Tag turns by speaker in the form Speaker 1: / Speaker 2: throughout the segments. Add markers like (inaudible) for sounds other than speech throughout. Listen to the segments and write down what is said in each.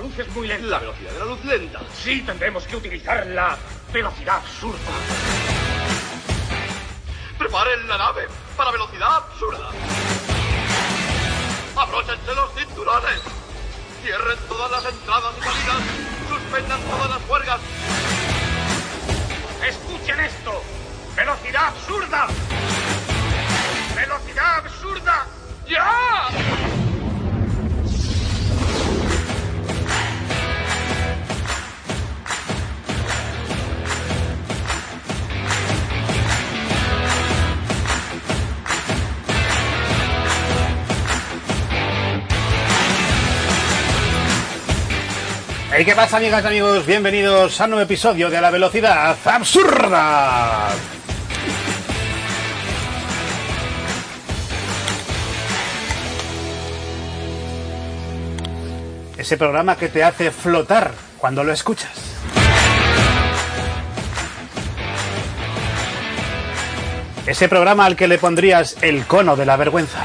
Speaker 1: luz es muy lenta.
Speaker 2: La velocidad de la luz lenta.
Speaker 1: Sí, tendremos que utilizar la velocidad absurda.
Speaker 2: Preparen la nave para velocidad absurda. Abróchense los cinturones. Cierren todas las entradas y salidas. Suspendan todas las huelgas.
Speaker 1: Escuchen esto. Velocidad absurda. Velocidad absurda.
Speaker 2: ¡Ya!
Speaker 3: Hey, ¿Qué pasa, amigas y amigos? Bienvenidos a un nuevo episodio de La Velocidad Absurda. Ese programa que te hace flotar cuando lo escuchas. Ese programa al que le pondrías el cono de la vergüenza.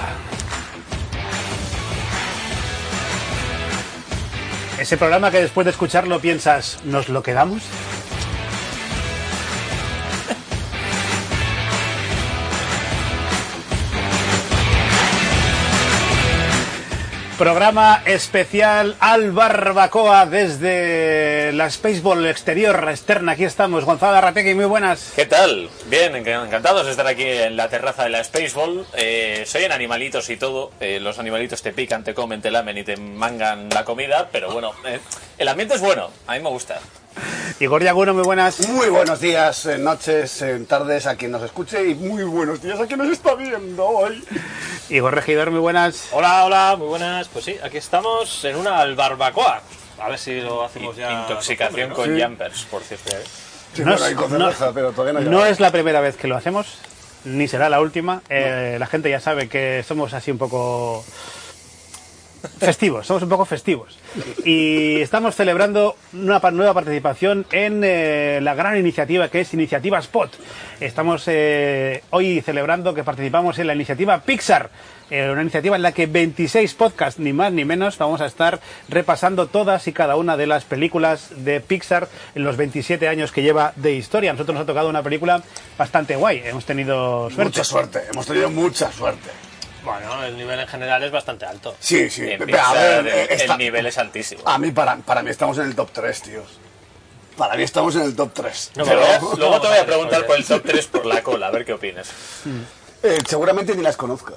Speaker 3: Ese programa que después de escucharlo piensas, ¿nos lo quedamos? (laughs) Programa especial al barbacoa desde la Spaceball exterior externa. Aquí estamos, Gonzalo Arrategui, muy buenas.
Speaker 4: ¿Qué tal? Bien, enc- encantados de estar aquí en la terraza de la Spaceball. Eh, soy en animalitos y todo. Eh, los animalitos te pican, te comen, te lamen y te mangan la comida, pero bueno, eh, el ambiente es bueno. A mí me gusta.
Speaker 3: Igor Yaguno, muy buenas.
Speaker 5: Muy buenos días, eh, noches, eh, tardes a quien nos escuche y muy buenos días a quien nos está viendo hoy.
Speaker 3: Igor Regidor, muy buenas.
Speaker 6: Hola, hola, muy buenas. Pues sí, aquí estamos en una barbacoa. A ver si lo hacemos ya.
Speaker 4: Intoxicación con jumpers, por cierto. eh.
Speaker 5: Sí,
Speaker 3: No
Speaker 5: bueno,
Speaker 3: es-
Speaker 5: hay con
Speaker 3: no-
Speaker 5: cerveza, pero todavía no,
Speaker 3: No,
Speaker 5: llega.
Speaker 3: es la primera vez que lo hacemos, ni será la última. Eh, La gente ya sabe que somos así un poco festivos, somos un poco festivos. Y estamos celebrando una pa- nueva participación en eh, la gran iniciativa que es Iniciativa Spot. Estamos eh, hoy celebrando que participamos en la iniciativa Pixar. eh, Una iniciativa en la que 26 podcasts, ni más ni menos, vamos a estar repasando todas y cada una de las películas de Pixar en los 27 años que lleva de historia. A nosotros nos ha tocado una película bastante guay, hemos tenido suerte.
Speaker 5: Mucha suerte, hemos tenido mucha suerte.
Speaker 6: Bueno, el nivel en general es bastante alto.
Speaker 5: Sí, sí,
Speaker 4: En
Speaker 5: ve- a ver,
Speaker 4: Pixar,
Speaker 5: eh,
Speaker 4: el,
Speaker 5: está- Ah,
Speaker 4: el nivel es altísimo.
Speaker 5: A mí, para, para mí estamos en el top 3, tíos. Para mí estamos en el top 3.
Speaker 6: No,
Speaker 4: Pero
Speaker 6: pero-
Speaker 4: luego- luego te voy a preguntar por el top 3 por la cola, a ver qué opinas.
Speaker 5: Eh, seguramente ni las conozco.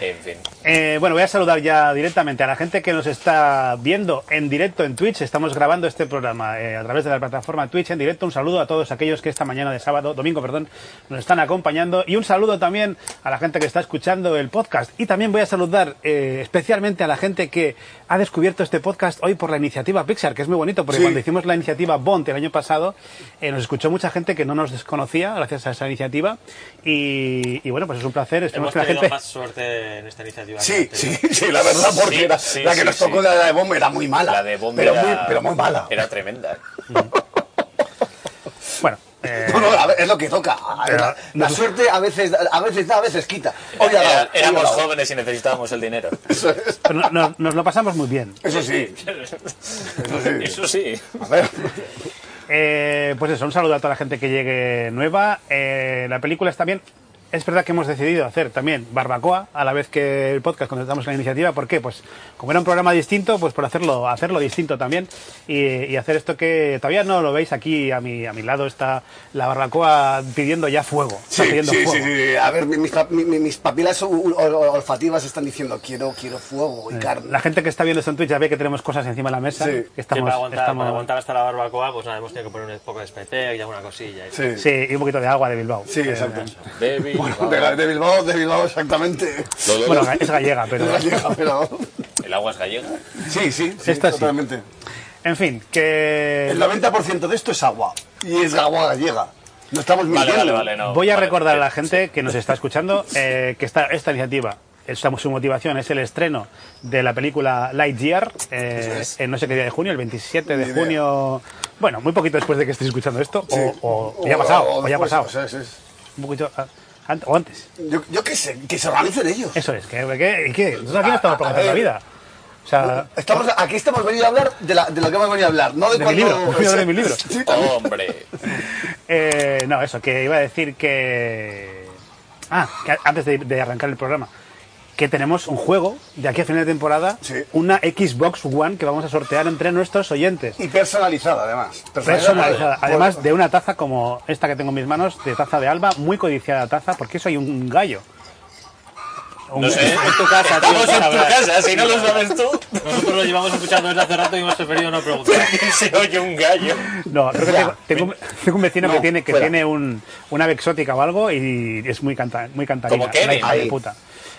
Speaker 4: En fin.
Speaker 3: Eh, bueno, voy a saludar ya directamente a la gente que nos está viendo en directo en Twitch. Estamos grabando este programa eh, a través de la plataforma Twitch en directo. Un saludo a todos aquellos que esta mañana de sábado, domingo, perdón, nos están acompañando. Y un saludo también a la gente que está escuchando el podcast. Y también voy a saludar eh, especialmente a la gente que ha descubierto este podcast hoy por la iniciativa Pixar, que es muy bonito, porque
Speaker 5: Sí.
Speaker 3: cuando hicimos la iniciativa Bond el año pasado, eh, nos escuchó mucha gente que no nos desconocía gracias a esa iniciativa. Y, y bueno, pues es un placer. Esperemos
Speaker 6: Hemos
Speaker 3: que la
Speaker 6: tenido
Speaker 3: gente...
Speaker 6: más suerte en esta iniciativa. que
Speaker 5: Sí,
Speaker 6: antes.
Speaker 5: sí, sí, la verdad, porque
Speaker 4: Sí,
Speaker 5: era-
Speaker 4: sí,
Speaker 5: la que
Speaker 4: sí,
Speaker 5: nos tocó
Speaker 4: sí.
Speaker 5: la de bomba era muy mala.
Speaker 4: La de bomba
Speaker 5: pero,
Speaker 4: era,
Speaker 5: muy, pero muy mala.
Speaker 4: Era tremenda.
Speaker 3: (laughs) Bueno. eh,
Speaker 5: No, no, a ver, es lo que toca. A ver, La, la
Speaker 3: no.
Speaker 5: suerte a veces, a veces da, a veces quita. Hoy ha dado,
Speaker 4: Era-
Speaker 5: hoy ha
Speaker 4: éramos
Speaker 5: dado.
Speaker 4: jóvenes y necesitábamos el dinero.
Speaker 5: Eso es-
Speaker 3: Pero no- no- nos lo pasamos muy bien.
Speaker 5: eso sí.
Speaker 4: Eso sí.
Speaker 5: A ver.
Speaker 3: Eh, pues eso, un saludo a toda la gente que llegue nueva. Eh, la película está bien. Es verdad que hemos decidido hacer también barbacoa a la vez que el podcast cuando estamos en la iniciativa. ¿Por qué? Pues como era un programa distinto, pues por hacerlo, hacerlo distinto también y, y hacer esto que todavía no lo veis aquí a mi, a mi lado está la barbacoa pidiendo ya fuego. Está
Speaker 5: Sí,
Speaker 3: pidiendo
Speaker 5: sí,
Speaker 3: fuego.
Speaker 5: sí, sí. A ver, mi- mis, pa- mi- mi- mis papilas ol- ol- olfativas están diciendo quiero, quiero fuego y
Speaker 3: Eh,
Speaker 5: carne.
Speaker 3: La gente que está viendo esto en Twitch ya ve que tenemos cosas encima de la mesa.
Speaker 5: Sí.
Speaker 3: que
Speaker 5: Sí,
Speaker 6: Que
Speaker 3: estamos,
Speaker 6: para, aguantar,
Speaker 3: estamos-
Speaker 6: para aguantar hasta la barbacoa, pues nada, hemos tenido que poner un poco de espetec y alguna cosilla. y-
Speaker 5: Sí, sí,
Speaker 3: Sí, y un poquito de agua de Bilbao. Eh,
Speaker 5: exacto.
Speaker 4: Baby,
Speaker 5: Bueno, de, de Bilbao, de Bilbao, exactamente.
Speaker 3: Bueno, ga- es gallega, pero...
Speaker 5: (laughs) Gallega, pero-
Speaker 4: El agua es gallega.
Speaker 5: Sí, sí, sí,
Speaker 3: Esta sí. Eh,
Speaker 5: totalmente.
Speaker 3: En fin, que...
Speaker 5: El 90% de esto es agua. Y es agua gallega. No estamos
Speaker 4: Vale,
Speaker 5: mintiendo.
Speaker 4: vale, vale. No,
Speaker 3: Voy a
Speaker 4: Vale,
Speaker 3: recordar a
Speaker 4: sí,
Speaker 3: la gente que nos está escuchando eh, que esta, esta iniciativa, esta- su motivación es el estreno de la película Lightyear eh, en no sé qué día de junio, el 27 de
Speaker 5: Ni idea.
Speaker 3: junio. Bueno, muy poquito después de que estéis escuchando esto,
Speaker 5: Sí.
Speaker 3: o, o- o ya ha pasado,
Speaker 5: o
Speaker 3: o, ya ha
Speaker 5: después,
Speaker 3: pasado.
Speaker 5: o sea, sí, sí.
Speaker 3: Un poquito, ah, an- o antes.
Speaker 5: Yo, yo qué sé, que se organicen ellos.
Speaker 3: Eso es, que, que- que nosotros aquí no estamos
Speaker 5: A- a
Speaker 3: preguntando la
Speaker 5: ver.
Speaker 3: vida. O sea,
Speaker 5: Estamos, aquí estamos venidos a hablar de, la, de lo que hemos venido a hablar, no de,
Speaker 3: de mi
Speaker 5: cuando-
Speaker 3: libro. voy a hablar (laughs) de mi libro.
Speaker 5: Sí, también.
Speaker 4: Hombre.
Speaker 3: (laughs) Eh, no, eso, que iba a decir que. Ah, que a- antes de, de arrancar el programa, que tenemos un juego de aquí a final de temporada,
Speaker 5: Sí.
Speaker 3: una Xbox One que vamos a sortear entre nuestros oyentes.
Speaker 5: Y personalizada, además.
Speaker 3: Personalizada,
Speaker 5: Por-
Speaker 3: además de una taza como esta que tengo en mis manos, de taza de alba, muy codiciada taza, porque eso hay un gallo. Un-
Speaker 4: No sé.
Speaker 6: En tu casa, tío.
Speaker 4: Estamos en tu
Speaker 6: sabrás.
Speaker 4: casa, si no lo sabes tú,
Speaker 6: Nosotros lo llevamos escuchando desde hace rato y hemos preferido no preguntar.
Speaker 4: (laughs) se oye un gallo.
Speaker 3: No, creo que tengo, tengo un- tengo un vecino
Speaker 5: No,
Speaker 3: que tiene, que
Speaker 5: fuera.
Speaker 3: tiene un, una ave exótica o algo y es muy, canta, muy cantarina.
Speaker 4: Como Kevin.
Speaker 3: una hija de
Speaker 5: Ahí.
Speaker 3: puta.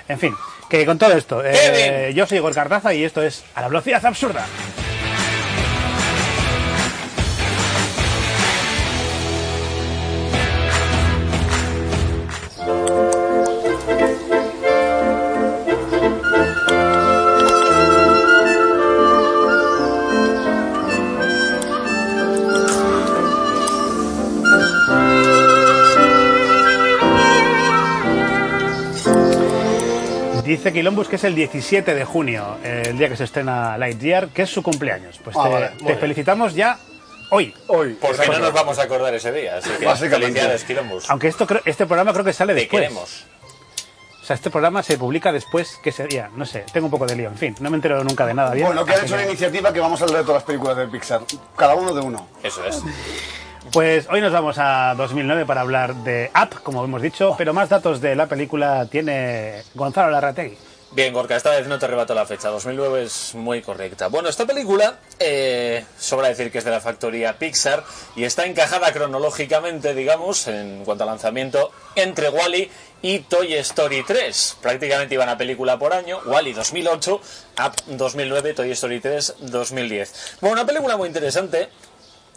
Speaker 3: En fin, que con todo esto, eh,
Speaker 4: Kevin.
Speaker 3: yo soy Igor Cardaza y esto es A la Velocidad Absurda. Dice Quilombus que es el 17 de junio, eh, el día que se estrena Lightyear, que es su cumpleaños. Pues
Speaker 5: Ah,
Speaker 3: te,
Speaker 5: vale, muy
Speaker 3: te
Speaker 5: bien.
Speaker 3: felicitamos ya hoy.
Speaker 5: Hoy.
Speaker 4: Porque no nos vamos a acordar ese día. Así que
Speaker 5: Básicamente.
Speaker 4: felicidades, Quilombus.
Speaker 3: Aunque esto creo- este programa creo que sale
Speaker 4: Te
Speaker 3: después.
Speaker 4: queremos.
Speaker 3: O sea, este programa se publica después que ese día. No sé, tengo un poco de lío. En fin, no me entero nunca de nada bien.
Speaker 5: Bueno, que han
Speaker 3: así
Speaker 5: hecho una iniciativa que vamos a hablar de todas las películas de Pixar. Cada uno de uno.
Speaker 4: Eso es.
Speaker 3: Pues hoy nos vamos a 2009 para hablar de App, como hemos dicho, pero más datos de la película tiene Gonzalo Larrategui.
Speaker 4: Bien, Gorka, esta vez no te arrebato la fecha. 2009 es muy correcta. Bueno, esta película, eh, sobra decir que es de la factoría Pixar y está encajada cronológicamente, digamos, en cuanto a lanzamiento, entre Wally y Toy Story 3. Prácticamente iba una película por año. Wally 2008, Up 2009, Toy Story 3 2010. Bueno, una película muy interesante.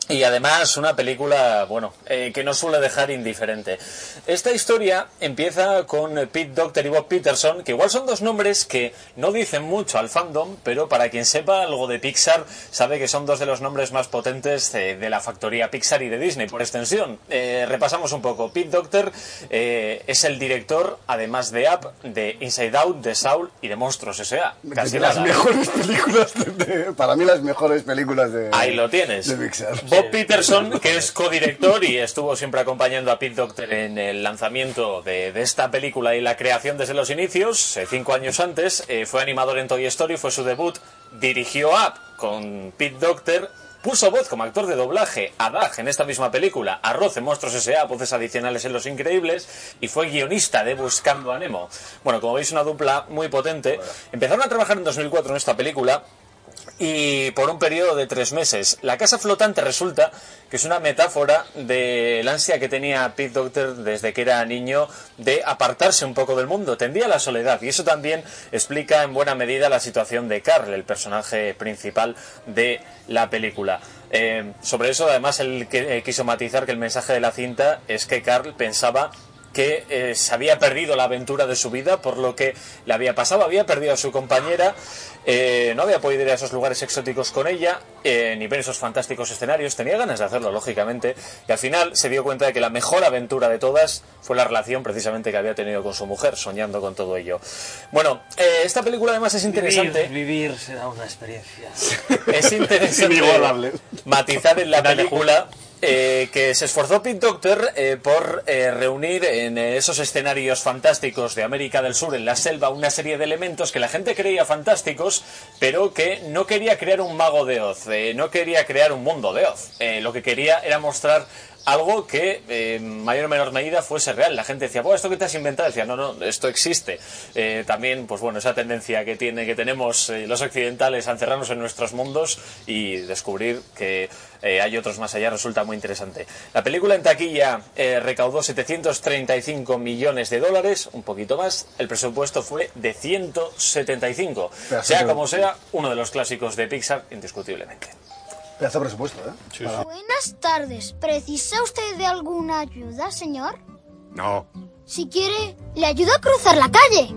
Speaker 4: Y además una película, bueno, eh, que no suele dejar indiferente. Esta historia empieza con eh, Pete Doctor y Bob Peterson, que igual son dos nombres que no dicen mucho al fandom, pero para quien sepa algo de Pixar, sabe que son dos de los nombres más potentes eh, de la factoría Pixar y de Disney, por extensión. Eh, repasamos un poco. Pete Doctor eh, es el director, además de Up, de Inside Out, de Saul y de Monstruos S.A. Casi
Speaker 5: De las
Speaker 4: nada.
Speaker 5: mejores (laughs) películas de, de- Para mí, las mejores películas de.
Speaker 4: Ahí lo tienes.
Speaker 5: De Pixar.
Speaker 4: Bob Peterson, que es codirector y estuvo siempre acompañando a Pete Docter en el lanzamiento de, de esta película y la creación desde los inicios, eh, cinco años antes, eh, fue animador en Toy Story, fue su debut, dirigió Up con Pete Docter, puso voz como actor de doblaje a Dag en esta misma película, a Roz en Monstruos S.A., voces adicionales en Los Increíbles, y fue guionista de Buscando a Nemo. Bueno, como veis, una dupla muy potente. Empezaron a trabajar en 2004 en esta película, y por un periodo de tres meses. La casa flotante resulta que es una metáfora del ansia que tenía Pete Docter desde que era niño de apartarse un poco del mundo, tendía a la soledad y eso también explica en buena medida la situación de Carl, el personaje principal de la película. Eh, sobre eso además él que- eh, quiso matizar que el mensaje de la cinta es que Carl pensaba que eh, se había perdido la aventura de su vida por lo que le había pasado, había perdido a su compañera, eh, no había podido ir a esos lugares exóticos con ella, eh, ni ver esos fantásticos escenarios, tenía ganas de hacerlo, lógicamente, y al final se dio cuenta de que la mejor aventura de todas fue la relación precisamente que había tenido con su mujer, soñando con todo ello. Bueno, eh, esta película además es interesante,
Speaker 6: vivir será una experiencia.
Speaker 4: (laughs) es interesante
Speaker 5: Inigualable.
Speaker 4: matizar en la
Speaker 6: Dale,
Speaker 4: película eh, que se esforzó Pete Doctor eh, por eh, reunir en eh, esos escenarios fantásticos de América del Sur, en la selva, una serie de elementos que la gente creía fantásticos, pero que no quería crear un mago de Oz, eh, no quería crear un mundo de Oz. Eh, lo que quería era mostrar algo que eh, en mayor o menor medida fuese real. La gente decía, bueno, esto que te has inventado, decía, no, no, esto existe. Eh, también, pues bueno, esa tendencia que tiene, que tenemos eh, los occidentales a encerrarnos en nuestros mundos y descubrir que eh, hay otros más allá resulta muy interesante. La película en taquilla eh, recaudó 735 millones de dólares, un poquito más. El presupuesto fue de 175.
Speaker 5: Pero
Speaker 4: Sea
Speaker 5: sí,
Speaker 4: como
Speaker 5: pero-
Speaker 4: sea, uno de los clásicos de Pixar, indiscutiblemente.
Speaker 5: Pedazo de presupuesto, ¿eh?
Speaker 7: Buenas tardes. ¿Precisa usted de alguna ayuda, señor?
Speaker 8: No,
Speaker 7: Si quiere, le ayudo a cruzar la calle.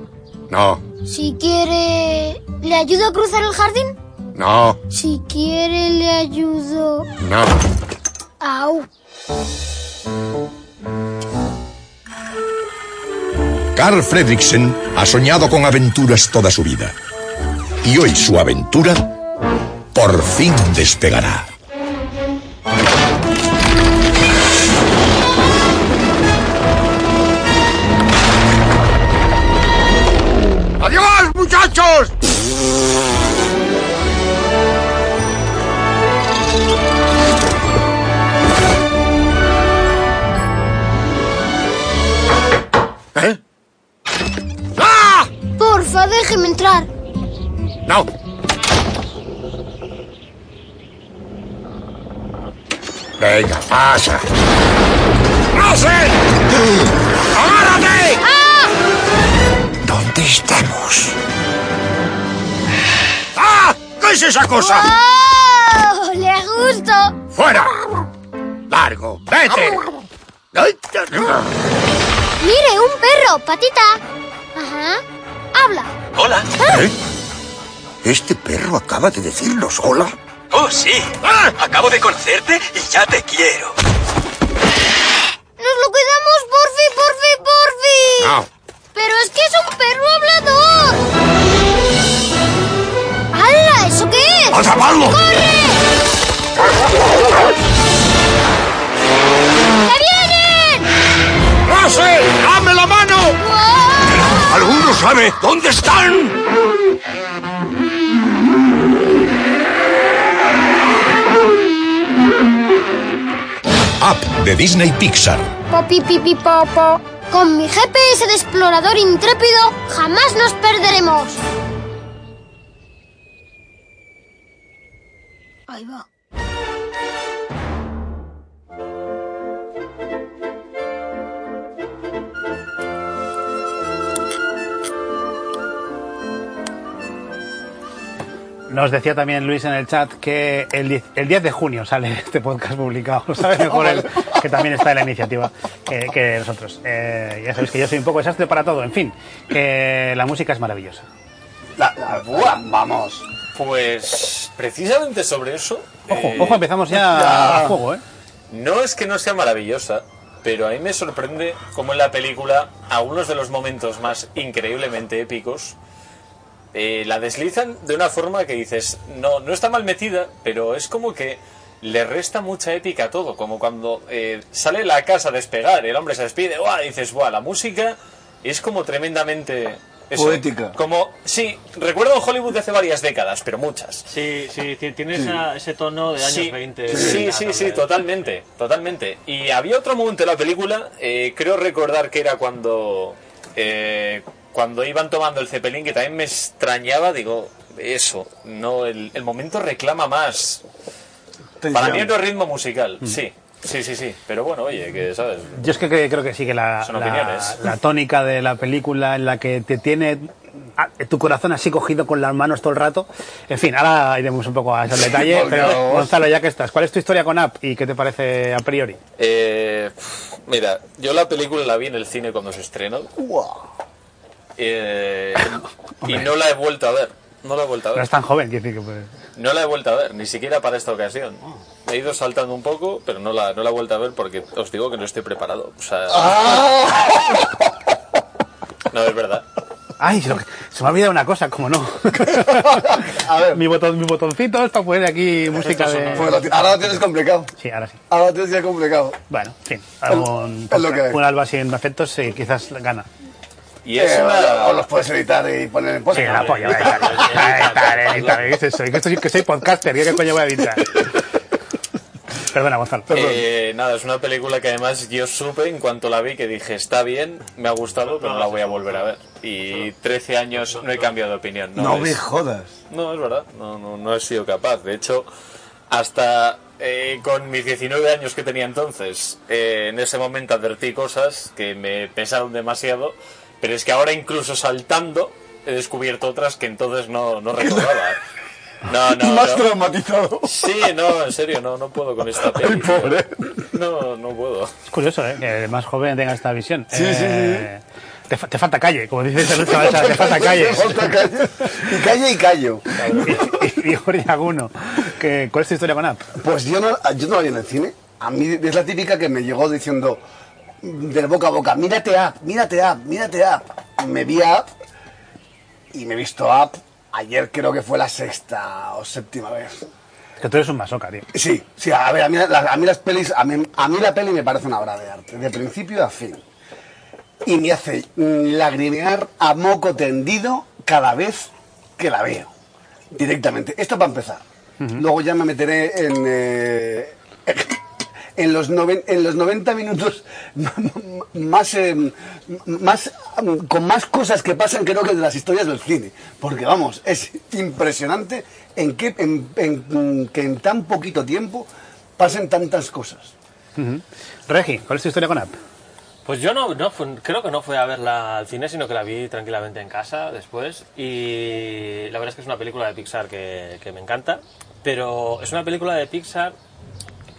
Speaker 8: no,
Speaker 7: Si quiere, le ayudo a cruzar el jardín.
Speaker 8: no,
Speaker 7: Si quiere, le ayudo.
Speaker 8: no.
Speaker 7: ¡Au!
Speaker 8: Carl Fredricksen ha soñado con aventuras toda su vida.
Speaker 9: y hoy su aventura por fin despegará.
Speaker 8: ¡Adiós, muchachos!
Speaker 9: ¿Eh? ¡Ah!
Speaker 7: Porfa, déjeme entrar.
Speaker 8: ¡No! Venga, pasa. ¡No sé! ¡Agárrate!
Speaker 9: ¿Dónde estamos?
Speaker 8: ¡Ah! ¿Qué es esa cosa?
Speaker 7: Ah. ¡Oh! ¡Le gusto!
Speaker 8: ¡Fuera! ¡Largo! ¡Vete! Ay, te-
Speaker 7: Mire, un perro, patita. Ajá. Habla.
Speaker 10: Hola.
Speaker 8: ¿Eh?
Speaker 9: Este perro acaba de decirnos hola.
Speaker 10: Oh, sí.
Speaker 8: ¡Ah!
Speaker 10: Acabo de conocerte y ya te quiero.
Speaker 7: Nos lo cuidamos, porfi, porfi, porfi.
Speaker 8: ¡No!
Speaker 7: Pero es que es un perro hablador. ¡Hala! ¿Eso qué es?
Speaker 8: ¡Atrapadlo!
Speaker 7: ¡Que vienen!
Speaker 8: ¡No sé! ¡Dame la mano!
Speaker 7: ¡Wow!
Speaker 8: ¿Alguno sabe dónde están?
Speaker 9: Up de Disney Pixar.
Speaker 7: Popi, pipi, popo. Con mi GPS de explorador intrépido jamás nos perderemos. Ahí va.
Speaker 3: Nos decía también Luis en el chat que el 10, el 10 de junio sale (laughs) este podcast publicado. (laughs) Lo sabe mejor él, que también está en la iniciativa que, que nosotros. Eh, ya sabéis que yo soy un poco desastre para todo. En fin, que la música es maravillosa.
Speaker 5: La, la búa, vamos.
Speaker 4: Pues precisamente sobre eso.
Speaker 3: Ojo,
Speaker 4: eh,
Speaker 3: ojo, empezamos ya a juego, ¿eh?
Speaker 4: No es que no sea maravillosa, pero a mí me sorprende cómo en la película algunos de los momentos más increíblemente épicos eh, la deslizan de una forma que dices, no, no está mal metida, pero es como que le resta mucha épica a todo, como cuando eh, sale la casa a despegar, el hombre se despide, ¡buah! y dices, ¡buah! La música es como tremendamente... eso,
Speaker 5: Poética.
Speaker 4: Como, sí, recuerdo Hollywood de hace varias décadas, pero muchas.
Speaker 6: Sí, sí, ti- tiene esa- ese tono de años
Speaker 4: Sí,
Speaker 6: 20.
Speaker 4: Sí, sí, sí, totalmente, totalmente. Y había otro momento en la película, eh, creo recordar que era cuando eh, cuando iban tomando el cepelín, que también me extrañaba, digo, eso, no, el, el momento reclama más. Para mí es otro ritmo musical, sí, sí, sí, sí. Pero bueno, oye, que sabes,
Speaker 3: Yo es que cre- creo que sí, que la,
Speaker 4: Son
Speaker 3: la,
Speaker 4: opiniones.
Speaker 3: la tónica de la película en la que te tiene ah, tu corazón así cogido con las manos todo el rato. En fin, ahora iremos un poco a esos
Speaker 5: (laughs)
Speaker 3: detalles, pero Gonzalo, ya que estás, ¿cuál es tu historia con App y qué te parece a priori?
Speaker 4: Eh, mira, yo la película la vi en el cine cuando se estrenó. Eh, y no la he vuelto a ver. No la he vuelto a
Speaker 3: No
Speaker 4: ver.
Speaker 3: es tan joven, quiero decir que... pues,
Speaker 4: No la he vuelto a ver, ni siquiera para esta ocasión. He ido saltando un poco, pero no la, no la he vuelto a ver porque os digo que no estoy preparado. O sea, no es verdad.
Speaker 3: Ay, se, lo- se me ha olvidado una cosa, como no.
Speaker 5: (laughs) A ver.
Speaker 3: mi, botón, mi botoncito, esto puede aquí música
Speaker 5: Pues
Speaker 3: de...
Speaker 5: lo ti- ahora lo tienes complicado.
Speaker 3: Sí, ahora sí.
Speaker 5: Ahora lo tienes ya complicado.
Speaker 3: Bueno, en fin. Algún,
Speaker 5: es lo que hay.
Speaker 3: un alba sin efectos sí, quizás gana.
Speaker 4: Y es
Speaker 5: Eh,
Speaker 4: una...
Speaker 5: o, o los puedes editar y poner en
Speaker 3: Sí,
Speaker 5: post.
Speaker 3: la polla,
Speaker 5: (laughs)
Speaker 3: voy a editar. Voy a editar, voy a editar. ¿Qué es eso? Que esto sí que soy podcaster, ¿qué coño voy a editar? Perdona, Gonzalo.
Speaker 4: eh, nada, es una película que además yo supe en cuanto la vi que dije, está bien, me ha gustado, pero no la voy a volver a ver. Y 13 años no he cambiado de opinión. No, es-
Speaker 5: jodas.
Speaker 4: No, es verdad, no, no, no he sido capaz. De hecho, hasta eh, con mis 19 años que tenía entonces, eh, en ese momento advertí cosas que me pesaron demasiado, pero es que ahora incluso saltando he descubierto otras que entonces no,
Speaker 5: (laughs)
Speaker 4: no recordaba. ¿eh? No, no,
Speaker 5: Más
Speaker 4: no.
Speaker 5: traumatizado.
Speaker 4: Sí, no, en serio, no, no puedo con
Speaker 5: (laughs)
Speaker 4: esta peli. No, no puedo.
Speaker 3: Es curioso, ¿eh? Que el más joven tenga esta visión.
Speaker 5: sí, sí,
Speaker 3: Eh, Te, fa- te falta calle, como este dices en nuestra te falta
Speaker 5: (laughs)
Speaker 3: calle.
Speaker 5: Falta calle. Y calle y callo.
Speaker 3: (laughs) Y, y, Jorge Aguno, que, ¿cuál es tu historia con App?
Speaker 5: Pues yo no, yo no la vi en el cine. A mí es la típica que me llegó diciendo del boca a boca, mírate app, mírate app, mírate app. Me vi app y me he visto app Ayer creo que fue la sexta o séptima vez.
Speaker 3: Es que tú eres un masoca, tío.
Speaker 5: Sí, sí, a ver, a mí, la- a mí las pelis, a mí, a mí la peli me parece una obra de arte, de principio a fin. Y me hace mm, lagrimear a moco tendido cada vez que la veo, directamente. Esto para empezar. Luego ya me meteré en, eh, en, los, noven- en los 90 minutos (laughs) más, eh, más, mm, con más cosas que pasan creo que de las historias del cine. Porque vamos, es impresionante en que en, en- que en tan poquito tiempo pasen tantas cosas.
Speaker 3: Ujú. Regi, ¿cuál es tu historia con App?
Speaker 6: Pues yo no, no fue- creo que no fue a verla al cine, sino que la vi tranquilamente en casa después. Y la verdad es que es una película de Pixar que, que me encanta, pero es una película de Pixar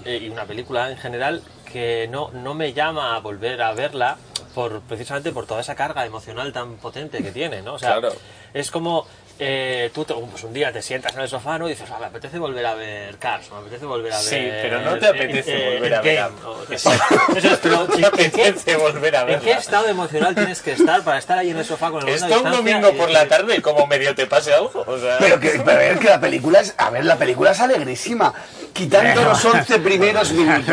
Speaker 6: eh, y una película en general que no, no me llama a volver a verla por precisamente por toda esa carga emocional tan potente que tiene, ¿no? O sea,
Speaker 4: Claro.
Speaker 6: es como eh, tú te- pues un día te sientas en el sofá ¿no? y dices, "Ah, me apetece volver a ver Cars, me apetece volver a
Speaker 4: Sí,
Speaker 6: ver... eh,
Speaker 4: pero no te apetece volver a ver
Speaker 6: Endgame",
Speaker 4: a-
Speaker 6: o- (laughs) eso es, pero
Speaker 4: (laughs) No te apetece volver a
Speaker 6: ¿En qué
Speaker 4: verla.
Speaker 6: estado emocional tienes que estar para estar ahí en el sofá con el
Speaker 4: Está un domingo por la tarde y como medio te pase algo. O sea,
Speaker 5: Pero que, pero es que la película es, a ver, la película es alegrísima, quitando los 11 primeros minutos.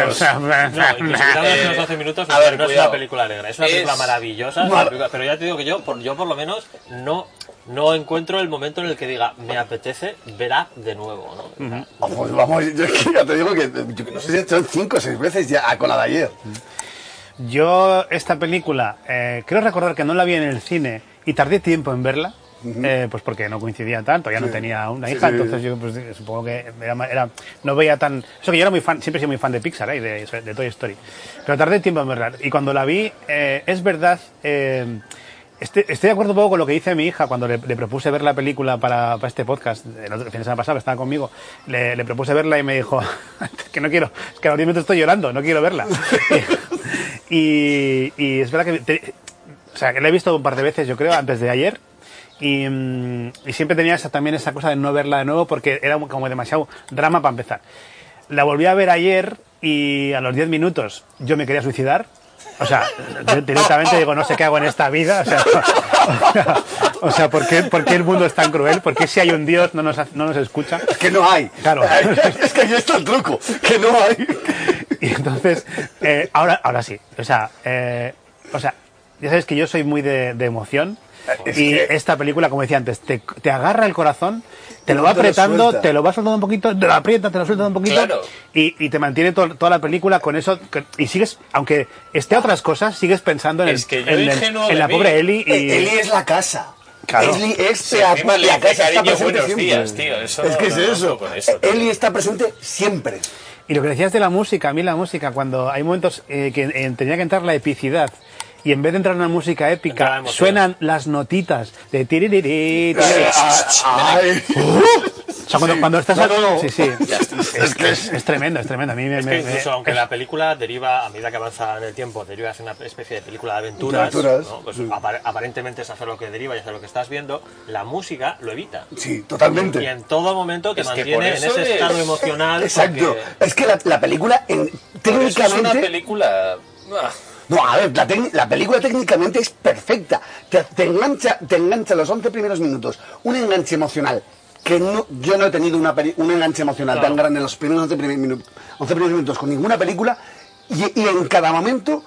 Speaker 4: (laughs)
Speaker 6: No, incluso quitando
Speaker 4: Eh,
Speaker 6: los 12 minutos,
Speaker 4: a ver,
Speaker 6: no es
Speaker 4: cuidado.
Speaker 6: una película alegre, es una
Speaker 4: Es-
Speaker 6: película maravillosa, es una
Speaker 5: Mar-
Speaker 6: película- pero ya te digo que yo por, yo por lo menos no, no encuentro el momento en el que diga, me apetece verá de nuevo. ¿no?
Speaker 5: Vamos, vamos, yo es que ya te digo que yo no sé si he hecho 5 o 6 veces ya ah, con la de ayer.
Speaker 3: Yo esta película, eh, creo recordar que no la vi en el cine y tardé tiempo en verla, eh, pues porque no coincidía tanto, ya no tenía una
Speaker 5: Sí,
Speaker 3: hija,
Speaker 5: sí, sí.
Speaker 3: entonces yo pues, supongo que era, ma- era- no veía tan... Eso que yo era muy fan, siempre he sido muy fan de Pixar eh, y de, de Toy Story, pero tardé tiempo en verla. Y cuando la vi, eh, es verdad... eh, este- estoy de acuerdo un poco con lo que dice mi hija cuando le, le propuse ver la película para, para este podcast. El otro el fin de semana pasado estaba conmigo. Le, le propuse verla y me dijo (laughs) que no quiero, es que ahora mismo te estoy llorando, no quiero verla. (laughs) y, y es verdad que te- o sea, que la he visto un par de veces, yo creo, antes de ayer. Y, mm, y siempre tenía esa, también esa cosa de no verla de nuevo porque era un- como demasiado drama para empezar. La volví a ver ayer y a los 10 minutos yo me quería suicidar. O sea, yo directamente digo, no sé qué hago en esta vida. O sea, (laughs) o sea, o sea, ¿por, qué, por qué el mundo es tan cruel? ¿Por qué si hay un Dios no nos, hace- no nos escucha?
Speaker 5: Es que no hay.
Speaker 3: Claro.
Speaker 5: (laughs) Es que ahí está el truco, que no hay.
Speaker 3: (laughs) Y entonces, eh, ahora, ahora sí. O sea, eh, o sea, ya sabes que yo soy muy de, de emoción.
Speaker 5: Es
Speaker 3: y
Speaker 5: que-
Speaker 3: esta película, como decía antes, te, te agarra el corazón, te
Speaker 5: No
Speaker 3: lo va
Speaker 5: te lo
Speaker 3: apretando,
Speaker 5: suelta.
Speaker 3: te lo va soltando un poquito, te lo aprieta, te lo suelta un poquito.
Speaker 4: Claro.
Speaker 3: Y, y te mantiene to- toda la película con eso. que- y sigues, aunque esté a otras cosas, sigues pensando en, el-
Speaker 4: Es que yo
Speaker 3: en el-
Speaker 4: ingenuo
Speaker 3: en
Speaker 4: de
Speaker 3: la
Speaker 4: mí.
Speaker 3: pobre Ellie. Y,
Speaker 5: Eh, Eli es la casa.
Speaker 3: Claro.
Speaker 5: Eli es
Speaker 4: Sí,
Speaker 5: la,
Speaker 4: encima le
Speaker 5: la
Speaker 4: dice,
Speaker 5: casa está
Speaker 4: "Cariño,
Speaker 5: presente
Speaker 4: buenos
Speaker 5: siempre.
Speaker 4: días, tío, eso
Speaker 5: es que
Speaker 4: no-
Speaker 5: es
Speaker 4: no
Speaker 5: eso. Eh,
Speaker 4: puedo con eso, tío.
Speaker 5: Eli está presente siempre.
Speaker 3: Y lo que decías de la música, a mí la música, cuando hay momentos eh, que eh, tenía que entrar la epicidad y en vez de entrar una música
Speaker 6: Entra la
Speaker 3: épica,
Speaker 6: emoción.
Speaker 3: suenan las notitas de tiririri.
Speaker 5: Eh,
Speaker 3: tiriri.
Speaker 5: ah, ay.
Speaker 3: O sea, cuando, cuando estás.
Speaker 5: No, no, no.
Speaker 3: Sí, sí.
Speaker 5: Es que es-
Speaker 3: Es, es tremendo, es tremendo. A mí me.
Speaker 6: Es
Speaker 3: me-
Speaker 6: que
Speaker 5: Eh,
Speaker 6: incluso
Speaker 3: me-
Speaker 6: aunque la película deriva, a medida que avanza en el tiempo, deriva hacia una especie de película de aventuras,
Speaker 5: De aventuras.
Speaker 6: ¿no? Pues apar- aparentemente es hacer lo que deriva y hacer lo que estás viendo, la música lo evita.
Speaker 5: Sí,
Speaker 6: Y
Speaker 5: totalmente.
Speaker 6: en todo momento te
Speaker 4: Es que por
Speaker 6: mantiene en
Speaker 4: eso
Speaker 6: ese
Speaker 4: es-
Speaker 6: estado emocional.
Speaker 5: Exacto.
Speaker 6: porque-
Speaker 5: Es que la, la película en-
Speaker 4: pero eso es
Speaker 5: técnicamente.
Speaker 4: una película. Ah,
Speaker 5: No, a ver, la, tec- la película técnicamente es perfecta. Te, te engancha, te engancha los 11 primeros minutos. Un enganche emocional. Que no- yo no he tenido una peli- un enganche emocional tan grande en los primeros 11 primer minu- 11 primeros minutos con ninguna película. Y, y en cada momento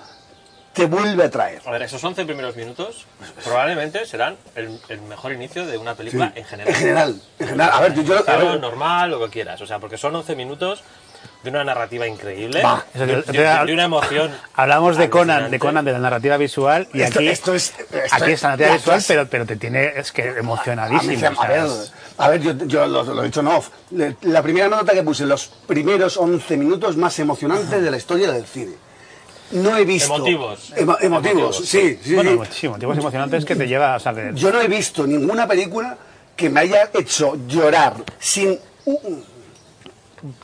Speaker 5: te vuelve a traer.
Speaker 6: A ver, esos 11 primeros minutos probablemente serán el, el mejor inicio de una película en general.
Speaker 5: En general. en general. A ver, yo. yo- a
Speaker 6: Claro,
Speaker 5: ver,
Speaker 6: normal, lo que quieras. O sea, porque son 11 minutos de una narrativa increíble.
Speaker 5: Va,
Speaker 3: eso
Speaker 6: de,
Speaker 3: te-
Speaker 6: de-
Speaker 3: te-
Speaker 6: de una emoción.
Speaker 3: Hablamos de Conan, de
Speaker 6: alucinante.
Speaker 3: Conan, de la narrativa visual, y
Speaker 5: Esto-
Speaker 3: aquí,
Speaker 5: esto es- esto
Speaker 3: aquí
Speaker 5: es
Speaker 3: es la narrativa
Speaker 5: la
Speaker 3: visual,
Speaker 5: clase.
Speaker 3: pero, pero te tiene es que
Speaker 5: A mí se-
Speaker 3: emocionadísimo. o
Speaker 5: A
Speaker 3: sea,
Speaker 5: ver,
Speaker 3: es-
Speaker 5: a ver, yo, yo lo, lo he dicho en off. Le- La primera nota que puse, los primeros 11 minutos más emocionantes de la historia del cine. No he visto.
Speaker 6: Emotivos.
Speaker 5: Emo- emotivos, sí. sí,
Speaker 3: bueno, pues-
Speaker 5: sí.
Speaker 3: muchísimo, tipos emocionantes que te lleva, o sea, de-
Speaker 5: Yo no he visto ninguna película que me haya hecho llorar sin u- u-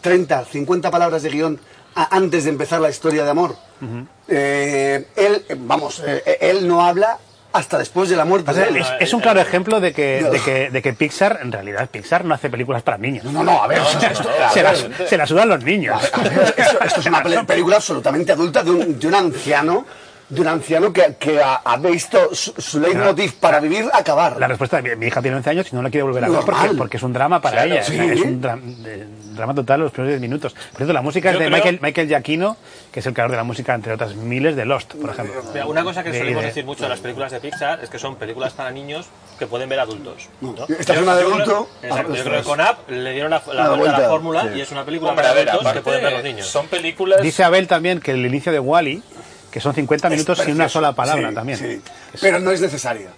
Speaker 5: 30, 50 palabras de guión a- antes de empezar la historia de amor. Eh, él, eh, vamos, eh, él no habla hasta después de la muerte. eh,
Speaker 3: O sea,
Speaker 5: de él.
Speaker 3: es, es un claro ejemplo de que, de, que, de que Pixar, en realidad, Pixar no hace películas para niños.
Speaker 5: No, no, a ver, esto- esto- a
Speaker 3: Se
Speaker 5: ver,
Speaker 3: las, se las sudan los niños.
Speaker 5: A ver, esto, esto es una peli- película absolutamente adulta de un, de un anciano de un anciano que, que ha, ha visto su, su leitmotiv para vivir acabar.
Speaker 3: La respuesta es, mi- mi hija tiene 11 años y no la quiere volver a ver
Speaker 5: Normal.
Speaker 3: porque, porque es un drama para
Speaker 5: Claro,
Speaker 3: ella.
Speaker 5: sí.
Speaker 3: o sea, es un dra- eh, drama total los primeros 10 minutos. Por cierto, la música
Speaker 6: Yo
Speaker 3: es de
Speaker 6: creo-
Speaker 3: Michael, Michael Giacchino, que es el creador de la música, entre otras miles, de Lost, por ejemplo.
Speaker 6: Mira, una cosa que
Speaker 3: De-
Speaker 6: solemos
Speaker 3: de-
Speaker 6: decir mucho de las películas de Pixar es que son películas para niños que pueden ver adultos. ¿no?
Speaker 5: Esta es
Speaker 6: Yo-
Speaker 5: una de
Speaker 6: yo creo-
Speaker 5: adulto.
Speaker 6: Exacto,
Speaker 5: Ah,
Speaker 6: yo creo que con App le dieron la,
Speaker 5: Una
Speaker 6: la vuelta, a
Speaker 5: vuelta,
Speaker 6: la fórmula
Speaker 5: sí.
Speaker 6: y es una película
Speaker 4: Hombre, a
Speaker 6: para
Speaker 4: ver,
Speaker 6: adultos que
Speaker 4: aparte,
Speaker 6: pueden ver los niños.
Speaker 4: son películas...
Speaker 3: Dice Abel también que el inicio de Wally, que son 50 minutos sin una
Speaker 5: precioso.
Speaker 3: sola palabra
Speaker 5: Sí,
Speaker 3: también.
Speaker 5: sí. Pero no es necesaria.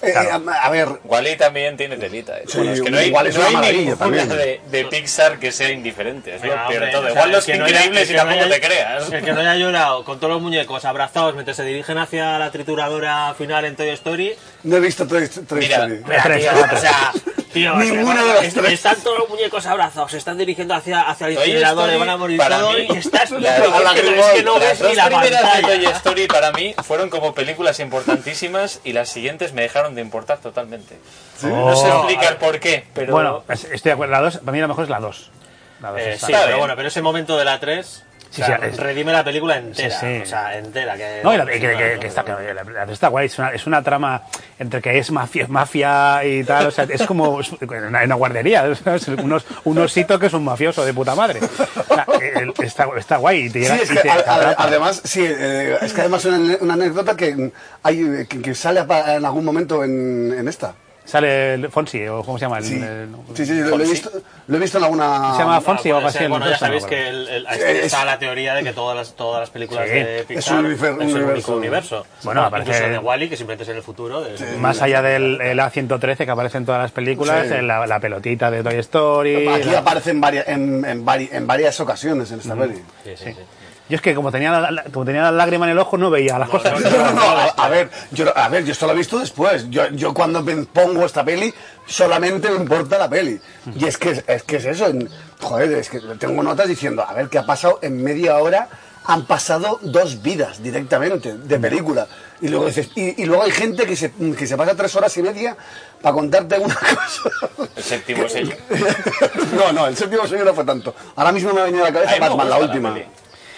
Speaker 5: Eh,
Speaker 3: Claro.
Speaker 5: eh, a ver,
Speaker 4: Wally también tiene telita. eh.
Speaker 5: Sí,
Speaker 4: Bueno, es que no hay,
Speaker 5: igual es
Speaker 4: no
Speaker 5: una
Speaker 4: hay
Speaker 5: maravilla
Speaker 4: ninguna
Speaker 5: también.
Speaker 4: de, de Pixar que sea indiferente. Es lo
Speaker 6: Ah,
Speaker 4: peor
Speaker 6: hombre,
Speaker 4: de todo.
Speaker 6: o sea,
Speaker 4: Igual
Speaker 6: el
Speaker 4: los
Speaker 6: que no haya-
Speaker 4: increíbles
Speaker 6: el
Speaker 4: y
Speaker 6: que no
Speaker 4: tampoco
Speaker 6: haya-
Speaker 4: te creas.
Speaker 6: El que no haya llorado con todos los muñecos abrazados mientras se dirigen hacia la trituradora final en Toy Story.
Speaker 5: no he visto Toy Toy
Speaker 4: Mira,
Speaker 5: Story.
Speaker 3: Las tres,
Speaker 6: tío,
Speaker 3: las
Speaker 6: o
Speaker 3: tres.
Speaker 6: sea, tío,
Speaker 5: Ninguna
Speaker 6: o sea,
Speaker 5: de las
Speaker 6: es-
Speaker 5: tres.
Speaker 6: Están todos los muñecos abrazados, se están dirigiendo hacia, hacia el
Speaker 4: Toy
Speaker 6: incinerador,
Speaker 4: Story,
Speaker 6: le van a morir
Speaker 4: para
Speaker 6: todos
Speaker 4: mí,
Speaker 6: y estás
Speaker 4: la-
Speaker 6: loco,
Speaker 5: la-
Speaker 6: tío, es que no
Speaker 4: Las
Speaker 6: ves
Speaker 4: dos
Speaker 6: ni la
Speaker 4: primeras de Toy
Speaker 6: pantalla.
Speaker 4: Story para mí fueron como películas importantísimas y las siguientes me dejaron de importar totalmente. No sé
Speaker 3: Oh.
Speaker 4: explicar por qué, pero...
Speaker 3: Bueno, es- estoy de acuerdo. La 2, para mí la mejor es la 2. La 2
Speaker 6: Eh,
Speaker 3: está-
Speaker 6: sí,
Speaker 4: Está
Speaker 6: pero
Speaker 4: bien.
Speaker 6: bueno, pero ese momento de la 3
Speaker 3: Sí,
Speaker 6: o sea,
Speaker 3: sí, es-
Speaker 6: redime la película entera,
Speaker 3: Sí, sí.
Speaker 6: o sea, entera. Que,
Speaker 3: No, y la- y que, que- que está, que la- la- la- está guay, es una, es una trama entre que es mafia, mafia y tal, o sea, es como es una, una guardería, ¿sabes? Unos, un osito que es un mafioso de puta madre. O sea, el- está, está guay y te
Speaker 5: Sí,
Speaker 3: llega-
Speaker 5: es
Speaker 3: y
Speaker 5: que
Speaker 3: te-
Speaker 5: a-
Speaker 3: te
Speaker 5: a-
Speaker 3: atrapa.
Speaker 5: además, sí, eh, es que además una, ane- una anécdota que, hay, que, que sale apa- en algún momento en, en esta.
Speaker 3: Sale el Fonsi, o ¿cómo se llama? El-
Speaker 5: Sí,
Speaker 3: el-
Speaker 5: sí, sí, lo, lo he visto, lo he visto en alguna...
Speaker 3: Se llama Fonsi o
Speaker 6: Ah, puede
Speaker 3: algo así.
Speaker 6: ser,
Speaker 3: el
Speaker 6: Bueno, ya
Speaker 3: ruso, no me
Speaker 6: sabéis
Speaker 3: acuerdo.
Speaker 6: que el, el- ahí
Speaker 5: Es-
Speaker 6: está la teoría de que todas las, todas las películas
Speaker 3: Sí.
Speaker 6: de
Speaker 3: Es
Speaker 6: Pixar
Speaker 5: un univer-
Speaker 6: es el
Speaker 5: universo.
Speaker 6: único universo.
Speaker 3: Bueno,
Speaker 6: Incluso
Speaker 3: aparece-
Speaker 6: de Wally, que simplemente es en el futuro. de-
Speaker 3: Más allá del el A113 que aparece en todas las películas,
Speaker 5: Sí.
Speaker 3: eh, la, la pelotita de Toy Story.
Speaker 5: Aquí
Speaker 3: la-
Speaker 5: aparece en varias, en, en vari- en varias ocasiones en esta peli.
Speaker 6: Sí, sí, sí.
Speaker 3: Yo es que como tenía la, la- como tenía la lágrima en el ojo no veía las cosas.
Speaker 5: (laughs) No, no, no, a, a ver, yo, a ver, yo esto lo he visto después. Yo, yo cuando me pongo esta peli, solamente me importa la peli. Y es que es, es que es eso. en- joder, es que tengo notas diciendo, a ver, ¿qué ha pasado en media hora? Han pasado dos vidas directamente de película. Y luego, dices, y, y luego hay gente que se, que se pasa tres horas y media para contarte una (laughs) cosa.
Speaker 4: El séptimo sello.
Speaker 5: no, no, el séptimo sueño no fue tanto. Ahora mismo me ha venido a la
Speaker 4: A mí
Speaker 5: cabeza
Speaker 4: me
Speaker 5: Batman, la
Speaker 4: gusta
Speaker 5: última.
Speaker 4: peli.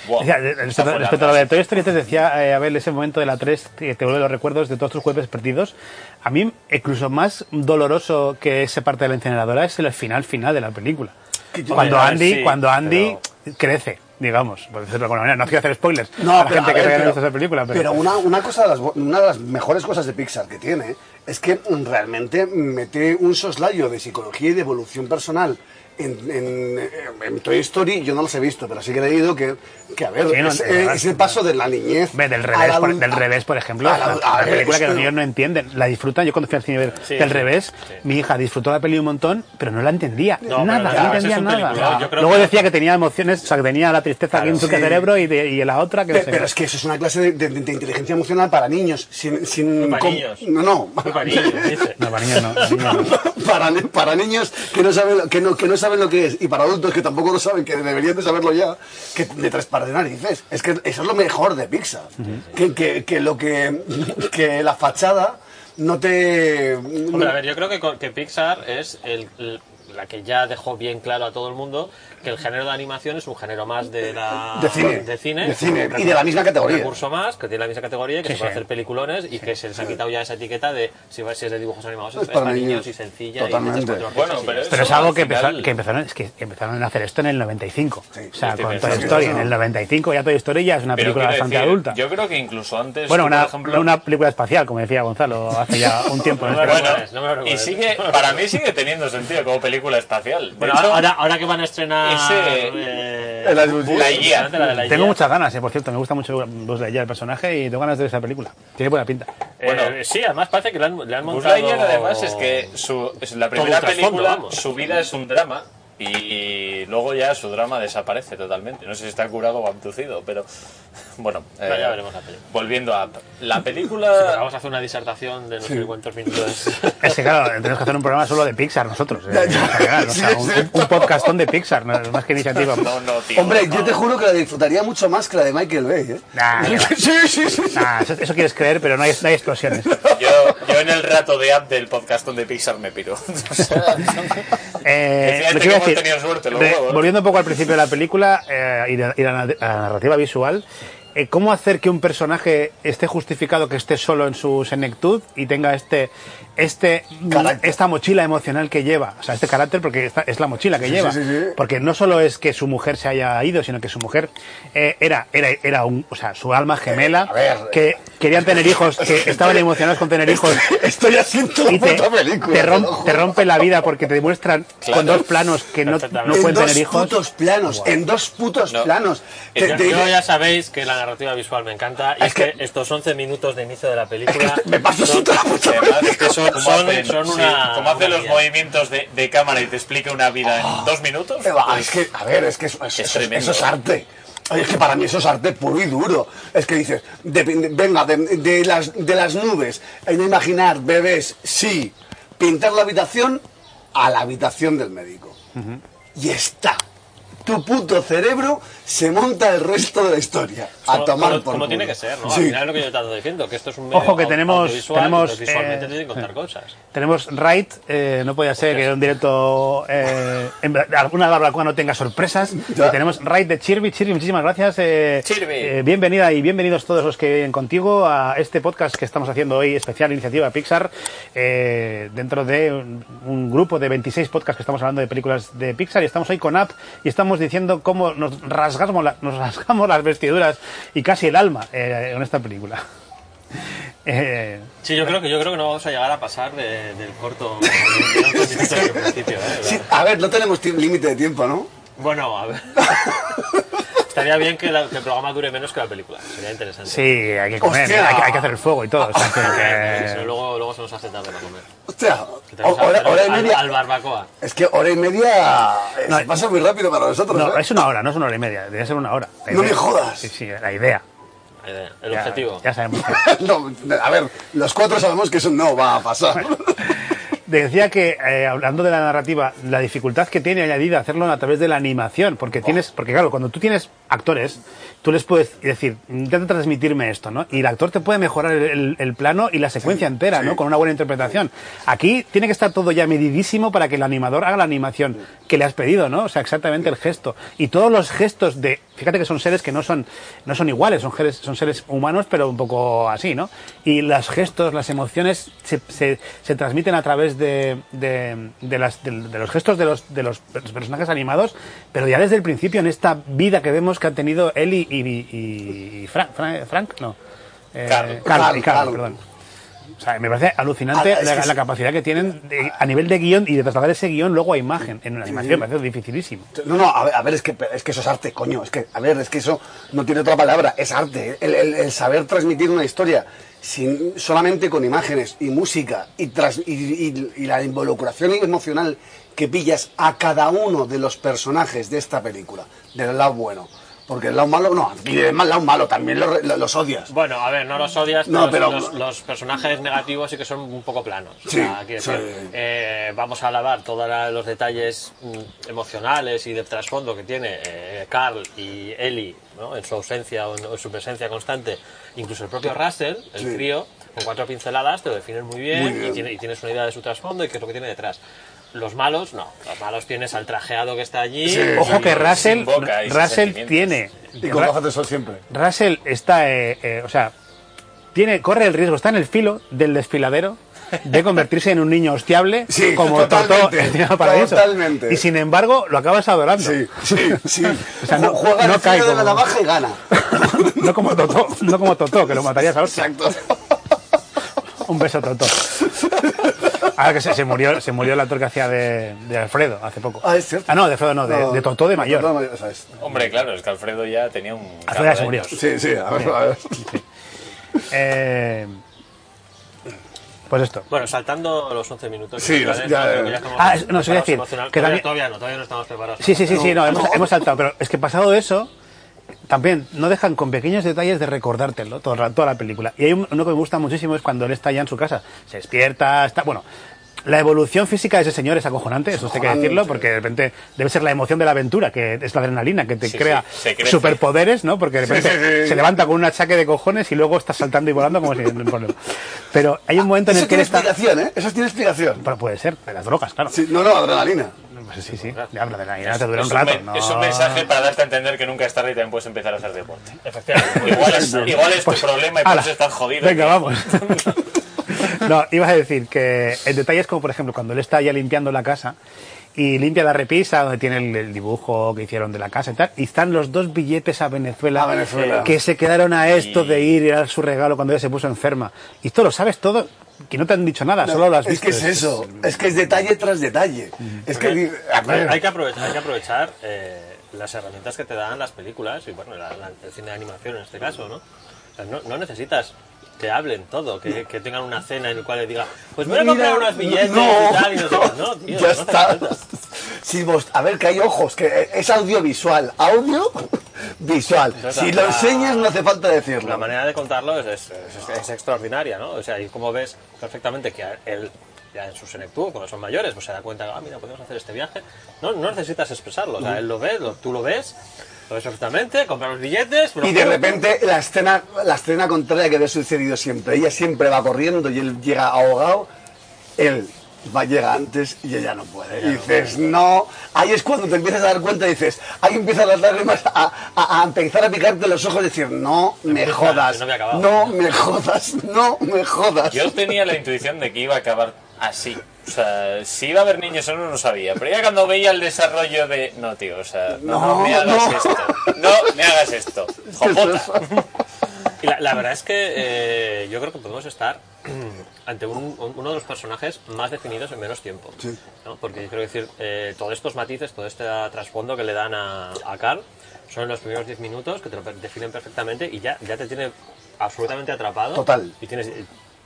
Speaker 4: Buah,
Speaker 3: O sea, de-
Speaker 4: esa
Speaker 3: respecto,
Speaker 4: fue la
Speaker 3: respecto a lo
Speaker 4: frase.
Speaker 3: de Toy Story, te decía, eh, Abel, ese momento de la 3 que te vuelve los recuerdos de todos tus jueves perdidos. A mí, incluso más doloroso que esa parte de la incineradora es el final final de la película. Cuando
Speaker 6: Hombre,
Speaker 3: Andy,
Speaker 6: sí,
Speaker 3: cuando Andy crece, digamos, por decirlo de alguna manera. No quiero hacer spoilers a la
Speaker 5: pero,
Speaker 3: gente
Speaker 5: a
Speaker 3: que todavía no
Speaker 5: ver,
Speaker 3: ha
Speaker 5: pero-
Speaker 3: visto esa película, pero,
Speaker 5: pero una, una, cosa de las, bo- una de las mejores cosas de Pixar que tiene es que mm, realmente mete un soslayo de psicología y de evolución personal. En, en- en Toy Story yo no los he visto, pero sí que he leído que, que a ver,
Speaker 3: Sí, no,
Speaker 5: es,
Speaker 3: de verdad,
Speaker 5: es el paso de la niñez.
Speaker 3: Ve, del
Speaker 5: a
Speaker 3: revés,
Speaker 5: la
Speaker 3: por,
Speaker 5: adulta-
Speaker 3: del revés, por ejemplo,
Speaker 5: a
Speaker 3: es
Speaker 5: la-
Speaker 3: una,
Speaker 5: a
Speaker 3: una
Speaker 5: ver,
Speaker 3: película que
Speaker 5: es
Speaker 3: los niños no entienden, la disfrutan. Yo cuando fui al cine a ver
Speaker 6: Sí,
Speaker 3: del
Speaker 6: sí,
Speaker 3: revés, mi hija disfrutó la peli un montón, pero no la entendía
Speaker 6: No, pero
Speaker 3: nada,
Speaker 6: ya,
Speaker 3: no
Speaker 6: ese
Speaker 3: entendía
Speaker 6: es un
Speaker 3: nada.
Speaker 6: peliculón, yo creo
Speaker 3: Luego
Speaker 6: que-
Speaker 3: decía que tenía emociones, o sea, que tenía la tristeza aquí en su
Speaker 5: sí.
Speaker 3: cerebro y, de- y la otra que no
Speaker 5: Pe-
Speaker 3: sé
Speaker 5: Pero
Speaker 3: qué.
Speaker 5: es que eso es una clase de, de- de inteligencia emocional para niños. Sin, sin
Speaker 6: Para
Speaker 5: con-
Speaker 6: niños.
Speaker 5: No, no.
Speaker 6: Para niños, dice.
Speaker 3: No, para niños
Speaker 5: (laughs)
Speaker 3: no. para niños no.
Speaker 5: para, ni- para niños que no, saben, lo- que, no, que no saben lo que es y para adultos que tampoco lo saben, que deberían de saberlo ya, que de tres pares de narices. Es que eso es lo mejor de Pixar. que, que, que lo que, que la fachada no te...
Speaker 6: Hombre, a ver, yo creo que, co- que Pixar es el- el- la que ya dejó bien claro a todo el mundo que el género de animación es un género más de la
Speaker 5: de cine.
Speaker 6: de cine,
Speaker 5: De cine,
Speaker 6: un
Speaker 5: Y de la misma categoría.
Speaker 6: recurso más que tiene la misma categoría que
Speaker 3: Sí,
Speaker 6: se puede
Speaker 3: sí.
Speaker 6: hacer peliculones y que se les ha quitado ya esa etiqueta de si, va- si es de dibujos animados es,
Speaker 5: Es
Speaker 6: es
Speaker 5: para
Speaker 6: para niños,
Speaker 5: niños.
Speaker 6: y sencilla y
Speaker 5: Totalmente.
Speaker 6: dices, cuatro
Speaker 4: Bueno,
Speaker 6: cosas y
Speaker 4: pero
Speaker 6: ya
Speaker 4: es-
Speaker 3: Pero es
Speaker 4: Eso,
Speaker 3: algo
Speaker 4: al
Speaker 3: que, empezó-
Speaker 4: final-
Speaker 3: que empezaron, es que empezaron a hacer esto en el 95. o sea,
Speaker 4: sí,
Speaker 3: con
Speaker 4: sí,
Speaker 3: Toy
Speaker 4: sí,
Speaker 3: Story
Speaker 5: sí.
Speaker 3: en el 95 ya Toy Story ya es una
Speaker 4: Pero
Speaker 3: película
Speaker 4: quiero
Speaker 3: bastante
Speaker 4: decir,
Speaker 3: adulta.
Speaker 4: Yo creo que incluso antes.
Speaker 3: Bueno,
Speaker 4: tú,
Speaker 3: una,
Speaker 4: por ejemplo-
Speaker 3: una película espacial, como decía Gonzalo hace ya un tiempo. en este
Speaker 6: Bueno,
Speaker 3: programa.
Speaker 6: recuerdes, no me lo
Speaker 4: Bueno, y
Speaker 6: recuerdes.
Speaker 4: sigue, para mí sigue teniendo sentido como película espacial. De
Speaker 6: Bueno,
Speaker 4: hecho,
Speaker 6: ahora, ahora, ahora que van a estrenar
Speaker 4: Ese-
Speaker 6: eh,
Speaker 5: El
Speaker 6: Buzz,
Speaker 4: La guía.
Speaker 6: antes la de la
Speaker 3: Tengo
Speaker 6: guía.
Speaker 3: muchas ganas, eh, por cierto, me gusta mucho Buzz Lightyear el personaje y tengo ganas de ver esa película. Tiene buena pinta.
Speaker 6: Eh,
Speaker 4: Bueno.
Speaker 6: sí, además parece que le han, le han
Speaker 4: Buzz
Speaker 6: montado...
Speaker 4: Lightyear, además es que su- es la primera
Speaker 6: un trasfondo,
Speaker 4: película,
Speaker 6: vamos.
Speaker 4: su vida es un drama y luego ya su drama desaparece totalmente. No sé si está curado o abducido, pero bueno. eh,
Speaker 6: Bueno, ya veremos la película.
Speaker 4: Volviendo a la
Speaker 6: (laughs) Pero
Speaker 4: película.
Speaker 6: Vamos a hacer una disertación de no sé cuántos minutos.
Speaker 5: (laughs)
Speaker 3: Es que claro, tenemos que hacer un programa solo de Pixar nosotros. eh, en general, o sea,
Speaker 5: Sí,
Speaker 3: un,
Speaker 5: sí.
Speaker 3: un podcastón de Pixar, no, más que iniciativa.
Speaker 5: (laughs)
Speaker 4: No, no,
Speaker 6: (laughs)
Speaker 4: tío.
Speaker 5: Hombre, yo
Speaker 4: no.
Speaker 5: te juro que la disfrutaría mucho más que la de Michael Bay. ¿eh?
Speaker 3: Nah, qué va.
Speaker 5: (laughs) sí, sí, sí.
Speaker 3: Nah, eso, eso quieres creer, pero no hay, no hay explosiones.
Speaker 4: Yo, yo en el rato de app del podcast donde Pixar me piro. (laughs) O sea,
Speaker 3: Eh,
Speaker 4: Decía
Speaker 3: lo
Speaker 4: este
Speaker 3: que iba a
Speaker 4: que hemos tenido suerte, los
Speaker 3: de-
Speaker 4: huevos.
Speaker 3: volviendo un poco al principio de la película eh, y, de- y la, nat- a la narrativa visual, eh, cómo hacer que un personaje esté justificado que esté solo en su senectud y tenga este este
Speaker 5: Carácter.
Speaker 3: esta mochila emocional que lleva, o sea, este carácter porque esta- es la mochila que
Speaker 5: Sí,
Speaker 3: lleva,
Speaker 5: sí, sí, sí.
Speaker 3: porque no solo es que su mujer se haya ido, sino que su mujer eh, era era era un, o sea, su alma gemela
Speaker 5: Eh, a ver,
Speaker 3: que querían tener hijos,
Speaker 5: (laughs)
Speaker 3: que estaban emocionados con tener hijos
Speaker 5: Estoy haciendo la
Speaker 3: Pues, y te,
Speaker 5: puta película.
Speaker 3: te, rom-
Speaker 5: lo juro.
Speaker 3: te rompe la vida porque te demuestran
Speaker 4: Claro.
Speaker 3: con dos planos que no, no
Speaker 5: en
Speaker 3: pueden
Speaker 5: dos
Speaker 3: tener hijos.
Speaker 5: putos planos, en dos putos
Speaker 4: No.
Speaker 5: planos. Te-
Speaker 4: Yo-
Speaker 5: te-
Speaker 6: Yo ya sabéis que la narrativa visual me encanta y es,
Speaker 5: Es
Speaker 6: que,
Speaker 5: que-
Speaker 6: estos 11 minutos de inicio de la película
Speaker 5: me paso
Speaker 6: son-
Speaker 5: su la puta
Speaker 4: Además, es que son,
Speaker 6: Son-
Speaker 4: como hacen,
Speaker 6: son
Speaker 4: sí,
Speaker 6: una-
Speaker 4: como hacen
Speaker 6: una
Speaker 4: los
Speaker 6: guía.
Speaker 4: movimientos de, de cámara y te explica una vida
Speaker 6: Ah,
Speaker 4: en dos minutos.
Speaker 5: Eh, va,
Speaker 4: pues,
Speaker 5: es que, a ver, es que eso, eso- eso-
Speaker 4: tremendo.
Speaker 5: eso es arte. Oye, Es que para mí eso es arte puro y duro. Es que dices, de- de- venga, de, de las, de las nubes, en imaginar bebés, sí, pintar la habitación a la habitación del médico. Y está. Tu puto cerebro se monta el resto de la historia. A
Speaker 6: como-
Speaker 5: tomar
Speaker 6: como,
Speaker 5: por
Speaker 6: como
Speaker 5: culo.
Speaker 6: tiene que ser, ¿no?
Speaker 5: Sí.
Speaker 6: Al final es lo que yo tanto defiendo, que esto es un medio
Speaker 3: Ojo, que
Speaker 6: au-
Speaker 3: tenemos-
Speaker 6: audiovisual,
Speaker 3: tenemos,
Speaker 6: entonces visualmente
Speaker 3: eh,
Speaker 6: te tiene que contar
Speaker 3: sí.
Speaker 6: cosas.
Speaker 3: Tenemos Right, eh, no podía ser que en un directo eh, en bla- alguna barbacoa no tenga sorpresas.
Speaker 5: Ya.
Speaker 3: Y tenemos Right de Chirby. Chirby, muchísimas gracias. eh,
Speaker 4: Chirby.
Speaker 3: eh, bienvenida y bienvenidos todos los que vienen contigo a este podcast que estamos haciendo hoy, especial iniciativa Pixar, eh, dentro de un, un grupo de 26 podcasts que estamos hablando de películas de Pixar. Y estamos hoy con App y estamos diciendo cómo nos rasgamos, la- nos rasgamos las vestiduras y casi el alma eh, en esta película. (laughs) Eh,
Speaker 6: Sí, yo creo que yo creo que no vamos a llegar a pasar de- del
Speaker 5: (laughs)
Speaker 6: corto de 11 minutos del principio, ¿eh?
Speaker 5: Sí, a ver, no tenemos tie- límite de tiempo, ¿no? (laughs)
Speaker 6: Bueno, a ver. Estaría bien que, la- que el programa dure menos que la película. Sería interesante.
Speaker 3: Sí, hay que comer,
Speaker 5: ¡Hostia!
Speaker 3: hay, que- hay que hacer el fuego y todo. o sea, que-
Speaker 6: Eh,
Speaker 5: (laughs)
Speaker 3: que-
Speaker 6: si no, luego, luego se nos hace tarde para comer.
Speaker 5: Hostia,
Speaker 6: Que
Speaker 5: o-
Speaker 6: tenemos
Speaker 5: hora,
Speaker 6: al-
Speaker 5: hora y
Speaker 6: al-
Speaker 5: media.
Speaker 6: al barbacoa.
Speaker 5: Es que hora y media eh,
Speaker 3: No,
Speaker 5: se pasa muy rápido para nosotros.
Speaker 3: No,
Speaker 5: ¿eh?
Speaker 3: es una hora, no es una hora y media, debería ser una hora. La
Speaker 5: No
Speaker 3: idea-
Speaker 5: me jodas.
Speaker 3: Sí, sí, la idea.
Speaker 6: Ahí ve, eh, El
Speaker 3: Ya-
Speaker 6: objetivo.
Speaker 3: Ya sabemos. que-
Speaker 5: (laughs) No, a ver, los cuatro sabemos que eso no va a pasar.
Speaker 3: Decía que, eh, hablando de la narrativa, la dificultad que tiene añadida hacerlo a través de la animación, porque tienes, porque claro, cuando tú tienes actores, tú les puedes decir, intenta transmitirme esto, ¿no? Y el actor te puede mejorar el, el- el plano y la secuencia entera, ¿no? Con una buena interpretación. Aquí tiene que estar todo ya medidísimo para que el animador haga la animación que le has pedido, ¿no? O sea, exactamente el gesto. Y todos los gestos de, fíjate que son seres que no son, no son iguales, son seres, son seres humanos, pero un poco así, ¿no? Y los gestos, las emociones se, se- se transmiten a través de, de, de las- de- de los gestos de los, de los per- personajes animados, pero ya desde el principio en esta vida que vemos que han tenido él y, y- y- y Frank, Frank, Frank, no. Eh, Carl, y
Speaker 4: Carl.
Speaker 3: Carl,
Speaker 5: Carl, Carl.
Speaker 3: perdón. O sea, me parece alucinante
Speaker 5: Ah, es
Speaker 3: la,
Speaker 5: que es-
Speaker 3: la capacidad que tienen de- a nivel de guión y de trasladar ese guión luego a imagen. En una animación me parece dificilísimo.
Speaker 5: No, no, a ver, a ver, es, que, es que eso es arte, coño. Es que, a ver, es que eso no tiene otra palabra, es arte. El, el- el saber transmitir una historia sin, solamente con imágenes y música y, tras- y- y- y la involucración emocional que pillas a cada uno de los personajes de esta película, del lado bueno. Porque el lado malo, no, y el lado malo también lo- lo- los odias.
Speaker 6: Bueno, a ver, no los odias,
Speaker 5: No,
Speaker 6: pero,
Speaker 5: pero-
Speaker 6: los, los personajes negativos sí que son un poco planos. O
Speaker 5: Sí,
Speaker 6: sea, quiero
Speaker 5: sí.
Speaker 6: decir, eh, vamos a alabar todos los detalles mm, emocionales y de trasfondo que tiene eh, Carl y Ellie ¿no? en su ausencia o en, o en su presencia constante. Incluso el propio Russell, el
Speaker 5: Sí.
Speaker 6: crío, con cuatro pinceladas te lo definen muy bien,
Speaker 5: Muy
Speaker 6: Y,
Speaker 5: bien.
Speaker 6: tiene- y tienes una idea de su trasfondo y qué es lo que tiene detrás. Los malos, no. Los malos tienes al trajeado que está allí. y-
Speaker 3: Ojo que Russell,
Speaker 4: boca y sin
Speaker 3: Russell
Speaker 4: sentimientos.
Speaker 3: tiene.
Speaker 5: Y con gafas de sol siempre.
Speaker 3: Russell está, eh, eh, o sea, tiene, corre el riesgo, está en el filo del desfiladero
Speaker 5: (laughs)
Speaker 3: de convertirse en un niño hostiable
Speaker 5: Sí,
Speaker 3: como Totó
Speaker 5: (laughs) totalmente,
Speaker 3: el Niño Paraíso.
Speaker 5: totalmente.
Speaker 3: Y sin embargo, lo acabas adorando.
Speaker 5: Sí, sí, sí.
Speaker 3: O sea, no-
Speaker 5: juega
Speaker 3: no
Speaker 5: el
Speaker 3: cae
Speaker 5: filo de la
Speaker 3: como-
Speaker 5: navaja y gana.
Speaker 3: (laughs) No como Totó, no como Totó, que lo matarías a hostia.
Speaker 5: Exacto.
Speaker 3: Un beso Totó. Ahora que se, se murió, se murió el actor que hacía de, de Alfredo hace poco.
Speaker 5: (laughs) Ah, es cierto.
Speaker 3: Ah, no, de Alfredo no, de, de Totó de mayor.
Speaker 5: Totó eso es.
Speaker 4: Hombre, claro, es que Alfredo ya tenía un.
Speaker 3: Alfredo ya se
Speaker 4: carro
Speaker 3: murió.
Speaker 4: de-
Speaker 5: Sí, sí, a ver, a ver.
Speaker 3: Eh, pues esto.
Speaker 6: Bueno, saltando los 11 minutos.
Speaker 5: Sí,
Speaker 6: creo
Speaker 5: ya-
Speaker 6: que
Speaker 5: ya-
Speaker 6: creo que estamos
Speaker 3: Ah, es- no, os iba a
Speaker 6: preparados
Speaker 3: decir
Speaker 6: emocional-
Speaker 3: que
Speaker 6: todavía,
Speaker 3: también-
Speaker 6: todavía no, todavía no estamos preparados.
Speaker 3: Sí, sí, sí, sí, no, hemos, hemos saltado, pero es que pasado eso, también no dejan con pequeños detalles de recordártelo todo el ra- toda la película. Y hay un- uno que me gusta muchísimo es cuando él está ya en su casa, se despierta, está, bueno, La evolución física de ese señor es acojonante, eso hay que decirlo, porque de repente debe ser la emoción de la aventura, que es la adrenalina, que te
Speaker 4: Sí,
Speaker 3: crea
Speaker 4: sí, se crece.
Speaker 3: superpoderes, ¿no? Porque de repente
Speaker 8: sí, sí.
Speaker 3: se levanta con un achaque de cojones y luego está saltando y volando como si no un problema. Pero hay un momento en
Speaker 5: Eso
Speaker 3: el que él
Speaker 5: tiene
Speaker 3: está...
Speaker 5: explicación, ¿eh? Eso tiene explicación.
Speaker 3: Bueno, puede ser, de las drogas, claro.
Speaker 5: Sí, no, no, adrenalina.
Speaker 3: Pues sí, sí, le habla de la ira, te dura
Speaker 4: Es
Speaker 3: un
Speaker 4: un,
Speaker 3: rato.
Speaker 4: men-
Speaker 3: no.
Speaker 4: es un mensaje para darte a entender que nunca es tarde y también puedes empezar a hacer deporte. Igual es, igual es
Speaker 3: Pues,
Speaker 4: tu problema y por
Speaker 3: ala,
Speaker 4: eso estás jodido.
Speaker 3: Venga,
Speaker 4: tío.
Speaker 3: vamos. No, ibas a decir que en detalles como, por ejemplo, cuando él está ya limpiando la casa y limpia la repisa donde tiene el, el dibujo que hicieron de la casa y tal, y están los dos billetes a Venezuela,
Speaker 5: A Venezuela.
Speaker 3: que se quedaron a esto de ir y dar su regalo cuando ella se puso enferma. Y esto lo sabes todo, que no te han dicho nada, solo lo has
Speaker 5: es
Speaker 3: visto.
Speaker 5: que es eso. Es que es detalle tras detalle. Es que. di- a ver,
Speaker 6: Hay que aprovechar, hay que aprovechar eh, las herramientas que te dan las películas y bueno, la- la- el cine de animación en este caso, ¿no? O sea, no, no necesitas que hablen todo, que, que tengan una cena en la cual les diga, pues me voy a comprar
Speaker 5: Mira,
Speaker 6: unos billetes
Speaker 5: no,
Speaker 6: y tal, y no sé qué.
Speaker 5: (laughs)
Speaker 6: No, tío,
Speaker 5: ya
Speaker 6: no hace
Speaker 5: está.
Speaker 6: falta.
Speaker 5: Si vos- a ver, que hay ojos, que es audiovisual. Audio (laughs) visual.
Speaker 6: Entonces,
Speaker 5: Si lo
Speaker 6: la-
Speaker 5: enseñas, no hace falta
Speaker 6: La
Speaker 5: decirlo.
Speaker 6: manera de contarlo es, es- es- es extraordinaria, ¿no? O sea, y como ves perfectamente que a- él, ya en su senectud, cuando son mayores, pues se da cuenta, ah, mira, podemos hacer este viaje. No, no necesitas expresarlo, o sea, él lo ve, lo- tú lo ves, lo ves perfectamente, compra los billetes...
Speaker 5: Y de repente la escena, la escena contraria que había sucedido siempre. Ella siempre va corriendo y él llega ahogado. Él va llega antes y ella no puede. Y dices, no. Ahí es cuando te empiezas a dar cuenta y dices, ahí empiezan las lágrimas a, a- a empezar a picarte los ojos y decir, no me
Speaker 6: Empieza,
Speaker 5: jodas.
Speaker 6: no había acabado.
Speaker 5: No me jodas, no me jodas.
Speaker 4: Yo tenía la intuición de que iba a acabar así. O sea, si iba a haber niños o no, no sabía. Pero ya cuando veía el desarrollo de... No, tío, o sea, no,
Speaker 5: No,
Speaker 4: me hagas
Speaker 5: no.
Speaker 4: esto. No me hagas esto.
Speaker 5: ¿Qué es
Speaker 4: Jopota.
Speaker 5: (laughs) eso?
Speaker 6: Y la, la verdad es que eh, yo creo que podemos estar (clears throat) ante un- un- uno de los personajes más definidos en menos tiempo. ¿no? Porque yo creo que decir, eh, todos estos matices, todo este trasfondo que le dan a, a Carl, son en los primeros 10 minutos que te lo per- definen perfectamente y ya, ya te tiene absolutamente atrapado.
Speaker 5: Total.
Speaker 6: Y tienes.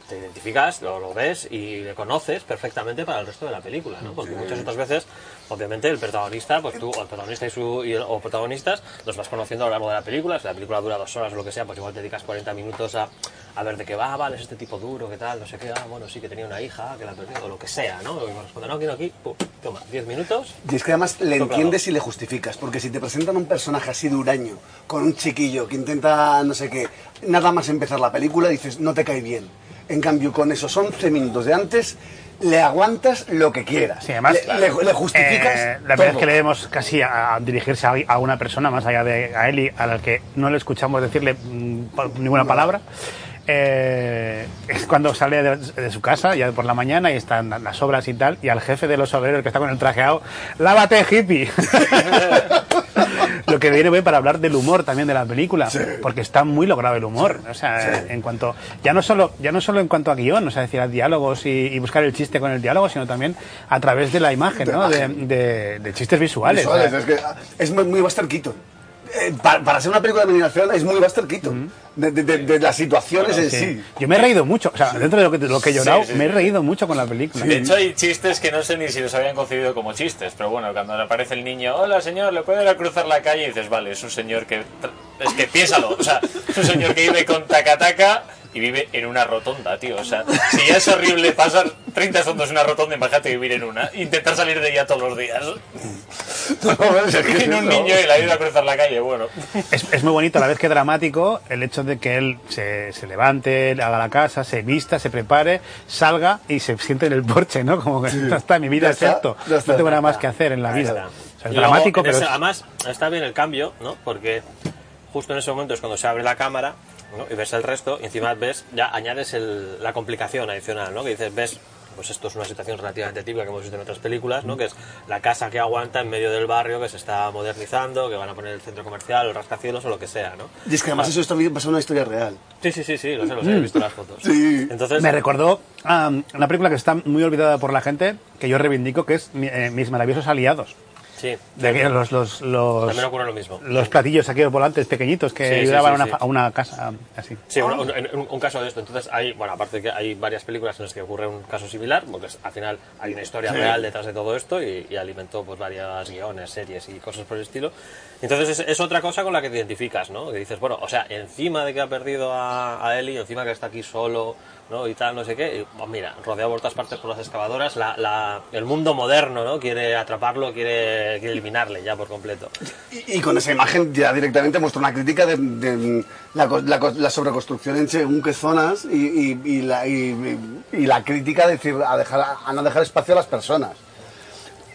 Speaker 6: Te identificas, lo, lo ves y le conoces perfectamente para el resto de la película, ¿no? Porque muchas otras veces, obviamente, el protagonista, pues tú, o el protagonista y su, y el- o protagonistas, los vas conociendo a lo largo de la película. Si la película dura dos horas o lo que sea, pues igual te dedicas 40 minutos a, a ver de qué va, vale, es este tipo duro, qué tal, no sé qué, ah, bueno, sí que tenía una hija, que la perdió, o lo que sea, ¿no? Y me responde, no, quiero aquí, pum, toma, 10 minutos.
Speaker 5: Y es que además le
Speaker 6: Claro.
Speaker 5: entiendes y le justificas, porque si te presentan un personaje así de huraño, con un chiquillo que intenta no sé qué, nada más empezar la película dices, no te cae bien. En cambio, con esos 11 minutos de antes, le aguantas lo que quieras.
Speaker 3: Sí, además,
Speaker 5: le, le- le justificas.
Speaker 3: eh, la verdad es
Speaker 5: todo.
Speaker 3: que le vemos casi a, a dirigirse a, a una persona más allá de a Eli, a la que no le escuchamos decirle mm, pa- ninguna palabra. Eh, es cuando sale de, de su casa ya por la mañana y están las obras y tal, y al jefe de los obreros que está con el trajeado, lávate
Speaker 5: (laughs)
Speaker 3: hippie. Lo que viene bien para hablar del humor también de la película, porque está muy logrado el humor. O sea, en cuanto, ya no solo, ya no solo en cuanto a guión, o sea, decir a diálogos y, y buscar el chiste con el diálogo, sino también a través de la imagen, ¿no? De, de- de chistes visuales.
Speaker 5: Visuales,
Speaker 3: o sea.
Speaker 5: es, que, ah, es muy, muy Buster Keaton. Eh, pa- para, ser una película de animación es muy Buster Keaton. de, de- de- de las situaciones en
Speaker 3: (laughs)
Speaker 5: sí. (laughs)
Speaker 3: Sí. Yo me he reído mucho, o sea, dentro de lo que, de lo que he llorado, me he reído mucho con la película.
Speaker 4: De hecho, hay chistes que no sé ni si los habían concebido como chistes, pero bueno, cuando le aparece el niño, hola señor, le puede ir a cruzar la calle y dices, vale, es un señor que. tra- Es que piénsalo, o sea, es un señor que vive con tacataca y vive en una rotonda, tío. O sea, si ya es horrible pasar 30 segundos en una rotonda, imagínate vivir en una, intentar salir de ella todos los días. Tiene un niño y la ayuda a cruzar la calle, bueno.
Speaker 3: Es, es muy bonito, a la vez que dramático, el hecho de que él se, se levante, haga la casa, se vista, se prepare, salga y se siente en el porche, ¿no? Como que "Ya está, mi vida
Speaker 5: Ya
Speaker 3: es
Speaker 5: está,
Speaker 3: esto,
Speaker 5: ya está,
Speaker 3: no tengo
Speaker 5: ya
Speaker 3: nada más
Speaker 5: está".
Speaker 3: que hacer en la
Speaker 6: Ahí
Speaker 3: vida.
Speaker 6: está.
Speaker 3: O sea, es
Speaker 6: Y luego,
Speaker 3: dramático,
Speaker 6: en
Speaker 3: pero
Speaker 6: ese-
Speaker 3: es-
Speaker 6: Además, está bien el cambio, ¿no? Porque justo en ese momento es cuando se abre la cámara ¿no? y ves el resto, y encima ves, ya añades el- la complicación adicional, ¿no? Que dices, ves, pues esto es una situación relativamente típica que hemos visto en otras películas,
Speaker 3: Mm.
Speaker 6: ¿no? Que es la casa que aguanta en medio del barrio, que se está modernizando, que van a poner el centro comercial, el rascacielos o lo que sea, ¿no? Ah,
Speaker 5: Y es que además eso también pasa en una historia real.
Speaker 6: Sí, sí, sí, sí, lo sé, lo sé, he visto las fotos.
Speaker 5: Sí.
Speaker 6: Entonces,
Speaker 3: Mm. Me recordó a una película que está muy olvidada por la gente, que yo reivindico, que es Mi- eh, Mis Maravillosos Aliados.
Speaker 6: Sí.
Speaker 3: De aquellos, los, los, los-
Speaker 6: También ocurre lo mismo.
Speaker 3: los platillos, aquellos volantes pequeñitos que
Speaker 6: Sí, sí,
Speaker 3: ayudaban
Speaker 6: sí,
Speaker 3: a, una,
Speaker 6: sí.
Speaker 3: fa- a una casa así.
Speaker 6: Sí, un, un- un- un caso de esto. Entonces, hay, bueno, aparte de que hay varias películas en las que ocurre un caso similar, porque es- al final hay una historia
Speaker 3: Sí.
Speaker 6: real detrás de todo esto y, y alimentó pues, varias guiones, series y cosas por el estilo. Entonces, es, es otra cosa con la que te identificas, ¿no? Que dices, bueno, o sea, encima de que ha perdido a, a Ellie, encima que está aquí solo, ¿no? Y tal, no sé qué. y, pues, mira, rodeado por todas partes por las excavadoras, la- la- el mundo moderno, ¿no? Quiere atraparlo, quiere, quiere eliminarle ya por completo.
Speaker 5: Y, y con esa imagen ya directamente muestra una crítica de, de la, co- la co- la sobreconstrucción en según qué zonas y, y- y la, y- y la crítica de decir, a, dejar, a no dejar espacio a las personas.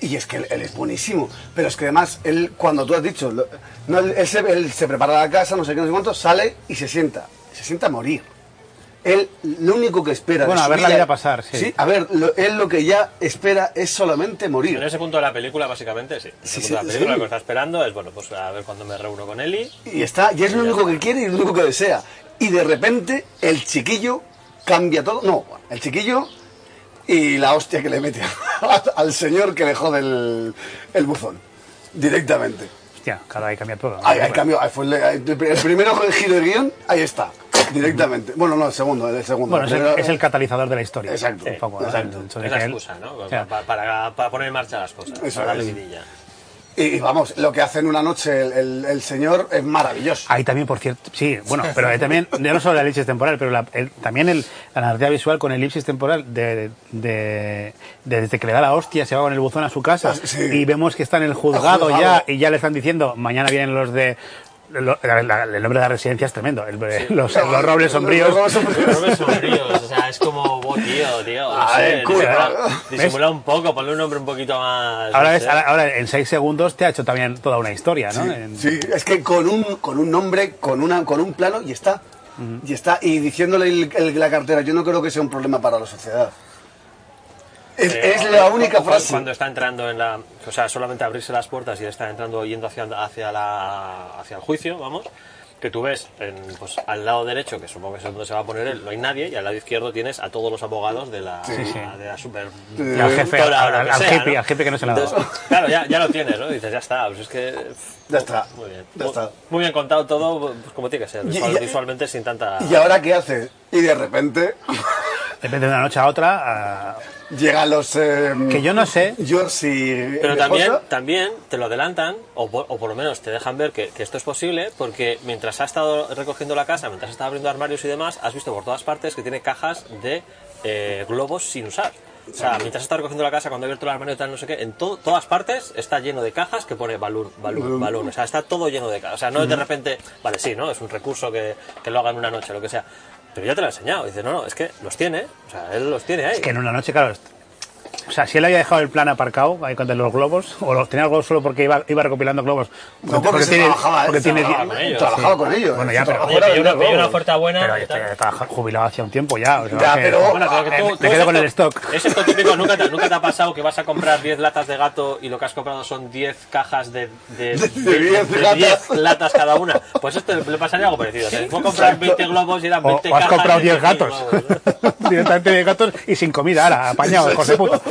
Speaker 5: Y es que él, él es buenísimo, pero es que además, él, cuando tú has dicho, lo- no, él, él se, él se prepara la casa, no sé qué, no sé cuánto, sale y se sienta, se sienta a morir. Él lo único que espera. de
Speaker 3: Bueno, a
Speaker 5: su
Speaker 3: ver la vida pasar, sí.
Speaker 5: a ver, lo- él lo que ya espera es solamente morir.
Speaker 6: En ese punto de la película, básicamente, sí. En ese
Speaker 5: Sí, sí,
Speaker 6: punto de la película
Speaker 5: sí.
Speaker 6: lo que está esperando es, bueno, pues a ver cuando me reúno con Eli.
Speaker 5: Y está, y es lo único que quiere y lo único que desea. Y de repente el chiquillo cambia todo. No, el chiquillo y la hostia que le mete (laughs) al señor que le jode el, el buzón. Directamente.
Speaker 3: Hostia, claro, ahí cambia todo.
Speaker 5: Ahí, ahí cambió, ahí fue el, el primero giro de guión, ahí está. Directamente. Bueno, no, el segundo, el segundo.
Speaker 3: Bueno, es el,
Speaker 5: Primero-
Speaker 3: es el catalizador de la historia.
Speaker 5: Exacto,
Speaker 3: un poco, ¿no?
Speaker 5: exacto.
Speaker 3: El hecho de
Speaker 6: Es la
Speaker 3: que él-
Speaker 6: excusa, ¿no?
Speaker 3: o
Speaker 6: Pa-
Speaker 3: sea,
Speaker 6: pa- Para, para poner en marcha las cosas.
Speaker 5: Eso
Speaker 6: para darle
Speaker 5: es.
Speaker 6: vidilla.
Speaker 5: y, y vamos, lo que hace en una noche el, el- el señor es maravilloso.
Speaker 3: Ahí también, por cierto, sí, bueno, pero ahí
Speaker 5: (laughs)
Speaker 3: también, ya no solo la elipsis temporal, pero la- el- también el, la narrativa visual con elipsis temporal, de, de- de- desde que le da la hostia, se va con el buzón a su casa
Speaker 5: Ah, sí.
Speaker 3: y vemos que está en el juzgado,
Speaker 5: Al
Speaker 3: ya
Speaker 5: juzgado.
Speaker 3: y ya le están diciendo, mañana vienen los de... lo- la- la- el nombre de la residencia es tremendo, el- eh, los, los robles sombríos.
Speaker 5: Los robles
Speaker 6: (laughs)
Speaker 5: sombríos.
Speaker 6: Pero no son ríos, o sea, es como, "Buah, tío, tío. no
Speaker 5: Ah,
Speaker 6: sé,
Speaker 5: el culo.
Speaker 6: disimula,
Speaker 5: ¿Ves?
Speaker 6: disimula un poco, ponle un nombre un poquito más.
Speaker 3: Ahora,
Speaker 6: no
Speaker 3: ves,
Speaker 6: sé.
Speaker 3: ahora, ahora en seis segundos te ha hecho también toda una historia, ¿no?
Speaker 5: Sí,
Speaker 3: En-
Speaker 5: sí, es que con un, con un nombre, con, una, con un plano y está. Y está, y diciéndole el- el- la cartera, yo no creo que sea un problema para la sociedad. Es,
Speaker 6: Eh,
Speaker 5: es
Speaker 6: cuando-
Speaker 5: la única
Speaker 6: cuando-
Speaker 5: frase.
Speaker 6: Cuando está entrando en la. O sea, solamente abrirse las puertas y está entrando yendo hacia, hacia, la, hacia el juicio, vamos. Que tú ves en, pues, al lado derecho, que supongo que es donde se va a poner él, no hay nadie, y al lado izquierdo tienes a todos los abogados de la, de la super.
Speaker 3: Y al jefe,
Speaker 6: productora,
Speaker 3: al-
Speaker 6: o lo
Speaker 3: al-
Speaker 6: que
Speaker 3: al
Speaker 6: sea,
Speaker 3: jefe-
Speaker 6: ¿no?
Speaker 3: al jefe que no se la ha dado.
Speaker 6: Entonces, (laughs) Claro, ya, ya lo tienes, ¿no? Dices, ya está, pues es que.
Speaker 5: Ya está,
Speaker 6: Muy bien.
Speaker 5: ya está.
Speaker 6: Muy bien contado todo, pues como tiene que ser,
Speaker 5: Y-
Speaker 6: visual-
Speaker 5: y-
Speaker 6: visualmente sin tanta.
Speaker 5: ¿Y ahora qué hace? Y de repente
Speaker 3: Depende de una noche a otra. ah,
Speaker 5: llegan los. eh,
Speaker 3: que yo no sé.
Speaker 5: George y.
Speaker 6: Pero
Speaker 5: mi
Speaker 6: también,
Speaker 5: esposa.
Speaker 6: también te lo adelantan, o por, o por lo menos te dejan ver que, que esto es posible, porque mientras ha estado recogiendo la casa, mientras ha estado abriendo armarios y demás, has visto por todas partes que tiene cajas de eh, globos sin usar. O sea, mientras está recogiendo la casa, cuando ha abierto el armario y tal, no sé qué, en to- todas partes está lleno de cajas que pone balón, balón, balón. O sea, está todo lleno de cajas. O sea, no es de repente, vale, sí, ¿no? Es un recurso que, que lo haga en una noche, lo que sea. Pero ya te lo he enseñado. Dice, no, no, es que los tiene. O sea, él los tiene ahí.
Speaker 3: Que en una noche, claro. est- O sea, si él había dejado el plan aparcado ahí con los globos, o los tenía los globos solo porque iba, iba recopilando globos.
Speaker 5: No, porque, se trabajaba,
Speaker 3: porque
Speaker 5: se
Speaker 3: tiene-
Speaker 5: trabajaba
Speaker 6: con
Speaker 5: con
Speaker 6: ellos,
Speaker 5: ellos. Trabajaba
Speaker 3: sí.
Speaker 5: con ellos.
Speaker 3: Bueno, ya, pero-
Speaker 5: Trabajaba
Speaker 6: Oye,
Speaker 5: con
Speaker 6: pillo una,
Speaker 5: ellos.
Speaker 6: pillo una oferta buena.
Speaker 3: Pero
Speaker 6: y
Speaker 3: ya
Speaker 6: tal.
Speaker 3: está jubilado hacía un tiempo ya. o sea,
Speaker 5: Ya,
Speaker 3: que-
Speaker 5: pero-
Speaker 6: Bueno, pero que tú-
Speaker 3: eh,
Speaker 6: tú
Speaker 3: me quedo
Speaker 6: esto-
Speaker 3: con el stock.
Speaker 6: Es esto típico, ¿nunca te, nunca te ha pasado que vas a comprar 10 latas de gato y lo que has comprado son 10 cajas de, de,
Speaker 5: (laughs) De- de 10 latas.
Speaker 6: latas cada una. Pues esto le pasaría algo parecido. Te fue a comprar 20 globos y eran
Speaker 3: O,
Speaker 6: 20
Speaker 3: o has
Speaker 6: cajas
Speaker 3: comprado
Speaker 6: de
Speaker 3: 10 gatos.
Speaker 6: globos,
Speaker 3: (laughs)
Speaker 6: ¿no?
Speaker 3: Directamente 10 gatos y sin comida, ahora, apañado, hijo de puta.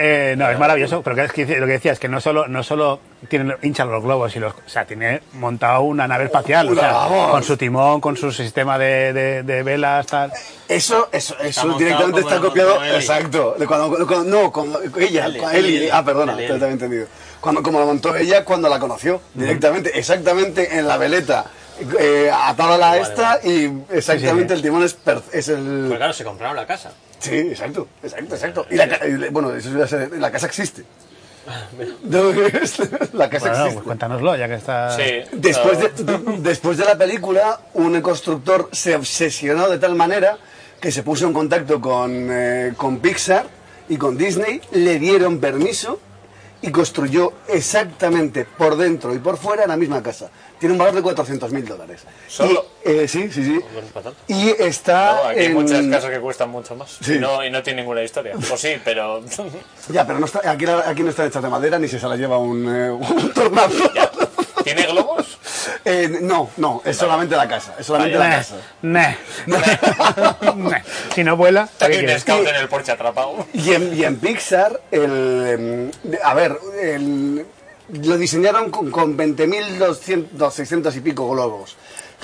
Speaker 3: Eh, no, es maravilloso, pero que es que dice- lo que decía es que no solo, no solo tienen hinchan los globos, y los, o sea, tiene montado una nave espacial, o sea,
Speaker 5: Vamos.
Speaker 3: con su timón, con su sistema de, de- de velas, tal.
Speaker 5: Eso, eso, eso
Speaker 6: montado
Speaker 5: directamente
Speaker 6: como
Speaker 5: está
Speaker 6: el
Speaker 5: copiado.
Speaker 6: montó Eli.
Speaker 5: Exacto. de cuando- cuando- cuando- no, cuando ella,
Speaker 6: Eli,
Speaker 5: con Eli.
Speaker 6: Eli,
Speaker 5: Ah, perdona,
Speaker 6: Eli,
Speaker 5: te,
Speaker 6: Eli.
Speaker 5: te había entendido. Cuando, como la montó ella, cuando la conoció, directamente, exactamente en la veleta. Eh, atada la esta y exactamente el timón es, per- es
Speaker 6: Pero
Speaker 5: el.
Speaker 6: Pues claro, se compraron la casa.
Speaker 5: Sí, exacto, exacto, exacto. Y la, ca- y le- bueno, eso iba a ser- la casa existe. No, (laughs) es- la casa
Speaker 3: Bueno, pues
Speaker 5: existe.
Speaker 3: cuéntanoslo, ya que está.
Speaker 4: Sí.
Speaker 5: Después Ah. de, de- después de la película, un constructor se obsesionó de tal manera que se puso en contacto con, eh, con Pixar y con Disney, le dieron permiso y construyó exactamente por dentro y por fuera la misma casa. Tiene un valor de 400 mil dólares.
Speaker 4: ¿Solo?
Speaker 5: Y, eh, sí, sí, sí.
Speaker 6: Bueno, para tanto.
Speaker 5: Y está.
Speaker 4: No, aquí hay
Speaker 5: en-
Speaker 4: muchas casas que cuestan mucho más.
Speaker 5: Sí.
Speaker 4: Y, no, y no tiene ninguna historia. O sí, pero.
Speaker 5: Ya, pero no está, aquí, la- aquí no están hechas de madera ni se se la lleva un, eh, un tornado.
Speaker 4: Ya. ¿Tiene globos?
Speaker 5: Eh, no, no, es solamente la casa. Es solamente la
Speaker 3: Nah,
Speaker 5: casa.
Speaker 3: nah, nah. (laughs) Si no vuela, ¿para qué
Speaker 4: Hay un
Speaker 3: quieres?
Speaker 4: scout en el porche atrapado.
Speaker 5: Y en, y en Pixar, el, em, a ver, el- lo diseñaron con, con 20.200, 600 y pico globos.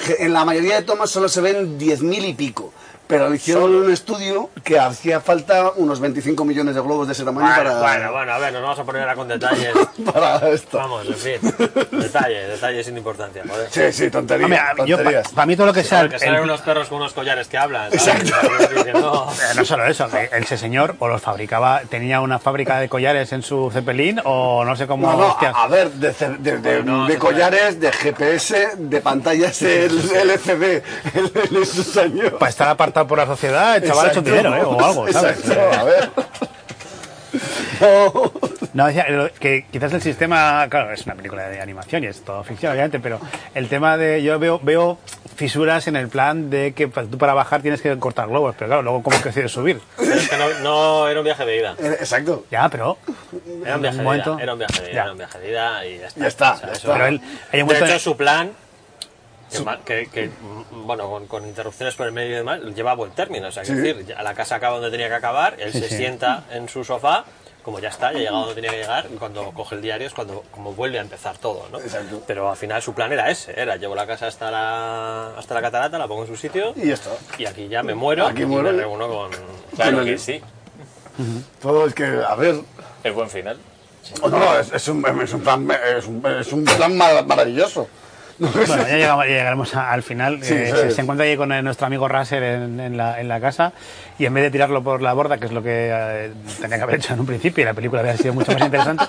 Speaker 5: Je- En la mayoría de tomas solo se ven 10.000 y pico. Pero le hicieron un estudio que hacía falta unos 25 millones de globos de ese tamaño
Speaker 6: Bueno,
Speaker 5: para,
Speaker 6: bueno, bueno, a ver, nos vamos a poner ahora con detalles.
Speaker 5: para esto.
Speaker 6: Vamos, en fin. Detalles, detalles sin importancia, joder.
Speaker 5: Sí, sí, tonterías.
Speaker 3: Hombre, yo, para
Speaker 5: tonterías.
Speaker 3: mí todo lo que sea... el-
Speaker 6: Que salen
Speaker 3: el-
Speaker 6: unos perros con unos collares que hablan. ¿sabes?
Speaker 5: Exacto.
Speaker 6: Que no-
Speaker 3: Eh, No solo eso, que ese señor o los fabricaba, tenía una fábrica de collares en su Zeppelin o no sé cómo.
Speaker 5: No, ah, no,
Speaker 3: hostias.
Speaker 5: a, a ver, de, cer- de- de-
Speaker 6: Bueno,
Speaker 5: de
Speaker 6: no,
Speaker 5: collares, de GPS, de pantallas LCD en esos años.
Speaker 3: Para estar apartado por la sociedad, el chaval ha hecho
Speaker 5: Exacto.
Speaker 3: dinero, ¿eh? O algo, ¿sabes?
Speaker 5: Exacto,
Speaker 3: (laughs)
Speaker 5: a ver. No.
Speaker 3: Eh, No, decía, lo- que quizás el sistema, claro, es una película de animación y es todo ficción, obviamente, pero el tema de, yo veo, veo fisuras en el plan de que pa- tú para bajar tienes que cortar globos, pero claro, luego cómo que decides subir.
Speaker 6: Pero es que no, no era un viaje de ida.
Speaker 5: Eh, Exacto.
Speaker 3: Ya, pero...
Speaker 6: Era un viaje
Speaker 3: Un
Speaker 6: de
Speaker 3: momento.
Speaker 6: ida. Era un viaje de
Speaker 3: Ya.
Speaker 6: ida. Era un viaje de ida y ya está.
Speaker 5: Ya está,
Speaker 6: O sea,
Speaker 5: ya
Speaker 6: eso-
Speaker 5: está.
Speaker 3: Pero él, hay un
Speaker 6: de
Speaker 3: momento
Speaker 6: hecho,
Speaker 3: en-
Speaker 6: su plan, que, ma- que- que, mm, bueno, con, con interrupciones por el medio y demás, lleva a buen término. O sea, que
Speaker 5: Sí.
Speaker 6: decir, ya- la casa acaba donde tenía que acabar, él se
Speaker 3: sí.
Speaker 6: sienta en su sofá, como ya está, ya ha llegado donde tenía que llegar, y cuando coge el diario es cuando como vuelve a empezar todo, ¿no?
Speaker 5: Exacto.
Speaker 6: Pero al final su plan era ese, era llevo la casa hasta la, hasta la catarata, la pongo en su sitio
Speaker 5: Y ya está.
Speaker 6: y aquí ya me muero
Speaker 5: Aquí
Speaker 6: y
Speaker 5: muero.
Speaker 6: me reúno con...
Speaker 4: Claro
Speaker 5: Ándale.
Speaker 4: que sí.
Speaker 5: Todo es que, a ver.
Speaker 4: Es buen final.
Speaker 5: No, no, es, es un, es un plan, es un, es un plan ma- maravilloso. (laughs)
Speaker 3: Bueno, ya llegamos- ya llegaremos a- al final.
Speaker 5: Sí,
Speaker 3: Eh,
Speaker 5: sí.
Speaker 3: se, se encuentra allí con eh, nuestro amigo Raser en, en la, en la casa y en vez de tirarlo por la borda, que es lo que eh, tenía que haber hecho en un principio y la película había sido mucho más interesante.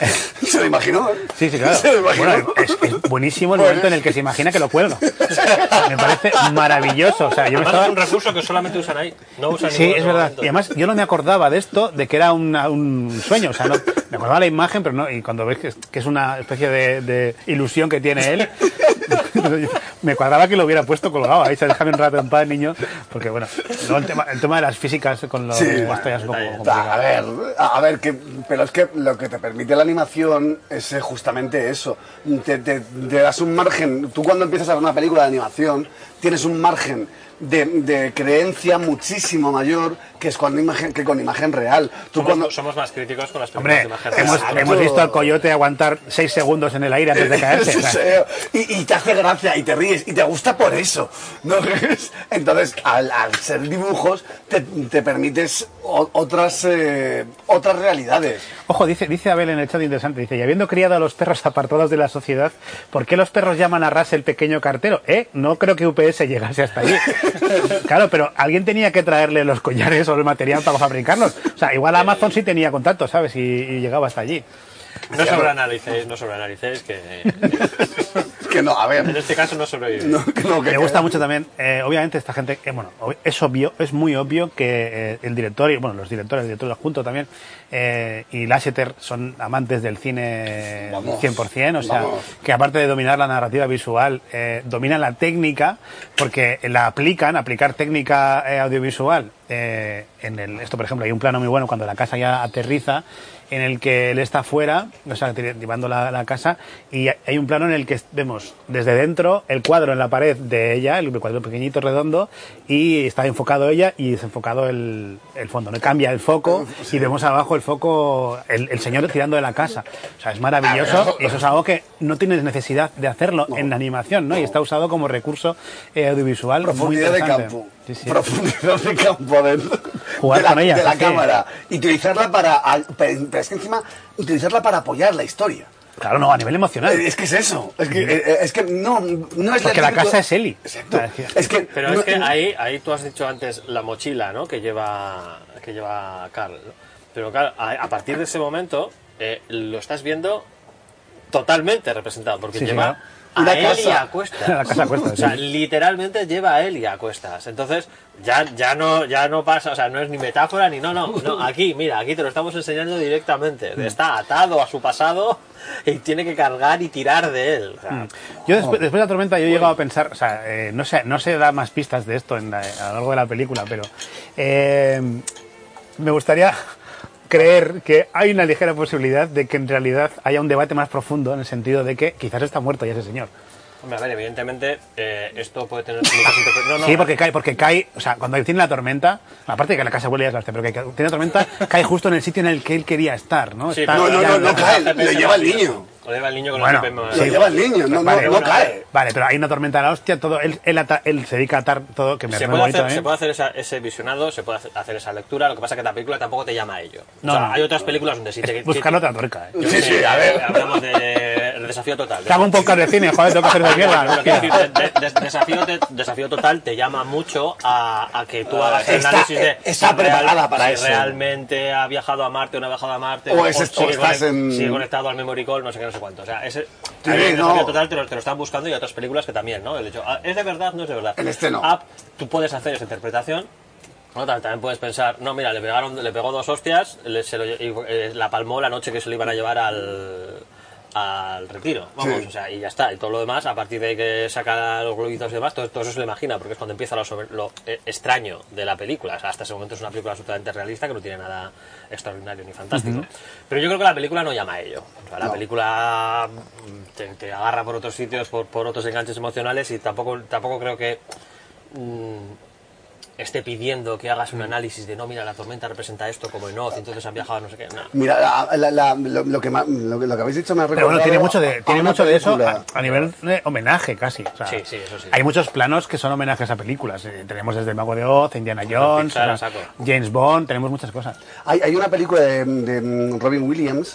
Speaker 3: eh,
Speaker 5: Se lo imaginó, ¿eh?
Speaker 3: Sí, sí, claro.
Speaker 5: (laughs) Se lo imaginó.
Speaker 3: Bueno, es, es buenísimo el momento en el que se imagina que lo
Speaker 5: (laughs)
Speaker 3: cuelga. Me parece maravilloso. O sea, yo me
Speaker 6: Además,
Speaker 3: estaba...
Speaker 6: es un recurso que solamente usan ahí. No usan
Speaker 3: Sí, es verdad. Y además, yo no me acordaba de esto, de que era una- un sueño. O sea, no- me acordaba la imagen, pero no. Y cuando ves que es, que es una especie de, de ilusión que tiene él, (laughs) me cuadraba que lo hubiera puesto colgado. Ahí se déjame un rato en paz, niño. Porque bueno, luego el, tema, el tema de las físicas con los.
Speaker 5: Sí,
Speaker 3: esto
Speaker 5: bueno,
Speaker 3: ya es un poco
Speaker 6: detalle.
Speaker 3: complicado.
Speaker 5: A ver, a ver, que, pero es que lo que te permite la animación es eh, justamente eso. Te, te- te das un margen. Tú cuando empiezas a ver una película de animación, tienes un margen de, de creencia muchísimo mayor que es cuando imagen, que con imagen real. Tú
Speaker 6: somos,
Speaker 5: cuando
Speaker 6: somos más críticos con las películas
Speaker 3: Hombre,
Speaker 6: de imagen
Speaker 3: hemos,
Speaker 6: real.
Speaker 3: hemos visto al coyote aguantar seis segundos en el aire antes
Speaker 5: (laughs)
Speaker 3: de caerse. o sea.
Speaker 5: Sí, y, y te hace gracia y te ríes y te gusta por eso. ¿no? Entonces, al, al ser dibujos, te, te permites o- otras, eh, otras realidades.
Speaker 3: Ojo, dice, dice Abel en el chat interesante, dice, y habiendo criado a los perros apartados de la sociedad, ¿por qué los perros llaman a Ras el pequeño cartero? Eh, no creo que UPS llegase hasta allí. claro, pero alguien tenía que traerle los collares o el material para fabricarlos. O sea, igual Amazon sí tenía contacto, ¿sabes? Y, y llegaba hasta allí.
Speaker 6: No sobreanalicéis, no sobreanalicéis, que
Speaker 5: Que no, a ver.
Speaker 6: en este caso
Speaker 5: (laughs)
Speaker 6: no sobrevive.
Speaker 5: No, que no, que-
Speaker 3: Me gusta mucho también, eh, obviamente esta gente, eh, bueno, ob- es obvio, es muy obvio que eh, el director y, bueno, los directores, el director junto también, eh, y Lasseter son amantes del cine
Speaker 5: Vamos,
Speaker 3: 100%, o sea,
Speaker 5: vamos.
Speaker 3: que aparte de dominar la narrativa visual, eh, dominan la técnica, porque la aplican, aplicar técnica eh, audiovisual. eh, en el, esto, por ejemplo, hay un plano muy bueno cuando la casa ya aterriza, en el que él está fuera, o sea, tire- llevando la, la casa, y hay un plano en el que vemos desde dentro el cuadro en la pared de ella, el cuadro pequeñito, redondo, y está enfocado ella y desenfocado el, el fondo, ¿no? Cambia el foco y vemos abajo el foco, el, el señor tirando de la casa. O sea, es maravilloso y eso es algo que no tienes necesidad de hacerlo en animación, ¿no? Y está usado como recurso eh, audiovisual. muy
Speaker 5: Profundidad de
Speaker 3: interesante.
Speaker 5: campo.
Speaker 3: Sí, sí.
Speaker 5: Profundidad de campo de,
Speaker 3: Jugar
Speaker 5: de la,
Speaker 3: con ella,
Speaker 5: de la
Speaker 3: sí.
Speaker 5: cámara. Y utilizarla para. a- Pero es que encima, utilizarla para apoyar la historia.
Speaker 3: Claro, no, a nivel emocional.
Speaker 5: Eh, Es que es eso. Es que, eh, es que no, no es
Speaker 3: Porque la
Speaker 5: típica-
Speaker 3: casa es Eli.
Speaker 5: Exacto.
Speaker 3: Ah, es que-
Speaker 5: Es que,
Speaker 6: Pero
Speaker 5: no-
Speaker 6: es que ahí, ahí tú has dicho antes la mochila, ¿no? Que lleva, que lleva Carl. ¿no? Pero claro, a, a partir de ese momento eh, lo estás viendo totalmente representado, porque
Speaker 3: Sí, sí,
Speaker 6: lleva
Speaker 5: claro.
Speaker 6: a
Speaker 5: Una
Speaker 6: él y
Speaker 3: (laughs)
Speaker 5: casa.
Speaker 6: a cuestas.
Speaker 3: La casa a cuestas,
Speaker 6: O sea,
Speaker 3: sí.
Speaker 6: literalmente lleva a él y a cuestas. Entonces, ya, ya no, ya no pasa, o sea, no es ni metáfora ni no, no, no. Aquí, mira, aquí te lo estamos enseñando
Speaker 3: Mm.
Speaker 6: directamente. Está atado a su pasado y tiene que cargar y tirar de él. O sea,
Speaker 3: Mm. Yo después, después de la tormenta yo he llegado a pensar, o sea, eh, no, se, no se da más pistas de esto en la- a lo largo de la película, pero eh, me gustaría (laughs) creer que hay una ligera posibilidad de que en realidad haya un debate más profundo en el sentido de que quizás está muerto ya ese señor.
Speaker 6: Hombre, a ver, evidentemente eh, esto puede tener
Speaker 3: (laughs)
Speaker 6: muchas interpretaciones. No, no,
Speaker 3: Sí, porque cae, porque cae, o sea, cuando tiene la tormenta, aparte de que la casa huele a desgaste, pero que tiene la tormenta, (laughs) cae justo en el sitio en el que él quería estar, ¿no?
Speaker 6: Sí,
Speaker 3: Está-
Speaker 6: pero-
Speaker 5: No, no, no, no cae,
Speaker 6: el GPS
Speaker 5: lo lleva el
Speaker 6: más
Speaker 5: niño.
Speaker 6: lejos. Lo lleva el niño con ¿eh?
Speaker 3: Bueno,
Speaker 6: el GPS más
Speaker 3: sí.
Speaker 5: Lo
Speaker 6: lejos.
Speaker 5: lleva el niño, no, no,
Speaker 3: Vale,
Speaker 5: no
Speaker 3: bueno,
Speaker 5: cae.
Speaker 3: Vale, pero hay una tormenta de la hostia, todo, él, él, ata- él se dedica a atar todo, que me
Speaker 6: se
Speaker 3: parece
Speaker 6: puede,
Speaker 3: bonito
Speaker 6: hacer,
Speaker 3: ¿eh?
Speaker 6: se puede hacer esa- ese visionado, se puede hacer- hacer esa lectura, lo que pasa es que la película tampoco te llama a ello.
Speaker 3: No,
Speaker 6: o sea,
Speaker 3: no.
Speaker 6: hay otras películas donde sí te...
Speaker 3: Es Buscar otra tuerca, ¿eh?
Speaker 6: yo
Speaker 5: Sí,
Speaker 6: qué
Speaker 5: sí,
Speaker 6: sé,
Speaker 5: a ver.
Speaker 6: Hablamos de, de desafío total.
Speaker 3: Te hago un podcast de cine, joder, tengo que hacer de
Speaker 6: Pero (laughs)
Speaker 3: mierda.
Speaker 6: quiero decir,
Speaker 3: hostia.
Speaker 6: de- de- de- desafío, te- desafío total te llama mucho a, a que tú hagas el
Speaker 5: Ah, está- eh,
Speaker 6: análisis de
Speaker 5: está
Speaker 6: si real-
Speaker 5: preparada para
Speaker 6: si
Speaker 5: eso.
Speaker 6: realmente ha viajado a Marte o no ha viajado a Marte
Speaker 5: O es- o
Speaker 6: sigue
Speaker 5: estás
Speaker 6: conect-
Speaker 5: en-
Speaker 6: sigue conectado al memory call, no sé qué, no sé cuánto. O sea, ese
Speaker 5: Sí,
Speaker 6: el
Speaker 5: no.
Speaker 6: desafío total te lo, te lo están buscando y hay otras películas que también, ¿no? El hecho, ah, ¿es de verdad? No es de verdad.
Speaker 5: En este no.
Speaker 6: Ah, tú puedes hacer esa interpretación. ¿no? Tam- También puedes pensar, no, mira, le, pegaron, le pegó dos hostias, le- se lo lle- y, eh, la palmó la noche que se lo iban a llevar al, al retiro. Vamos,
Speaker 5: Sí.
Speaker 6: o sea, y ya está. Y todo lo demás, a partir de ahí que saca los globitos y demás, todo, todo eso se lo imagina, porque es cuando empieza lo, sobre- lo, eh, extraño de la película. O sea, hasta ese momento es una película absolutamente realista que no tiene nada extraordinario ni fantástico. Pero yo creo que la película no llama a ello. O sea, la película mm, te, te agarra por otros sitios, por, por otros enganches emocionales y tampoco, tampoco creo que esté pidiendo que hagas un análisis de no, mira, la tormenta representa esto como en Oz, entonces han viajado a no sé qué. No.
Speaker 5: Mira, la- la- la- lo, lo que, ma- lo que- lo que habéis dicho me ha
Speaker 3: Pero
Speaker 5: recordado
Speaker 3: bueno, tiene mucho de,
Speaker 5: a
Speaker 3: tiene
Speaker 5: una
Speaker 3: mucho de eso
Speaker 5: película.
Speaker 3: a, a nivel de homenaje casi. o sea,
Speaker 6: Sí, sí, eso sí.
Speaker 3: Hay muchos planos que son homenajes a películas. eh, tenemos desde El Mago de Oz, Indiana Jones,
Speaker 6: Pixar,
Speaker 3: o sea,
Speaker 6: saco.
Speaker 3: James Bond, tenemos muchas cosas.
Speaker 5: Hay, hay una película de, de Robin Williams,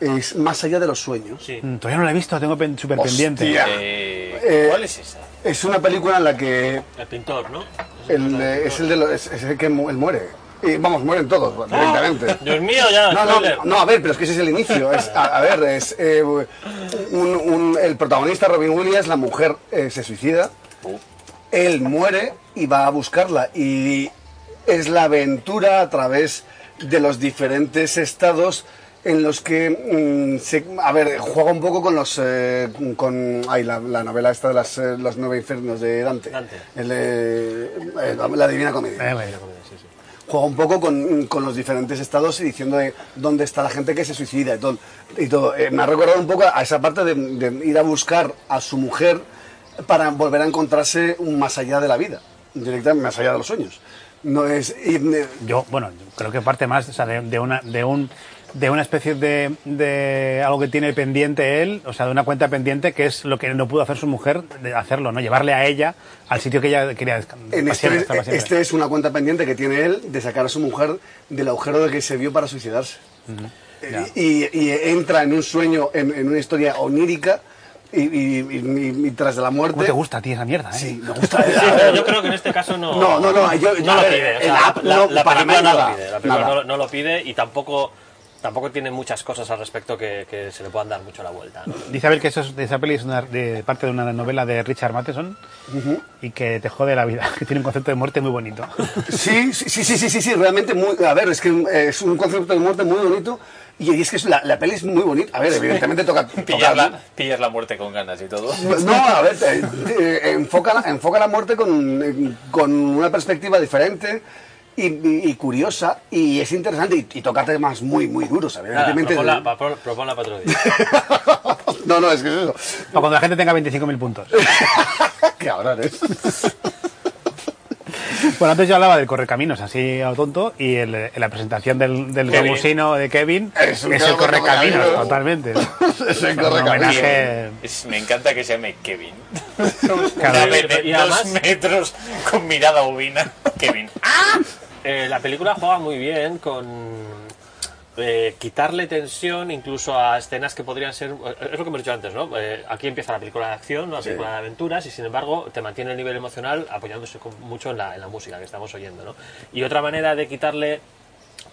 Speaker 5: es Más allá de los sueños.
Speaker 6: Sí.
Speaker 3: Mm, Todavía no la he visto, tengo pen- súper pendiente.
Speaker 5: Hostia.
Speaker 4: Eh,
Speaker 5: Eh,
Speaker 4: ¿Cuál es esa?
Speaker 5: Es una película en la que
Speaker 6: El pintor, ¿no?
Speaker 5: el, eh, es, el de los, es, es el que mu- él muere. Y, vamos, mueren todos,
Speaker 6: Ah.
Speaker 5: evidentemente.
Speaker 6: Dios mío, ya,
Speaker 5: No,
Speaker 6: spoiler.
Speaker 5: no, no, a ver, pero es que ese es el inicio. Es, a, a ver, es eh, un- un- el protagonista Robin Williams, la mujer eh, se suicida, él muere y va a buscarla y es la aventura a través de los diferentes estados en los que mm, se, a ver juega un poco con los eh, con ay, la, la novela esta de las, eh, los nueve infiernos de Dante,
Speaker 6: Dante.
Speaker 5: El, eh, eh, la Divina Comedia
Speaker 3: Eh, bueno.
Speaker 5: juega un poco con, con los diferentes estados y diciendo de dónde está la gente que se suicida y todo. Y todo. Eh, me ha recordado un poco a esa parte de, de ir a buscar a su mujer para volver a encontrarse un más allá de la vida, directamente más allá de los sueños. No es ir, eh,
Speaker 3: Yo, bueno, yo creo que parte más o sea, de, de una, de, un, de una especie de, de algo que tiene pendiente él, o sea, de una cuenta pendiente que es lo que no pudo hacer su mujer, de hacerlo, ¿no? Llevarle a ella al sitio que ella quería desca-
Speaker 5: en
Speaker 3: para
Speaker 5: este,
Speaker 3: siempre, estar para siempre.
Speaker 5: este es una cuenta pendiente que tiene él de sacar a su mujer del agujero de que se vio para suicidarse. Eh, y, y entra en un sueño, en, en una historia onírica y, y- y- y tras de la muerte...
Speaker 3: ¿Cómo te gusta a ti esa mierda, eh?
Speaker 5: Sí, me
Speaker 3: (laughs)
Speaker 5: gusta.
Speaker 6: Sí, pero yo creo que en este caso no.
Speaker 5: No, no, no, yo- yo-
Speaker 6: no lo
Speaker 5: a ver,
Speaker 6: pide. o
Speaker 5: el
Speaker 6: sea,
Speaker 5: app
Speaker 6: la,
Speaker 5: no,
Speaker 6: la
Speaker 5: para
Speaker 6: película
Speaker 5: mí
Speaker 6: no
Speaker 5: nada,
Speaker 6: lo pide. La película
Speaker 5: nada.
Speaker 6: no, no lo pide y tampoco, tampoco tiene muchas cosas al respecto que, que se le puedan dar mucho la vuelta. ¿no?
Speaker 3: Dice Abel que eso es, de esa peli es una, de parte de una novela de Richard Matheson y que te jode la vida, (laughs) que tiene un concepto de muerte muy bonito. (laughs)
Speaker 5: Sí, sí, sí, sí, sí, sí, sí, realmente muy. A ver, es que eh, es un concepto de muerte muy bonito. Y es que es la, la peli es muy bonita. A ver, evidentemente toca.
Speaker 6: (laughs)
Speaker 5: toca
Speaker 4: Pillas la, pillas la muerte con ganas y todo.
Speaker 5: no, a ver, eh, eh, enfoca, la, enfoca la muerte con, eh, con una perspectiva diferente y, y- y curiosa. Y es interesante. Y, y toca temas muy, muy duros,
Speaker 6: Nada,
Speaker 5: evidentemente.
Speaker 6: proponla, pa- pro- proponla para otro día.
Speaker 5: no, no, es que es eso. (laughs)
Speaker 3: Para cuando la gente tenga 25.000 puntos.
Speaker 5: Qué cabrón (laughs) es.
Speaker 3: Bueno, antes yo hablaba del Correcaminos, así a lo tonto, y el- en la presentación del, del
Speaker 4: Kevin.
Speaker 3: gabusino de Kevin
Speaker 5: Es
Speaker 3: es,
Speaker 5: un
Speaker 3: el Correcaminos,
Speaker 5: correcaminos.
Speaker 3: totalmente.
Speaker 5: Es el
Speaker 3: Un
Speaker 5: correcaminos.
Speaker 3: homenaje-
Speaker 4: Es- me encanta que se llame
Speaker 3: (laughs)
Speaker 4: Kevin.
Speaker 3: Claro.
Speaker 4: Dame de
Speaker 6: Y
Speaker 4: dos
Speaker 6: además-
Speaker 4: metros con mirada bovina. Kevin.
Speaker 6: Eh, la película juega muy bien con eh, quitarle tensión incluso a escenas que podrían ser. eh, Es lo que hemos dicho antes, ¿no? Eh, aquí empieza la película de acción, ¿no? la película de aventuras, y sin embargo te mantiene el nivel emocional apoyándose con- mucho en la, en la música que estamos oyendo, ¿no? Y otra manera de quitarle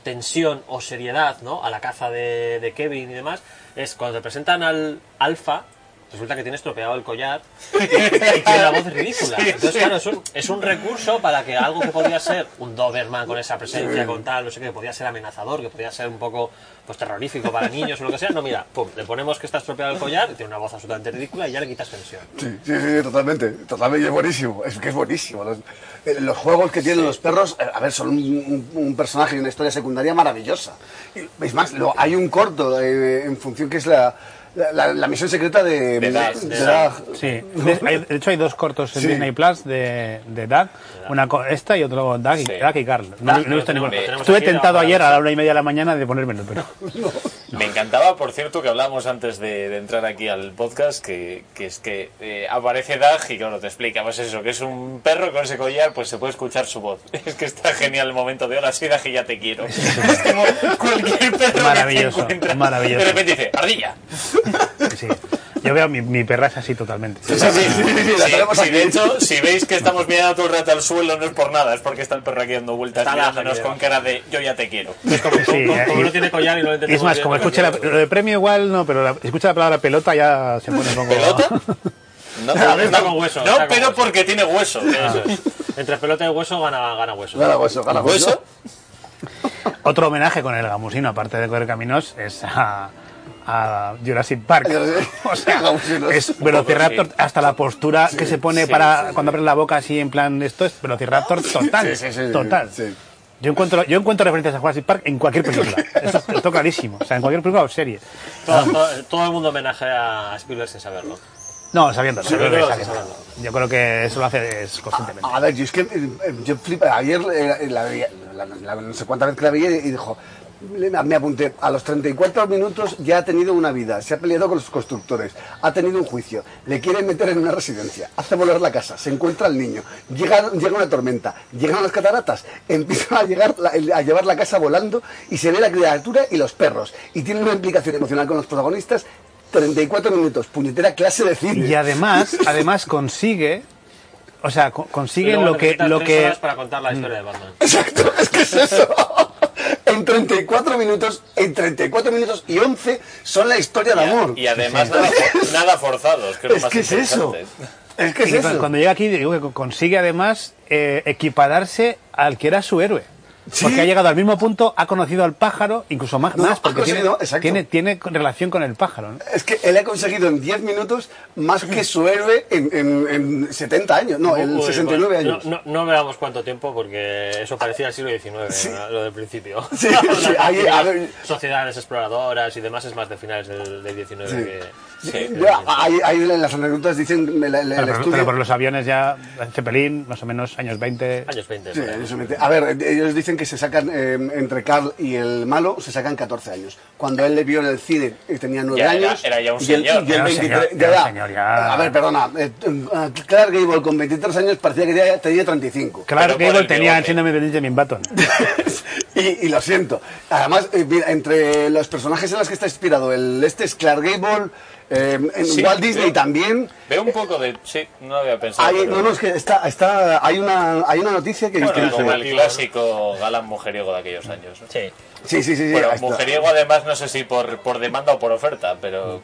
Speaker 6: tensión o seriedad ¿no? a la caza de, de Kevin y demás es cuando te presentan al alfa resulta que tiene estropeado el collar y, y tiene la voz ridícula entonces claro es un, es un recurso para que algo que podía ser un Doberman con esa presencia con tal no sé qué que podía ser amenazador que podía ser un poco pues terrorífico para niños o lo que sea no mira pum, le ponemos que está estropeado el collar y tiene una voz absolutamente ridícula y ya le quitas tensión
Speaker 5: Sí, sí, sí, sí, totalmente, totalmente, es buenísimo, es que es buenísimo. Los, eh, los juegos que tienen los perros, eh, a ver, son un, un- un personaje y una historia secundaria maravillosa. Y, Es más, lo- hay un corto eh, en función que es la, la, la- la misión secreta de,
Speaker 4: De Dag, de
Speaker 5: Dag.
Speaker 3: Sí, de, hay- de hecho hay dos cortos en
Speaker 5: Sí.
Speaker 3: Disney Plus de, de Doug, una co- esta y otro Doug, y-
Speaker 4: Sí.
Speaker 3: Doug y Carl. No, no
Speaker 6: Doug,
Speaker 3: he
Speaker 6: lo
Speaker 3: visto
Speaker 6: tenemos-
Speaker 3: ninguno.
Speaker 6: lo tenemos
Speaker 3: Estuve
Speaker 6: aquí,
Speaker 3: tentado
Speaker 6: ahora
Speaker 3: ayer
Speaker 6: lo
Speaker 3: a la una y media de la mañana de ponérmelo,
Speaker 6: (laughs)
Speaker 3: pero
Speaker 4: Me encantaba, por cierto, que hablábamos antes de, de entrar aquí al podcast, que, que es que eh, aparece Dag y claro, te explica, pues eso, que es un perro con ese collar, pues se puede escuchar su voz. (laughs) Es que está genial el momento de ahora sí, Dag, y ya te quiero. (laughs) Es como cualquier perro que te
Speaker 3: Maravilloso,
Speaker 4: encuentras,
Speaker 3: maravilloso.
Speaker 4: De repente dice, ardilla.
Speaker 3: sí. Yo veo mi, mi perra es así totalmente.
Speaker 5: la
Speaker 4: Sí,
Speaker 5: tenemos
Speaker 4: sí,
Speaker 5: aquí.
Speaker 4: de hecho, si veis que estamos mirando todo el rato al suelo, no es por nada, es porque está el perro aquí dando vueltas,
Speaker 6: Está Dag aquí
Speaker 4: mirándonos con
Speaker 6: debajo.
Speaker 4: cara de yo ya te quiero.
Speaker 6: Como,
Speaker 3: Sí,
Speaker 6: como-
Speaker 3: eh,
Speaker 6: como
Speaker 3: y-
Speaker 6: no tiene collar y no lo
Speaker 3: Y
Speaker 6: entendemos
Speaker 3: es más,
Speaker 6: bien,
Speaker 3: como
Speaker 6: pues,
Speaker 3: escucha la, lo de premio igual, no, pero la- escucha la palabra pelota ya se pone un poco...
Speaker 4: ¿Pelota? (laughs) No,
Speaker 6: A ver, está con hueso,
Speaker 4: no,
Speaker 6: está con
Speaker 4: pero
Speaker 6: hueso. Ah,
Speaker 4: porque tiene hueso.
Speaker 6: Eso es. Entre pelota y hueso gana, gana hueso.
Speaker 5: Gana hueso, gana hueso.
Speaker 4: ¿Hueso?
Speaker 3: Otro homenaje con el gamusino, aparte de Correr Caminos, es a, a Jurassic
Speaker 5: (laughs)
Speaker 3: Park. (laughs) O sea,
Speaker 5: Gamusinos.
Speaker 3: es Velociraptor hasta la postura que se pone para cuando abres la boca así en plan esto es Velociraptor total,
Speaker 5: Sí, sí, sí, sí,
Speaker 3: total.
Speaker 5: sí.
Speaker 3: Yo encuentro, yo encuentro referencias a Jurassic Park en cualquier
Speaker 5: (laughs)
Speaker 3: película. Esto, esto clarísimo. O sea, en cualquier película o serie.
Speaker 6: Todo, todo- todo el mundo homenaje a Spielberg sin saberlo.
Speaker 3: No, sabiéndolo.
Speaker 6: Sí,
Speaker 3: yo, creo que
Speaker 6: claro,
Speaker 3: es sabiéndolo. Yo creo que eso lo hace es, conscientemente.
Speaker 5: A ver, yo es que eh, yo flipa. Ayer eh, la veía- la- la- no sé cuántas veces que la veía y dijo, Lena, me apunté, a los 34 minutos ya ha tenido una vida, se ha peleado con los constructores, ha tenido un juicio, le quieren meter en una residencia, hace volar la casa, se encuentra el niño, llega, llega una tormenta, llegan las cataratas, (laughs) empiezan a, llegar la- el- a llevar la casa volando y se ve la criatura y los perros. Y tiene una implicación emocional con los protagonistas. 34 minutos, puñetera clase de cine.
Speaker 3: Y además, además consigue, o sea, co-
Speaker 6: Y
Speaker 3: consigue
Speaker 6: luego
Speaker 3: lo que
Speaker 6: necesitas
Speaker 3: lo
Speaker 6: tres
Speaker 3: que Mm.
Speaker 6: horas para contar la historia de Batman.
Speaker 5: Exacto, es que es eso. En 34 minutos, en 34 minutos y 11 son la historia del amor.
Speaker 4: Eh, Y además nada,
Speaker 5: (laughs)
Speaker 4: nada forzados, que es lo
Speaker 5: es
Speaker 4: más
Speaker 5: que es eso.
Speaker 4: interesante.
Speaker 5: Es que es
Speaker 3: Y cu-
Speaker 5: eso.
Speaker 3: Cuando llega aquí, digo que co- consigue además eh, equipararse al que era su héroe. Porque ha llegado al mismo punto, ha conocido al pájaro, incluso más,
Speaker 5: No,
Speaker 3: más
Speaker 5: ha
Speaker 3: porque tiene,
Speaker 5: conseguido, exacto.
Speaker 3: tiene, tiene relación con el pájaro. ¿no?
Speaker 5: Es que él ha conseguido en 10 minutos más que su héroe en, en- en 70 años, no, en
Speaker 6: Uy,
Speaker 5: 69
Speaker 6: bueno,
Speaker 5: años.
Speaker 6: No, no, no veamos cuánto tiempo porque eso parecía el siglo XIX, ¿no? lo del principio.
Speaker 5: (laughs) Sí,
Speaker 6: Las
Speaker 5: sí,
Speaker 6: (laughs)
Speaker 5: ahí, a ver.
Speaker 6: Sociedades exploradoras y demás es más de finales del, del XIX que...
Speaker 5: Sí, ya, ahí, ahí en las anécdotas dicen el, el- el
Speaker 3: Pero, pero,
Speaker 5: estudio.
Speaker 3: por los aviones ya, el Zeppelin, más o menos años 20.
Speaker 6: Años 20.
Speaker 5: Sí,
Speaker 6: por ahí.
Speaker 5: eso mete- A ver, eh, ellos dicen que se sacan eh, entre Carl y el malo, se sacan 14 años. Cuando él le vio en el cine eh, tenía 9
Speaker 4: Ya era-
Speaker 5: años.
Speaker 4: era ya un
Speaker 5: y
Speaker 4: señor.
Speaker 5: él- y él
Speaker 3: Era un
Speaker 5: 23
Speaker 3: señor, era un
Speaker 5: ya.
Speaker 3: señor, ya.
Speaker 5: A ver, perdona. eh, eh, Clark Gable con 23 años parecía que ya tenía 35.
Speaker 3: Claro
Speaker 4: Pero
Speaker 3: que
Speaker 4: por
Speaker 3: Gable
Speaker 4: el
Speaker 3: tenía
Speaker 4: bigote.
Speaker 3: el síndrome de Benjamin Button.
Speaker 5: (laughs) y, y lo siento. Además, eh, mira, entre los personajes en los que está inspirado, el este es Clark Gable, eh, en
Speaker 4: Sí,
Speaker 5: Walt Disney
Speaker 4: sí.
Speaker 5: también.
Speaker 4: Veo un poco de... Sí, no lo había pensado.
Speaker 5: Hay,
Speaker 4: pero-
Speaker 5: no, no, es que está, está, hay, una, hay una noticia que... que
Speaker 4: Bueno,
Speaker 5: dice-
Speaker 4: como el clásico galán mujeriego de aquellos años. ¿no?
Speaker 6: Sí.
Speaker 5: sí, sí, sí. sí,
Speaker 4: Bueno,
Speaker 5: ahí está.
Speaker 4: mujeriego además no sé si por, por demanda o por oferta, pero...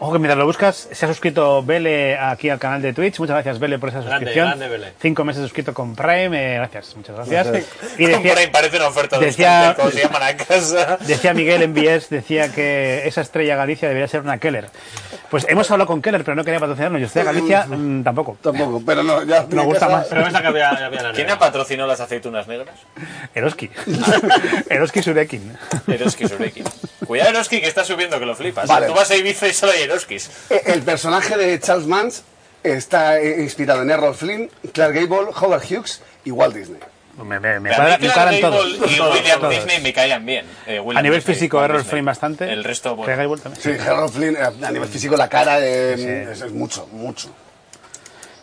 Speaker 3: Ojo que mientras lo buscas, se ha suscrito Vele aquí al canal de Twitch. Muchas gracias, Vele, por esa
Speaker 6: Grande,
Speaker 3: suscripción.
Speaker 6: grande, Vele.
Speaker 3: Cinco meses suscrito con Prime. eh, gracias, muchas gracias. Y
Speaker 4: Con (laughs)
Speaker 3: decía,
Speaker 4: Prime parece una oferta de
Speaker 3: decía-
Speaker 4: descuento, cuando te llaman a casa.
Speaker 3: Decía Miguel en BS, decía que esa estrella Galicia debería ser una Keller. Pues hemos hablado con Keller, pero no quería patrocinarnos. Y estrella
Speaker 5: (laughs)
Speaker 3: Galicia mm, tampoco.
Speaker 5: Tampoco, pero no, ya...
Speaker 3: Nos gusta más.
Speaker 6: Pero esta que había, había la
Speaker 4: ¿Quién
Speaker 6: negra.
Speaker 4: ha patrocinado las aceitunas negras?
Speaker 5: (laughs)
Speaker 3: Eroski. Eroski Surekin.
Speaker 4: Eroski Sureki. Cuidado Eroski que está subiendo que lo flipas.
Speaker 5: Vale.
Speaker 4: Tú vas a Ibiza y solo hay Eroskis.
Speaker 5: Eh, El personaje de Charles Mans está eh, inspirado en Errol Flynn, Clark Gable, Howard Hughes y Walt Disney.
Speaker 3: Me, me, me
Speaker 4: A mí
Speaker 3: cuadra- me
Speaker 4: Clark
Speaker 3: cuadran
Speaker 4: Gable
Speaker 3: todos.
Speaker 4: Y
Speaker 3: Todos,
Speaker 4: William
Speaker 3: todos.
Speaker 4: Disney me caían bien. Eh, William
Speaker 3: A nivel
Speaker 4: Disney,
Speaker 3: físico,
Speaker 4: Walt
Speaker 3: Errol
Speaker 4: Disney.
Speaker 3: Flynn bastante.
Speaker 4: El resto, bueno.
Speaker 3: Craig Gable también.
Speaker 5: Sí, Errol Flynn, eh, a nivel físico, la cara eh, es, es mucho, mucho.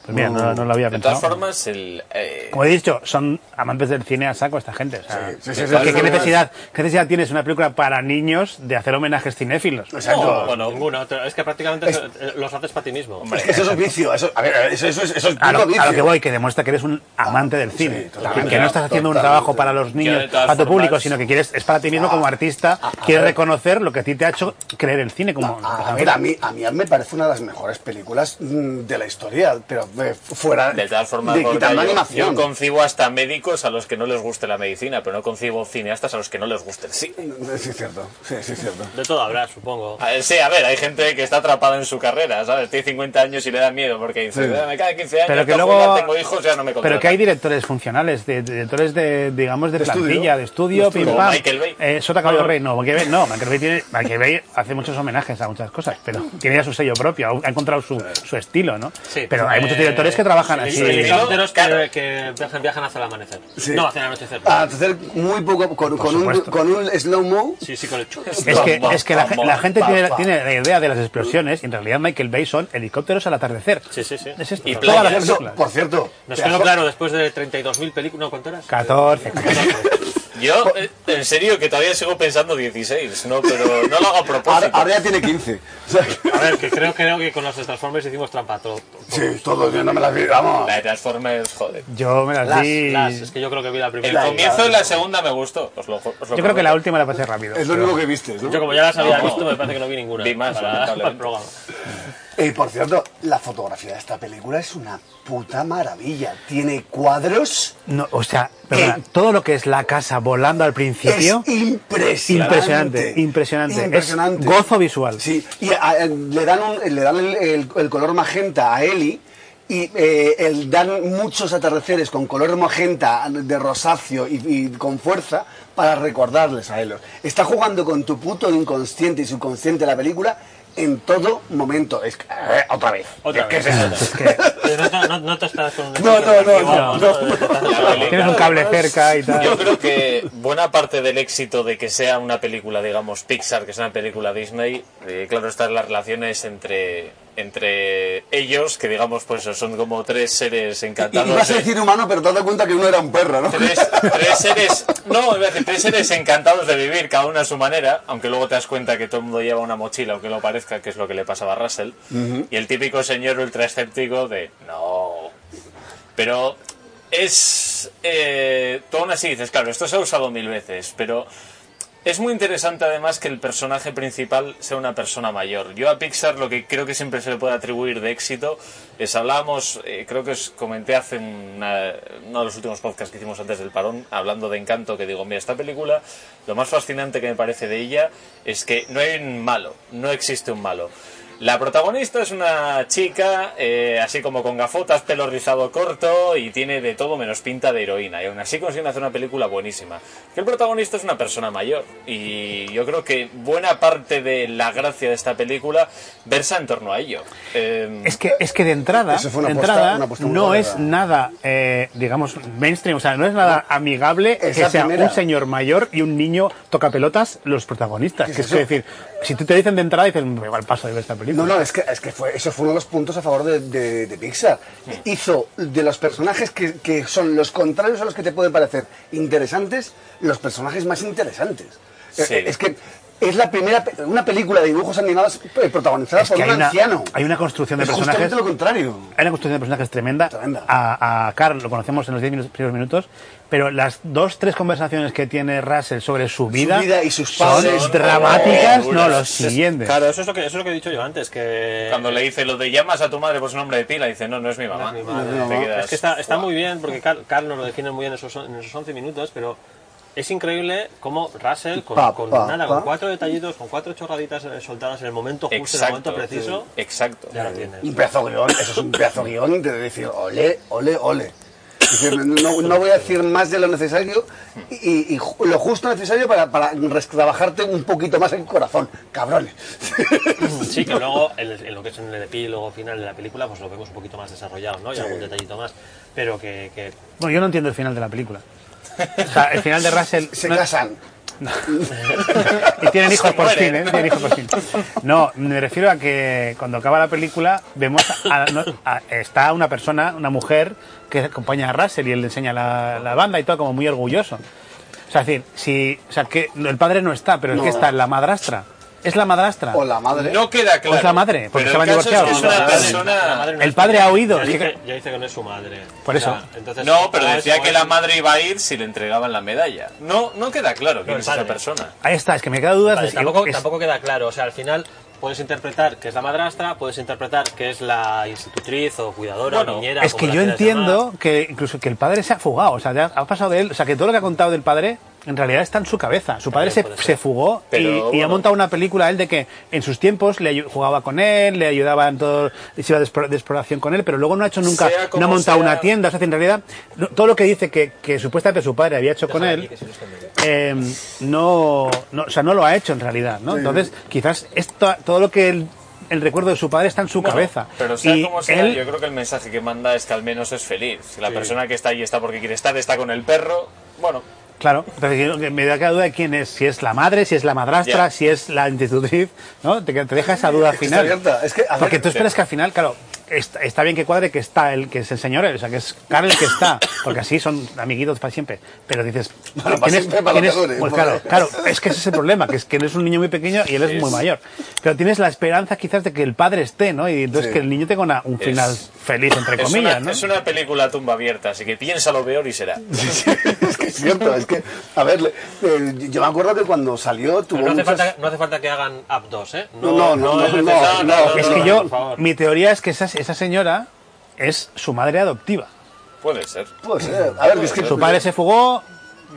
Speaker 3: Pues mira, no, no lo había
Speaker 4: De todas
Speaker 3: pensado.
Speaker 4: formas, el... eh,
Speaker 3: Como he dicho, son amantes del cine a saco esta gente. o sea,
Speaker 5: Sí, sí, sí,
Speaker 3: porque
Speaker 5: sí, sí,
Speaker 3: ¿qué,
Speaker 5: sí.
Speaker 3: necesidad, ¿Qué necesidad tienes una película para niños de hacer homenajes cinéfilos?
Speaker 5: Exacto.
Speaker 4: No, bueno,
Speaker 6: Ninguno. otro. Es que prácticamente eso- eh, los haces para ti mismo.
Speaker 5: Es que eso es vicio, eso, a ver, eso, eso, es- eso es
Speaker 3: A lo,
Speaker 5: puro vicio.
Speaker 3: a lo que voy, que demuestra que eres un amante del cine.
Speaker 5: sí, totalmente.
Speaker 3: que, que no estás haciendo un
Speaker 5: Totalmente.
Speaker 3: trabajo para los
Speaker 4: Yo, de
Speaker 3: niños,
Speaker 4: todas
Speaker 3: para tu
Speaker 4: formas-
Speaker 3: público, sino que quieres es para ti mismo como artista. Quieres reconocer lo que a ti te ha hecho
Speaker 5: Ah,
Speaker 3: creer el cine. Como,
Speaker 5: A, a ver, a mí, a mí me parece una de las mejores películas mm, de la historia, pero eh, fuera
Speaker 4: De todas formas,
Speaker 5: de
Speaker 4: Gorka,
Speaker 5: quitando
Speaker 4: yo- yo,
Speaker 5: animación.
Speaker 4: concibo hasta médicos a los que no les guste la medicina, pero no concibo cineastas a los que no les guste el cine.
Speaker 5: Sí, es cierto. Sí, sí, es cierto.
Speaker 6: De todo habrá, supongo.
Speaker 4: A ver, sí, a ver, hay gente que está atrapada en su carrera, ¿sabes? Tiene 50 años y le da miedo porque dice,
Speaker 5: Sí.
Speaker 4: "Ah, me cae 15 años,
Speaker 3: Pero que
Speaker 4: tengo
Speaker 3: luego-
Speaker 4: jubilar, tengo hijos, ya no me
Speaker 3: Pero
Speaker 4: contratan".
Speaker 3: que hay directores funcionales, de, de- directores de, digamos, de,
Speaker 5: De estudio.
Speaker 3: plantilla, de estudio,
Speaker 5: De
Speaker 3: pim
Speaker 5: estudio.
Speaker 4: Como
Speaker 3: pam.
Speaker 4: Michael Bay.
Speaker 3: Eh, Sota Caballo Rey, no, Michael Bay, no, Michael Bay, tiene, Michael Bay hace muchos homenajes a muchas cosas, pero tiene ya su sello propio, ha- ha encontrado su, su estilo, ¿no?
Speaker 6: Sí.
Speaker 3: pero hay muchos
Speaker 6: Eh,
Speaker 3: directores que trabajan
Speaker 6: heli-
Speaker 3: así.
Speaker 6: Helicópteros
Speaker 4: Claro.
Speaker 6: que, que viajan, viajan hacia el amanecer.
Speaker 5: Sí.
Speaker 6: No, hacia el anochecer.
Speaker 5: Ah, hacer muy poco, con, con un,
Speaker 3: supuesto.
Speaker 5: con un slow-mo.
Speaker 6: Sí, sí, con el chup.
Speaker 3: Es que,
Speaker 4: Pam,
Speaker 3: es que la,
Speaker 4: pam,
Speaker 3: la gente
Speaker 5: pam,
Speaker 3: tiene,
Speaker 5: pam.
Speaker 3: tiene la idea de las explosiones y en realidad Michael Bay son helicópteros al atardecer.
Speaker 6: Sí, sí, sí.
Speaker 3: Es esto.
Speaker 4: Y
Speaker 3: todas las
Speaker 5: Por
Speaker 4: playas.
Speaker 5: cierto,
Speaker 3: películas.
Speaker 5: por cierto,
Speaker 6: Nos
Speaker 5: te
Speaker 6: quedó
Speaker 5: aso-
Speaker 6: claro después de 32.000 películas. ¿No cuánto era?
Speaker 3: 14.
Speaker 4: Yo, eh, en serio, que todavía sigo pensando 16, ¿no? Pero no lo hago a
Speaker 5: ahora,
Speaker 4: propósito.
Speaker 5: ahora ya tiene 15. O
Speaker 6: (laughs)
Speaker 5: sea, que-
Speaker 6: A ver, que creo, creo que con los Transformers hicimos trampa. todo-
Speaker 5: sí, todo, yo no me las vi, vamos.
Speaker 4: La de Transformers, joder.
Speaker 3: Yo me las,
Speaker 5: Las-
Speaker 3: vi.
Speaker 6: Las, es que yo creo que vi la
Speaker 4: El
Speaker 6: primera. y-
Speaker 4: comienzo de la segunda me gustó. os lo- os lo
Speaker 3: Yo creo
Speaker 4: prometo.
Speaker 3: que la última la pasé rápido.
Speaker 5: Es lo único que viste, ¿no?
Speaker 6: Yo como ya las había
Speaker 4: No.
Speaker 6: visto, me parece que no vi ninguna.
Speaker 4: Vi más,
Speaker 6: para,
Speaker 4: lamentablemente.
Speaker 6: para el programa.
Speaker 5: Y por cierto, la fotografía de esta película es una puta maravilla. Tiene cuadros.
Speaker 3: No, o sea, perdona,
Speaker 5: Eh,
Speaker 3: todo lo que es la casa volando al principio.
Speaker 5: Es impresionante.
Speaker 3: Impresionante, impresionante. Es
Speaker 5: Impresionante.
Speaker 3: gozo visual.
Speaker 5: Sí, y a- a- le dan, un- le dan el, el- el color magenta a Eli y eh, el- dan muchos atardeceres con color magenta de rosáceo y, y con fuerza para recordarles a ellos. Está jugando con tu puto inconsciente y subconsciente la película en todo momento. Es que- eh, otra vez.
Speaker 6: Otra
Speaker 5: Es que
Speaker 6: vez.
Speaker 5: es
Speaker 6: Es
Speaker 5: eso.
Speaker 6: Pero no, te- no, no te estás con un...
Speaker 5: No, no, no, no,
Speaker 3: Tienes un cable cerca y
Speaker 4: Yo
Speaker 3: tal.
Speaker 4: creo que buena parte del éxito de que sea una película, digamos, Pixar, que sea una película Disney, eh, claro, están las relaciones entre entre ellos, que digamos, pues son como tres
Speaker 5: (laughs)
Speaker 4: seres
Speaker 5: Y, y
Speaker 4: encantados.
Speaker 5: vas a
Speaker 4: de-
Speaker 5: decir humano, pero te has dado cuenta que uno era un perro, ¿no?
Speaker 4: eh. tres, tres seres, no, iba a decir, tres seres encantados de vivir, cada uno a su manera, aunque luego te das cuenta que todo el mundo lleva una mochila, aunque lo parezca, que es lo que le pasaba a Russell. Y el típico señor ultra escéptico de, no. Pero es. Eh, tú aún así dices, claro, esto se ha usado mil veces, pero. Es muy interesante además que el personaje principal sea una persona mayor. Yo a Pixar lo que creo que siempre se le puede atribuir de éxito es hablábamos, eh, creo que os comenté hace una- uno de los últimos podcasts que hicimos antes del parón, hablando de Encanto, que digo, mira, esta película, lo más fascinante que me parece de ella es que no hay un malo, no existe un malo. La protagonista es una chica, eh, así como con gafotas, pelo rizado corto y tiene de todo menos pinta de heroína. Y aún así consiguen hacer una película buenísima. Que el protagonista es una persona mayor. Y yo creo que buena parte de la gracia de esta película versa en torno a ello. Eh,
Speaker 3: Es que, es que de entrada,
Speaker 5: Eso fue una
Speaker 3: de
Speaker 5: apuesta-
Speaker 3: entrada
Speaker 5: una apuesta muy
Speaker 3: no
Speaker 5: buena,
Speaker 3: es
Speaker 5: ¿verdad?
Speaker 3: nada, eh, digamos, mainstream, o sea, no es nada amigable
Speaker 5: Es
Speaker 3: que
Speaker 5: la
Speaker 3: sea
Speaker 5: primera.
Speaker 3: un señor mayor y un niño toca pelotas los protagonistas.
Speaker 5: ¿Qué es
Speaker 3: Que es
Speaker 5: eso?
Speaker 3: que decir, si tú te dicen de entrada, dices, "Me va el paso de ver esta película.
Speaker 5: No, no, es que, es que fue, eso fue uno de los puntos a favor de, de- de Pixar. Hizo de los personajes que, que son los contrarios a los que te pueden parecer interesantes, los personajes más interesantes.
Speaker 4: Sí.
Speaker 5: Eh, eh, Es que es la primera pe- una película de dibujos animados eh, protagonizada
Speaker 3: Es
Speaker 5: por
Speaker 3: que
Speaker 5: un
Speaker 3: hay una-
Speaker 5: anciano.
Speaker 3: hay una construcción de
Speaker 5: Es
Speaker 3: personajes-
Speaker 5: justamente lo contrario.
Speaker 3: Hay una construcción de personajes tremenda.
Speaker 5: Tremenda.
Speaker 3: A, a Carl lo conocemos en los 10 minu- primeros minutos, pero las dos, tres conversaciones que tiene Russell sobre su vida,
Speaker 5: vida y sus
Speaker 3: son
Speaker 5: padres.
Speaker 3: dramáticas,
Speaker 4: Oh,
Speaker 3: no, lo
Speaker 4: unas-
Speaker 3: siguiente.
Speaker 6: Claro, eso es, lo que, eso es lo que he dicho yo antes, que...
Speaker 4: cuando le dice lo de llamas a tu madre por su nombre de pila, dice, no, no es mi mamá.
Speaker 6: Mi madre.
Speaker 4: Te quedas,
Speaker 6: Es que está, está
Speaker 4: "Guau".
Speaker 6: muy bien, porque Car- Carlos lo define muy bien en esos, en esos 11 minutos, pero es increíble cómo Russell, con,
Speaker 5: Pa,
Speaker 6: con
Speaker 5: pa,
Speaker 6: nada,
Speaker 5: pa.
Speaker 6: con cuatro detallitos, con cuatro chorraditas eh, soltadas en el momento justo, en
Speaker 4: Exacto.
Speaker 6: el momento preciso,
Speaker 4: Exacto.
Speaker 6: ya lo tienes.
Speaker 5: Un pedazo de guión, eso es un pedazo de guión de decir, ole, ole, ole. Es decir, no, no voy a decir más de lo necesario y, y ju- lo justo necesario para, para res- trabajarte un poquito más el corazón, cabrones.
Speaker 3: (laughs)
Speaker 6: Sí, que luego en, el- en lo que es en el epílogo final de la película, pues lo vemos un poquito más desarrollado, ¿no? Y algún detallito más. Pero que, que
Speaker 3: Bueno, yo no entiendo el final de la película. O sea, el final de Russell.
Speaker 5: (laughs) Se
Speaker 3: no-
Speaker 5: casan.
Speaker 3: y tienen hijos
Speaker 4: Se
Speaker 3: por
Speaker 4: mueren.
Speaker 3: fin, ¿eh? Tienen hijos por fin. No, me refiero a que cuando acaba la película, vemos. A, no- a- está una persona, una mujer, que acompaña a Russell y él le enseña la, la banda y todo, como muy orgulloso. O sea, es decir, si, o sea, que el padre no está, pero el que
Speaker 5: No.
Speaker 3: está, la madrastra. Es la madrastra.
Speaker 5: O la madre.
Speaker 4: No queda claro.
Speaker 3: Pues la madre, porque
Speaker 4: Pero
Speaker 3: se van
Speaker 4: el caso es que
Speaker 3: divorciados.
Speaker 4: es una
Speaker 3: La
Speaker 4: persona-
Speaker 6: La madre no
Speaker 3: El
Speaker 6: es-
Speaker 3: padre ha oído,
Speaker 6: Ya
Speaker 3: es que-
Speaker 6: dice, ya dice que no es su madre.
Speaker 3: Por eso.
Speaker 6: Ya, entonces,
Speaker 4: No, pero
Speaker 6: para
Speaker 4: decía
Speaker 6: eso
Speaker 4: que
Speaker 6: es-
Speaker 4: la madre iba a ir si le entregaban la medalla. No, no queda claro quién
Speaker 6: el
Speaker 4: es esa
Speaker 6: padre.
Speaker 4: persona.
Speaker 3: Ahí está, es que me queda dudas
Speaker 6: Vale,
Speaker 3: de si-
Speaker 6: tampoco,
Speaker 3: es-
Speaker 6: tampoco queda claro. O sea, al final Puedes interpretar que es la madrastra, puedes interpretar que es la institutriz o cuidadora o niñera.
Speaker 3: es
Speaker 6: como
Speaker 3: que
Speaker 6: la
Speaker 3: yo
Speaker 6: quieras
Speaker 3: entiendo que incluso que el padre se ha fugado, o sea, ya ha pasado de él, o sea, que todo lo que ha contado del padre en realidad está en su cabeza. Su padre se,
Speaker 6: puede ser.
Speaker 3: se fugó y-
Speaker 4: Pero,
Speaker 3: y, ha
Speaker 4: bueno.
Speaker 3: montado una película él de que en sus tiempos le ayu- jugaba con él, le ayudaba en todo, se iba de, explo- de exploración con él, pero luego no ha hecho nunca,
Speaker 4: Sea como
Speaker 3: no ha montado
Speaker 4: sea-
Speaker 3: una tienda, o sea, que en realidad no- todo lo que dice que, que supuestamente su padre había hecho con él, eh, no, no, o sea, no lo ha hecho en realidad, ¿no? Entonces, quizás esto, todo lo que él- el recuerdo de su padre está en su
Speaker 4: Bueno,
Speaker 3: cabeza.
Speaker 4: Pero sea
Speaker 3: Y
Speaker 4: como sea,
Speaker 3: él-
Speaker 4: yo creo que el mensaje que manda es que al menos es feliz. La persona que está ahí está porque quiere estar, está con el perro. Bueno,
Speaker 3: Claro, pero yo- que me da cada duda de quién es, si es la madre, si es la madrastra,
Speaker 4: Ya.
Speaker 3: si es la institutriz, ¿no? Te, que te deja esa duda
Speaker 5: que está
Speaker 3: final.
Speaker 5: abierta, es que, a ver-
Speaker 3: Porque tú esperas que al final, claro, está, está bien que cuadre que está el que es el señor, o sea, que es Carl el que está, porque así son amiguitos para siempre. Pero dices,
Speaker 5: Bueno, (laughs) para siempre, para lo que dure,
Speaker 3: pues
Speaker 5: porque-
Speaker 3: claro, claro, es que ese es el problema, que es que él es un niño muy pequeño y él es, muy mayor. Pero tienes la esperanza quizás de que el padre esté, ¿no? Y entonces
Speaker 5: Sí.
Speaker 3: que el niño tenga una- un final
Speaker 4: Es-
Speaker 3: feliz, entre
Speaker 4: es
Speaker 3: comillas,
Speaker 4: una,
Speaker 3: ¿no?
Speaker 4: es una película a tumba abierta, así que piénsalo peor y será.
Speaker 5: es que es cierto, es que, a ver, le- eh, yo me acuerdo que cuando salió tuvo
Speaker 6: Pero no hace,
Speaker 5: muchas-
Speaker 6: falta, no hace falta que hagan App 2, ¿eh?
Speaker 5: No, no, no,
Speaker 6: es
Speaker 5: no,
Speaker 6: necesario,
Speaker 5: no,
Speaker 3: Es
Speaker 5: no,
Speaker 3: que
Speaker 5: no,
Speaker 3: yo,
Speaker 6: por favor.
Speaker 3: mi teoría es que esa, esa señora es su madre adoptiva.
Speaker 4: Puede ser.
Speaker 5: Puede ser. A ver, es que
Speaker 3: Su padre se fugó,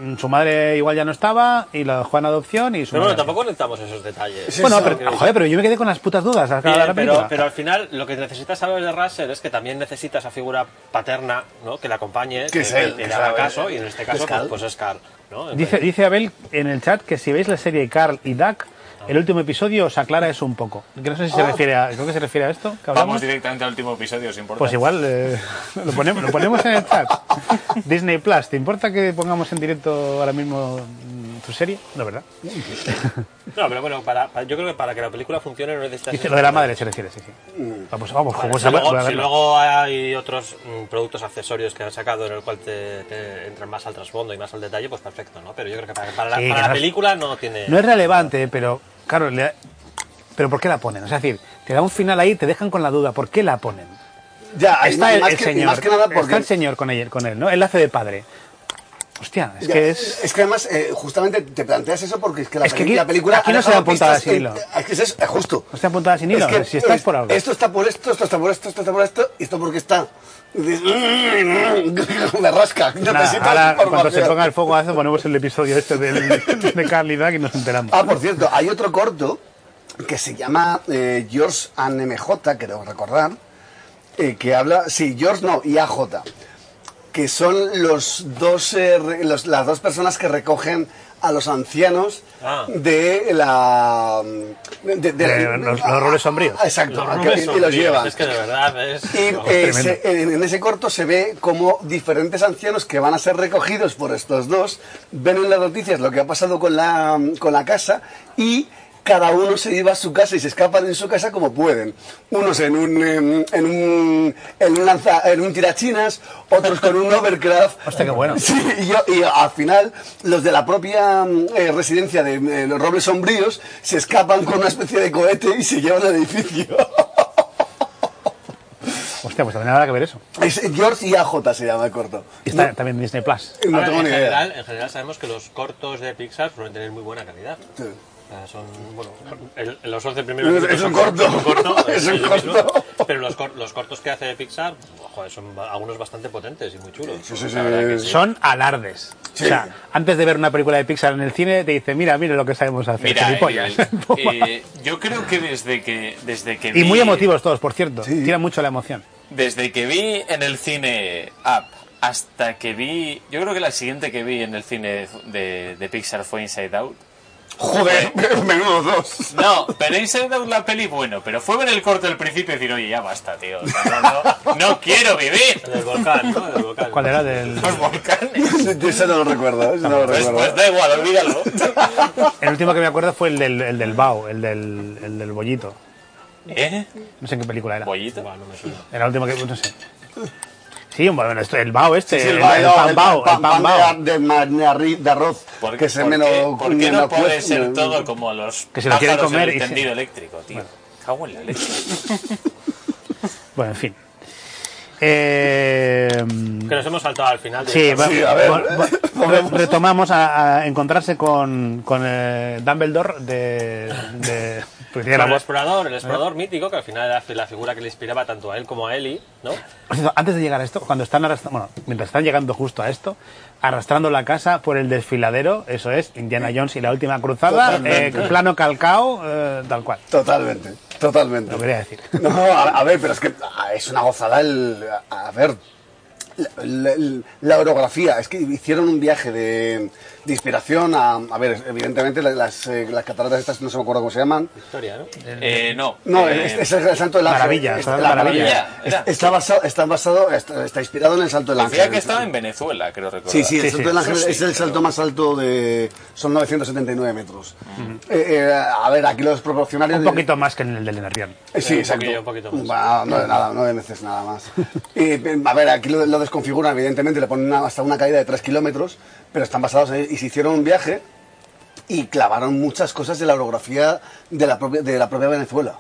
Speaker 3: mm, su madre igual ya no estaba y la dejó en adopción y su
Speaker 6: Pero
Speaker 3: madre-
Speaker 6: bueno, tampoco necesitamos esos detalles.
Speaker 3: Bueno,
Speaker 5: eso,
Speaker 3: pero, joder, pero yo me quedé con las putas dudas. al acabar
Speaker 6: Bien,
Speaker 3: la
Speaker 6: pero,
Speaker 3: película.
Speaker 6: pero al final lo que necesitas saber de Russell es que también necesitas esa figura paterna ¿no? que la acompañe, que,
Speaker 5: es
Speaker 6: que
Speaker 5: él,
Speaker 6: le
Speaker 5: que
Speaker 6: haga
Speaker 5: sabe.
Speaker 6: caso, y en este caso pues, pues es Carl. ¿no?
Speaker 3: dice, dice Abel en el chat que si veis la serie Carl y Duck, el último episodio os aclara eso un poco. Que no sé si
Speaker 6: Ah.
Speaker 3: se refiere a, creo que se refiere a esto. que
Speaker 4: Vamos
Speaker 3: hablamos.
Speaker 4: directamente al último episodio, sin importa.
Speaker 3: Pues igual eh, (laughs) lo, ponemos, lo ponemos en el chat. Disney Plus, ¿te importa que pongamos en directo ahora mismo mm, tu serie? No, ¿verdad?
Speaker 6: No, pero bueno, para, para- yo creo que para que la película funcione no necesitas...
Speaker 3: Dice,
Speaker 6: esos
Speaker 3: lo de la
Speaker 6: detalles.
Speaker 3: madre se refiere, sí, sí.
Speaker 5: Mm.
Speaker 3: Vamos, vamos,
Speaker 6: Vale,
Speaker 3: como
Speaker 6: si,
Speaker 3: se va- va
Speaker 6: luego,
Speaker 3: a
Speaker 6: si
Speaker 3: verlo.
Speaker 6: luego hay otros mm, productos accesorios que han sacado en el cual te, te entran más al trasfondo y más al detalle, pues perfecto, ¿no? Pero yo creo que para, para la,
Speaker 3: Sí,
Speaker 6: para
Speaker 3: que
Speaker 6: la
Speaker 3: no es-
Speaker 6: película no tiene...
Speaker 3: No es relevante, pero claro, le- pero ¿por qué la ponen? O sea, es decir, te da un final ahí, te dejan con la duda, ¿por qué la ponen?
Speaker 5: Ya, ahí
Speaker 3: Está
Speaker 5: más-
Speaker 3: el,
Speaker 5: más
Speaker 3: el
Speaker 5: que-
Speaker 3: señor,
Speaker 5: más que nada porque
Speaker 3: está el señor con él, con él, ¿no? Él hace de padre. Hostia, es
Speaker 5: Ya,
Speaker 3: que es
Speaker 5: que además, eh, justamente te planteas eso porque es que la,
Speaker 3: Es que
Speaker 5: peli-
Speaker 3: aquí-
Speaker 5: la película.
Speaker 3: aquí
Speaker 5: ha
Speaker 3: no se
Speaker 5: dejado
Speaker 3: dan puntadas
Speaker 5: pistas
Speaker 3: sin
Speaker 5: en-
Speaker 3: hilo.
Speaker 5: Es que es eso, es justo.
Speaker 3: no está apuntada sin hilo.
Speaker 5: es que
Speaker 3: si estás
Speaker 5: es-
Speaker 3: por algo.
Speaker 5: Esto está por esto, esto está por esto, esto está por esto, y esto porque está. (laughs) Y dices, "Mm, mm, me rasca.
Speaker 3: Nada,
Speaker 5: necesitas
Speaker 3: ahora, cuando se
Speaker 5: información".
Speaker 3: ponga el fuego, hace, ponemos el episodio este del, (laughs) de Carly Duck y nos enteramos.
Speaker 5: Ah, por cierto, hay otro corto que se llama eh, George and MJ, creo recordar, eh, que habla, sí, George no, y AJ, que son los dos, eh, re- los- las dos personas que recogen a los ancianos
Speaker 6: Ah.
Speaker 5: de la... De, de-
Speaker 3: De los- los roles sombríos.
Speaker 5: Ah, Exacto,
Speaker 6: Los
Speaker 5: que-
Speaker 6: nombres
Speaker 5: y
Speaker 6: son-
Speaker 5: los llevan.
Speaker 6: Es que de verdad es...
Speaker 5: Y eh,
Speaker 3: tremendo.
Speaker 5: se- en, en ese corto se ve como diferentes ancianos que van a ser recogidos por estos dos ven en las noticias lo que ha pasado con la, con la casa y cada uno se lleva a su casa y se escapan en su casa como pueden. Unos en un, em, en un, en un, lanza- en un tirachinas, otros con
Speaker 3: (laughs)
Speaker 5: un overcraft.
Speaker 3: Hostia, qué bueno.
Speaker 5: Sí, y, yo- y al final los de la propia mm, eh, residencia de eh, los Robles Sombríos se escapan con una especie de cohete y se llevan al edificio.
Speaker 3: Hostia, pues también habrá que ver eso.
Speaker 5: Es George y AJ se llama el corto.
Speaker 3: Y está también en Disney Plus.
Speaker 5: No,
Speaker 6: Ahora,
Speaker 5: tengo
Speaker 6: en,
Speaker 5: ni idea.
Speaker 6: general, en general sabemos que los cortos de Pixar suelen tener muy buena calidad. O sea, son, bueno, el- los 11 primeros
Speaker 5: Es-
Speaker 6: minutos
Speaker 5: es un
Speaker 6: son-
Speaker 5: corto.
Speaker 6: son (laughs) un
Speaker 5: (laughs)
Speaker 6: corto,
Speaker 5: Es un
Speaker 6: ellos mismos,
Speaker 5: corto.
Speaker 6: pero los, cor- los cortos que hace Pixar, joder, son ba- algunos bastante potentes y muy chulos.
Speaker 5: sí, sí,
Speaker 6: La verdad que sí.
Speaker 3: Son alardes.
Speaker 5: Sí.
Speaker 3: O sea, antes de ver una película de Pixar en el cine, te dice, mira, mira lo que sabemos hacer.
Speaker 4: Mira,
Speaker 3: gilipollas". (laughs)
Speaker 4: eh,
Speaker 3: Toma.
Speaker 4: eh, yo creo que desde que desde que
Speaker 3: Y muy
Speaker 4: vi-
Speaker 3: emotivos todos, por cierto. Tiran mucho la emoción.
Speaker 4: Desde que vi en el cine Up hasta que vi, yo creo que la siguiente que vi en el cine de, de Pixar fue Inside Out.
Speaker 5: Joder, (laughs) menudo dos.
Speaker 4: No, pero Inside Out la peli bueno, pero fue ver el corte al principio y decir, oye, ya basta, tío, o sea, no, no- no quiero vivir
Speaker 6: Del volcán, ¿no? Del volcán.
Speaker 3: ¿Cuál era? Del,
Speaker 4: los volcanes.
Speaker 5: Yo eso no lo recuerdo, eso no lo
Speaker 4: Pues,
Speaker 5: recuerdo.
Speaker 4: pues da igual, olvídalo.
Speaker 3: el último que me acuerdo fue el del, el del Bao, el del, el del bollito.
Speaker 4: ¿Eh?
Speaker 3: No sé en qué película era.
Speaker 4: ¿Bollito?
Speaker 6: Buah, no me suena.
Speaker 3: Era el último que... no sé. Sí, bueno, esto- el Bao este,
Speaker 5: Sí, sí,
Speaker 3: el,
Speaker 5: el
Speaker 3: el
Speaker 5: bailao,
Speaker 3: pan
Speaker 5: el
Speaker 3: Bao, el
Speaker 5: pan-
Speaker 3: pan
Speaker 5: pan de
Speaker 3: Bao.
Speaker 5: ar- de ma- de arri- de arroz,
Speaker 4: ¿Por,
Speaker 5: que se
Speaker 4: por
Speaker 5: menos...
Speaker 4: qué, por qué no
Speaker 5: menos
Speaker 4: puede
Speaker 5: cuesta.
Speaker 4: ser todo como los
Speaker 3: Que se lo quieren
Speaker 4: pájaros en
Speaker 3: comer
Speaker 4: el
Speaker 3: y se-
Speaker 4: tendido eléctrico, tío? Cago en la leche.
Speaker 3: Bueno, en fin. Eh,
Speaker 6: Que nos hemos saltado al final.
Speaker 3: Sí,
Speaker 6: directamente.
Speaker 3: va-
Speaker 5: a ver,
Speaker 3: va- va-
Speaker 5: volvemos.
Speaker 3: re- retomamos a, a encontrarse con, con eh, Dumbledore de, de, Pues tiene la
Speaker 6: Bueno, el
Speaker 3: voz.
Speaker 6: explorador, el explorador mítico, que al final era la figura que le inspiraba tanto a él como a Eli, ¿no?
Speaker 3: Por cierto, Antes de llegar a esto, cuando están arrastrando, bueno, mientras están llegando justo a esto, arrastrando la casa por el desfiladero, eso es, Indiana Jones y la última cruzada, eh,
Speaker 5: Totalmente.
Speaker 3: plano calcao, eh, tal cual.
Speaker 5: Totalmente, totalmente.
Speaker 3: Lo quería decir.
Speaker 5: No, a, a ver, pero es que ah, es una gozada el. A, a ver. La, la- la orografía, es que hicieron un viaje de, de inspiración a, a ver, evidentemente la- las, eh, las cataratas estas no se me acuerdo cómo se llaman.
Speaker 6: Historia, ¿no?
Speaker 4: Eh, no.
Speaker 5: No,
Speaker 4: Eh,
Speaker 5: es, es el Santo del Ángel.
Speaker 3: Maravilla,
Speaker 5: Es-
Speaker 3: Santo
Speaker 5: la
Speaker 3: Maravilla.
Speaker 5: maravilla.
Speaker 4: Era.
Speaker 5: Es- Está basado, está basado, está, está inspirado en el Salto del Ángel.
Speaker 4: Decía que estaba en Venezuela, creo recordar.
Speaker 5: Sí, sí, el
Speaker 3: Sí,
Speaker 5: Salto
Speaker 3: sí.
Speaker 5: del Ángel
Speaker 4: Eso sí,
Speaker 5: es el
Speaker 4: pero-
Speaker 5: salto más alto de... Son 979 metros. Eh, eh, a ver, aquí los proporcionarios...
Speaker 3: Un poquito más que en el del Nervión.
Speaker 5: Eh, Sí,
Speaker 6: Un
Speaker 5: exacto.
Speaker 6: poquillo, un poquito más.
Speaker 5: Va, no, nada, nueve veces nada más. Y, eh, a ver, aquí lo, lo desconfiguran, evidentemente, le ponen una- hasta una caída de tres kilómetros, pero están basados en... Y se hicieron un viaje y clavaron muchas cosas de la orografía de la propia, de la propia Venezuela.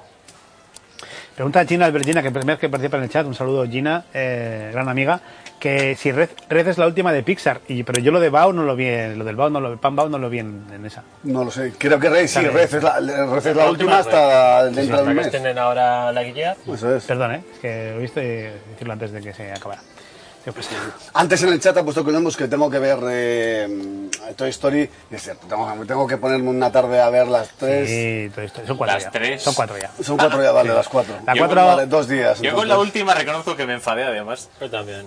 Speaker 3: Pregunta a Gina Albergina, que primera vez que participa en el chat, un saludo Gina, eh, gran amiga, que si Red, Red es la última de Pixar, y, pero yo lo de Bao no lo vi, en- lo del Bao no lo, Pan Bao no lo vi en, en esa.
Speaker 5: No lo sé, creo que Rey, sí,
Speaker 3: Claro.
Speaker 5: Rey es la, Rez es la
Speaker 6: La
Speaker 5: última
Speaker 6: última,
Speaker 5: hasta dentro de
Speaker 6: Hasta
Speaker 5: un
Speaker 6: que
Speaker 5: mes.
Speaker 6: estén ahora la guía.
Speaker 5: Eso es.
Speaker 3: Perdón, ¿eh? es que lo viste decirlo antes de que se acabara. Sí, pues,
Speaker 5: Antes en el chat ha puesto que que tengo que ver eh, Toy Story. Y es cierto, tengo, tengo que ponerme una tarde a ver las tres.
Speaker 3: sí, todo esto- son cuatro
Speaker 4: Las
Speaker 3: ya.
Speaker 4: tres.
Speaker 3: Son cuatro ya.
Speaker 5: Son cuatro ya, vale,
Speaker 3: Sí.
Speaker 5: las cuatro.
Speaker 3: La
Speaker 5: Yo
Speaker 3: cuatro-
Speaker 5: con- vale, dos días.
Speaker 4: Yo con la
Speaker 5: entonces.
Speaker 4: última reconozco que me enfadé, además. (laughs)
Speaker 6: Yo también.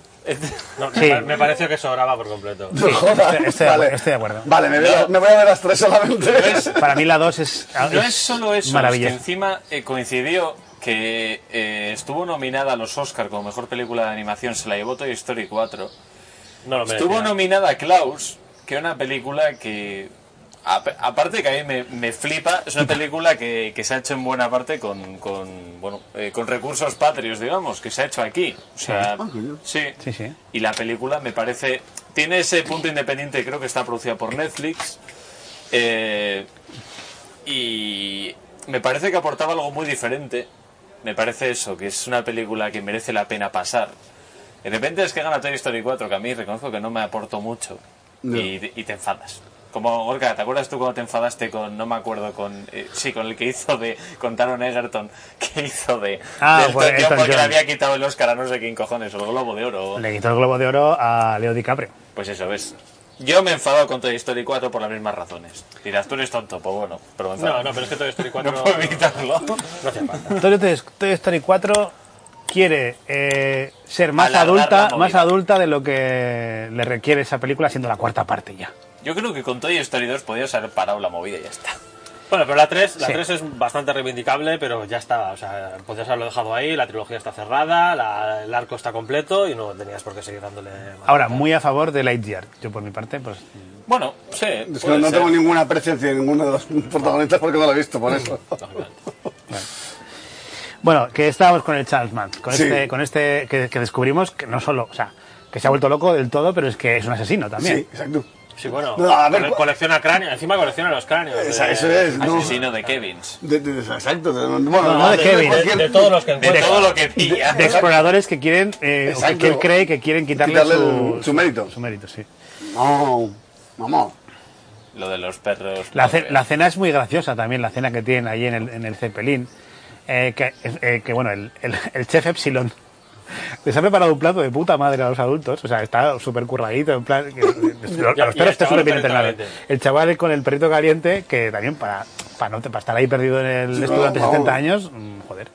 Speaker 4: No,
Speaker 6: No, me
Speaker 3: Sí.
Speaker 6: pa- me pareció que sobraba por completo.
Speaker 5: No jodas,
Speaker 3: estoy- estoy de acuerdo, estoy de acuerdo.
Speaker 5: Vale, me, veo- me voy a ver las tres solamente. (laughs)
Speaker 3: Para mí la dos es.
Speaker 4: No es solo eso, es que
Speaker 3: Maravilloso.
Speaker 4: encima eh, coincidió que eh, estuvo nominada a los Oscar como mejor película de animación, se la llevó Toy Story 4.
Speaker 6: No lo merecía.
Speaker 4: Estuvo nominada Klaus, que es una película que. a- Aparte que a mí me, me flipa,
Speaker 3: (laughs)
Speaker 4: es una película que, que se ha hecho en buena parte con, con, bueno, eh, con recursos patrios, digamos, que se ha hecho aquí. O sea, sí.
Speaker 3: Ah, Sí, sí.
Speaker 4: Y la película me parece... Tiene ese punto independiente, creo que está producida por Netflix. eh, y me parece que aportaba algo muy diferente. Me parece eso, que es una película que merece la pena pasar. De repente es que gana Toy Story 4, que a mí reconozco que no me aportó mucho. Y, y te enfadas. Como Gorka, ¿te acuerdas tú cuando te enfadaste con, no me acuerdo, con, eh, sí, con el que hizo de, con Taron Egerton, (laughs) que hizo de,
Speaker 3: Ah,
Speaker 4: del
Speaker 3: por
Speaker 4: Elton John
Speaker 3: Elton
Speaker 4: porque le
Speaker 3: John.
Speaker 4: había quitado el Oscar a no sé quién cojones, o el Globo de Oro. o-
Speaker 3: Le quitó el globo de oro a Leo DiCaprio.
Speaker 4: Pues eso, ves. Yo me he enfadado con Toy Story 4 por las mismas razones. Dirás, tú eres tonto, pues bueno, pero me enfado.
Speaker 6: No, no, pero es que
Speaker 5: (laughs)
Speaker 6: Toy Story 4
Speaker 4: No puedo evitarlo.
Speaker 6: no hacía falta.
Speaker 3: Toy, Toy- Toy Story 4 quiere eh, ser más
Speaker 4: Alargar la
Speaker 3: adulta,
Speaker 4: movida.
Speaker 3: más adulta de lo que le requiere esa película, siendo la cuarta parte ya.
Speaker 4: Yo creo que con Toy Story 2 podías haber parado la movida y ya está.
Speaker 6: Bueno, pero la 3, la
Speaker 3: Sí.
Speaker 6: 3 es bastante reivindicable, pero ya está. O sea, podías haberlo dejado ahí, la trilogía está cerrada, la- el arco está completo y no tenías por qué seguir dándole. más.
Speaker 3: Ahora, muy a favor de Lightyear. Yo por mi parte, pues
Speaker 4: Bueno, sí.
Speaker 5: Es que
Speaker 4: puede
Speaker 5: no
Speaker 4: ser.
Speaker 5: tengo ninguna presencia de ninguno de los protagonistas porque no lo he visto, por eso.
Speaker 3: Bueno, que estábamos con el Charles Mann, con
Speaker 5: Sí.
Speaker 3: este, con este que, que descubrimos que no solo, o sea, que se ha vuelto loco del todo, pero es que es un asesino
Speaker 5: Sí,
Speaker 3: también.
Speaker 5: exacto.
Speaker 6: Sí, bueno,
Speaker 5: No, a ver,
Speaker 6: cole-
Speaker 5: cu-
Speaker 6: colecciona cráneos, encima colecciona los cráneos. eh, de-
Speaker 5: Esa- eso es,
Speaker 4: Ah,
Speaker 5: no.
Speaker 4: Asesino de Kevins.
Speaker 5: De- de- de- exacto. de- bueno,
Speaker 3: No,
Speaker 5: no,
Speaker 3: de Kevin.
Speaker 5: cualquier-
Speaker 6: de todos los que
Speaker 4: De
Speaker 6: encuentra.
Speaker 4: todo lo que pilla.
Speaker 3: De exploradores que quieren, eh, o que-
Speaker 5: Exacto.
Speaker 3: que él cree que quieren quitarle,
Speaker 5: Quitarle
Speaker 3: su,
Speaker 5: el- su mérito.
Speaker 3: Su mérito, sí.
Speaker 5: No, vamos.
Speaker 4: Lo de los perros.
Speaker 3: La, ce-
Speaker 4: pobre.
Speaker 3: la cena es muy graciosa también, la cena que tienen ahí en el, en el Cepelín. eh, que, eh, que, bueno, el, el- el chef Epsilon (laughs) les ha preparado un plato de puta madre a los adultos. O sea, está súper curradito. En plan,
Speaker 5: (laughs)
Speaker 3: que-
Speaker 6: Ya,
Speaker 3: a los
Speaker 6: y el
Speaker 3: perros está súper
Speaker 6: chaval
Speaker 3: bien
Speaker 6: con el
Speaker 3: entrenado.
Speaker 6: caliente.
Speaker 3: El chaval con el perrito caliente, que también para, para, no, para estar ahí perdido en el
Speaker 5: Sí,
Speaker 3: estudio durante
Speaker 5: vamos.
Speaker 3: 70 años, mm, joder.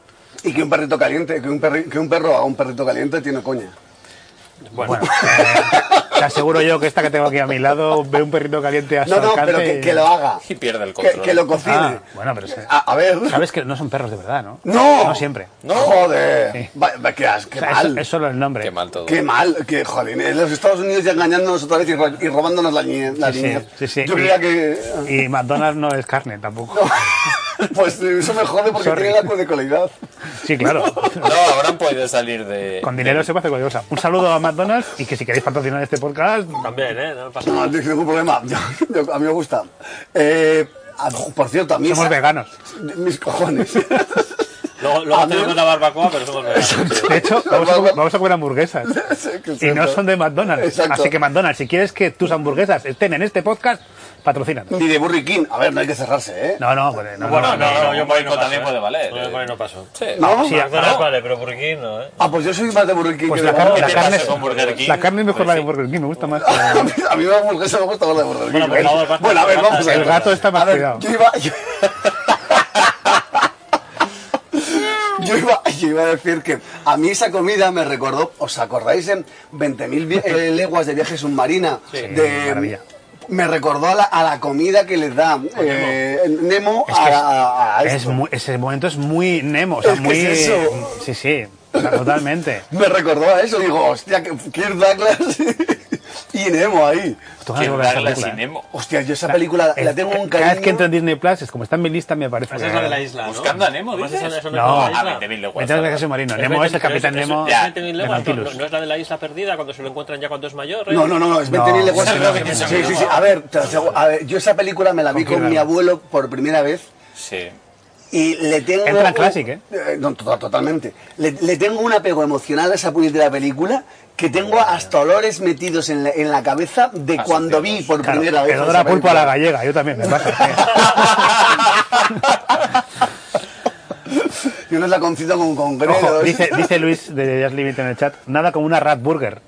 Speaker 5: Y que un perrito caliente, que un, perri- que un perro haga un perrito caliente tiene coña.
Speaker 6: Bueno,
Speaker 3: Bueno, eh, te aseguro yo que esta que tengo aquí a mi lado ve un perrito caliente a su
Speaker 5: No, no,
Speaker 3: alcance
Speaker 5: pero que,
Speaker 3: y-
Speaker 5: que
Speaker 3: (laughs)
Speaker 5: lo haga.
Speaker 4: Y pierde el
Speaker 5: Que,
Speaker 4: control.
Speaker 5: que lo cocine.
Speaker 3: Ah, bueno, pero es que-
Speaker 5: a, a ver.
Speaker 3: Sabes que no son perros de verdad, ¿no?
Speaker 5: ¡No!
Speaker 3: No siempre.
Speaker 5: ¡No! ¡Joder!
Speaker 3: Sí.
Speaker 5: Va- va- qué, as- qué
Speaker 3: O sea, es-
Speaker 5: mal.
Speaker 3: es, solo el nombre.
Speaker 4: Qué mal todo.
Speaker 5: Qué mal, que joder, en los Estados Unidos ya engañándonos otra vez y, ro- y robándonos la niñez. La
Speaker 3: Sí,
Speaker 5: niñez.
Speaker 3: sí, sí.
Speaker 5: Yo
Speaker 3: Y-
Speaker 5: creía que... eh,
Speaker 3: Y McDonald's no es carne tampoco.
Speaker 5: (laughs) Pues eso me jode porque
Speaker 3: Sorry.
Speaker 5: tiene la de calidad.
Speaker 3: Sí,
Speaker 4: (laughs)
Speaker 3: claro. (laughs)
Speaker 4: No, habrán podido salir de.
Speaker 3: Con dinero se puede hacer cualquier cosa. Un saludo a McDonald's y que si queréis patrocinar este podcast,
Speaker 6: también, ¿eh? No pasa
Speaker 5: No,
Speaker 6: nada.
Speaker 5: no tengo ningún problema. Yo- yo- a mí me gusta. Eh, a- por cierto, a mí...
Speaker 3: somos
Speaker 5: esa-
Speaker 3: veganos.
Speaker 5: Mis cojones.
Speaker 6: (laughs) Luego, luego
Speaker 5: (laughs)
Speaker 6: tenemos la barbacoa, pero somos veganos.
Speaker 3: De hecho, vamos a, vamos a comer hamburguesas. Y no son de McDonald's.
Speaker 5: Exacto.
Speaker 3: Así que McDonald's, si quieres que tus hamburguesas estén en este podcast, patrocínanos.
Speaker 5: Ni de Burry King. A ver, no hay que cerrarse, ¿eh?
Speaker 3: No, no, bueno, no, no,
Speaker 4: Bueno, no, no, yo por ahí no
Speaker 6: paso,
Speaker 4: también
Speaker 6: ¿eh?
Speaker 4: puede valer.
Speaker 6: Yo por ahí no paso.
Speaker 4: Sí.
Speaker 5: ¿No?
Speaker 3: Sí, ah,
Speaker 6: McDonald's
Speaker 3: no.
Speaker 6: vale, pero por aquí no, ¿eh?
Speaker 5: Ah, pues yo soy más de Burger King
Speaker 3: Pues
Speaker 5: que
Speaker 3: la
Speaker 5: de
Speaker 3: carne, la
Speaker 4: ¿Qué
Speaker 3: carne,
Speaker 4: pasa
Speaker 3: es,
Speaker 4: con Burger King?
Speaker 3: la carne es mejor
Speaker 4: Pues
Speaker 3: la de
Speaker 4: sí.
Speaker 3: Burger King, me gusta más.
Speaker 4: (laughs)
Speaker 5: A mí- A mí la hamburguesa me gusta más la de Burger King. ¿eh?
Speaker 3: pues
Speaker 6: Bueno, por favor, basta,
Speaker 5: Bueno, a ver,
Speaker 6: basta,
Speaker 5: vamos a
Speaker 6: basta.
Speaker 5: ver.
Speaker 3: El gato está más
Speaker 5: A ver,
Speaker 3: cuidado.
Speaker 5: Yo iba, yo... (laughs) Yo iba, yo iba a decir que a mí esa comida me recordó, ¿os acordáis en 20.000 vi- eh, leguas de viaje submarina?
Speaker 6: Sí,
Speaker 5: de,
Speaker 3: maravilla. Pues
Speaker 5: Me recordó a la, a la comida que les da eh, Nemo,
Speaker 3: Es que
Speaker 5: a,
Speaker 3: es-
Speaker 5: a- a
Speaker 3: es
Speaker 5: esto.
Speaker 3: muy- ese momento es muy Nemo, o sea,
Speaker 5: Es que
Speaker 3: muy...
Speaker 5: es eso.
Speaker 3: Sí, sí, totalmente.
Speaker 5: Me recordó a eso, digo, hostia, que Kirk Douglas (laughs) y Nemo ahí.
Speaker 3: Tú ganas de
Speaker 4: Quiero
Speaker 3: volver a esa
Speaker 4: darle
Speaker 3: película,
Speaker 4: sin
Speaker 3: ¿eh?
Speaker 4: Nemo.
Speaker 5: Hostia, yo esa película la
Speaker 3: Es-
Speaker 5: tengo un
Speaker 3: Cada vez que entro
Speaker 5: cariño.
Speaker 3: en Disney Plus, es como está en mi lista, me
Speaker 4: Pues
Speaker 3: aparece.
Speaker 6: Esa es la de la isla, ¿no?
Speaker 4: Buscando a Nemo,
Speaker 6: Además,
Speaker 4: dices.
Speaker 6: esa- esa
Speaker 3: No,
Speaker 6: no, es
Speaker 3: a
Speaker 6: la de la isla.
Speaker 4: 20.000
Speaker 3: Me tengo que
Speaker 4: leguas.
Speaker 3: ser marino. Nemo es el capitán Nemo
Speaker 6: Ya.
Speaker 3: de
Speaker 6: no,
Speaker 3: Nautilus.
Speaker 6: no es la de la isla perdida cuando se lo encuentran ya cuando es mayor. ¿eh?
Speaker 5: No, no, no, no, es 20.000
Speaker 3: No,
Speaker 5: leguas.
Speaker 3: no, no,
Speaker 5: Sí,
Speaker 4: no,
Speaker 5: sí,
Speaker 4: no.
Speaker 5: sí, sí. A ver, te lo aseguro. A ver, yo esa película me la vi
Speaker 3: Con
Speaker 5: con
Speaker 3: Kirk
Speaker 5: mi
Speaker 3: Douglas.
Speaker 5: abuelo por primera vez
Speaker 4: Sí.
Speaker 5: y le tengo.
Speaker 3: Entra en Classic, ¿eh?
Speaker 5: no, to- totalmente. Le, le tengo un apego emocional a esa puñetera película que tengo hasta olores metidos en la, en la cabeza de cuando vi por
Speaker 3: Claro,
Speaker 5: primera vez.
Speaker 3: el
Speaker 5: esa
Speaker 3: olor a pulpo
Speaker 5: película.
Speaker 3: a la gallega, yo también, me pasa.
Speaker 5: (laughs) Yo no la concido con concretos.
Speaker 3: Ojo, dice, dice Luis de Just Living en el chat, nada como una rat
Speaker 5: (laughs)
Speaker 3: burger.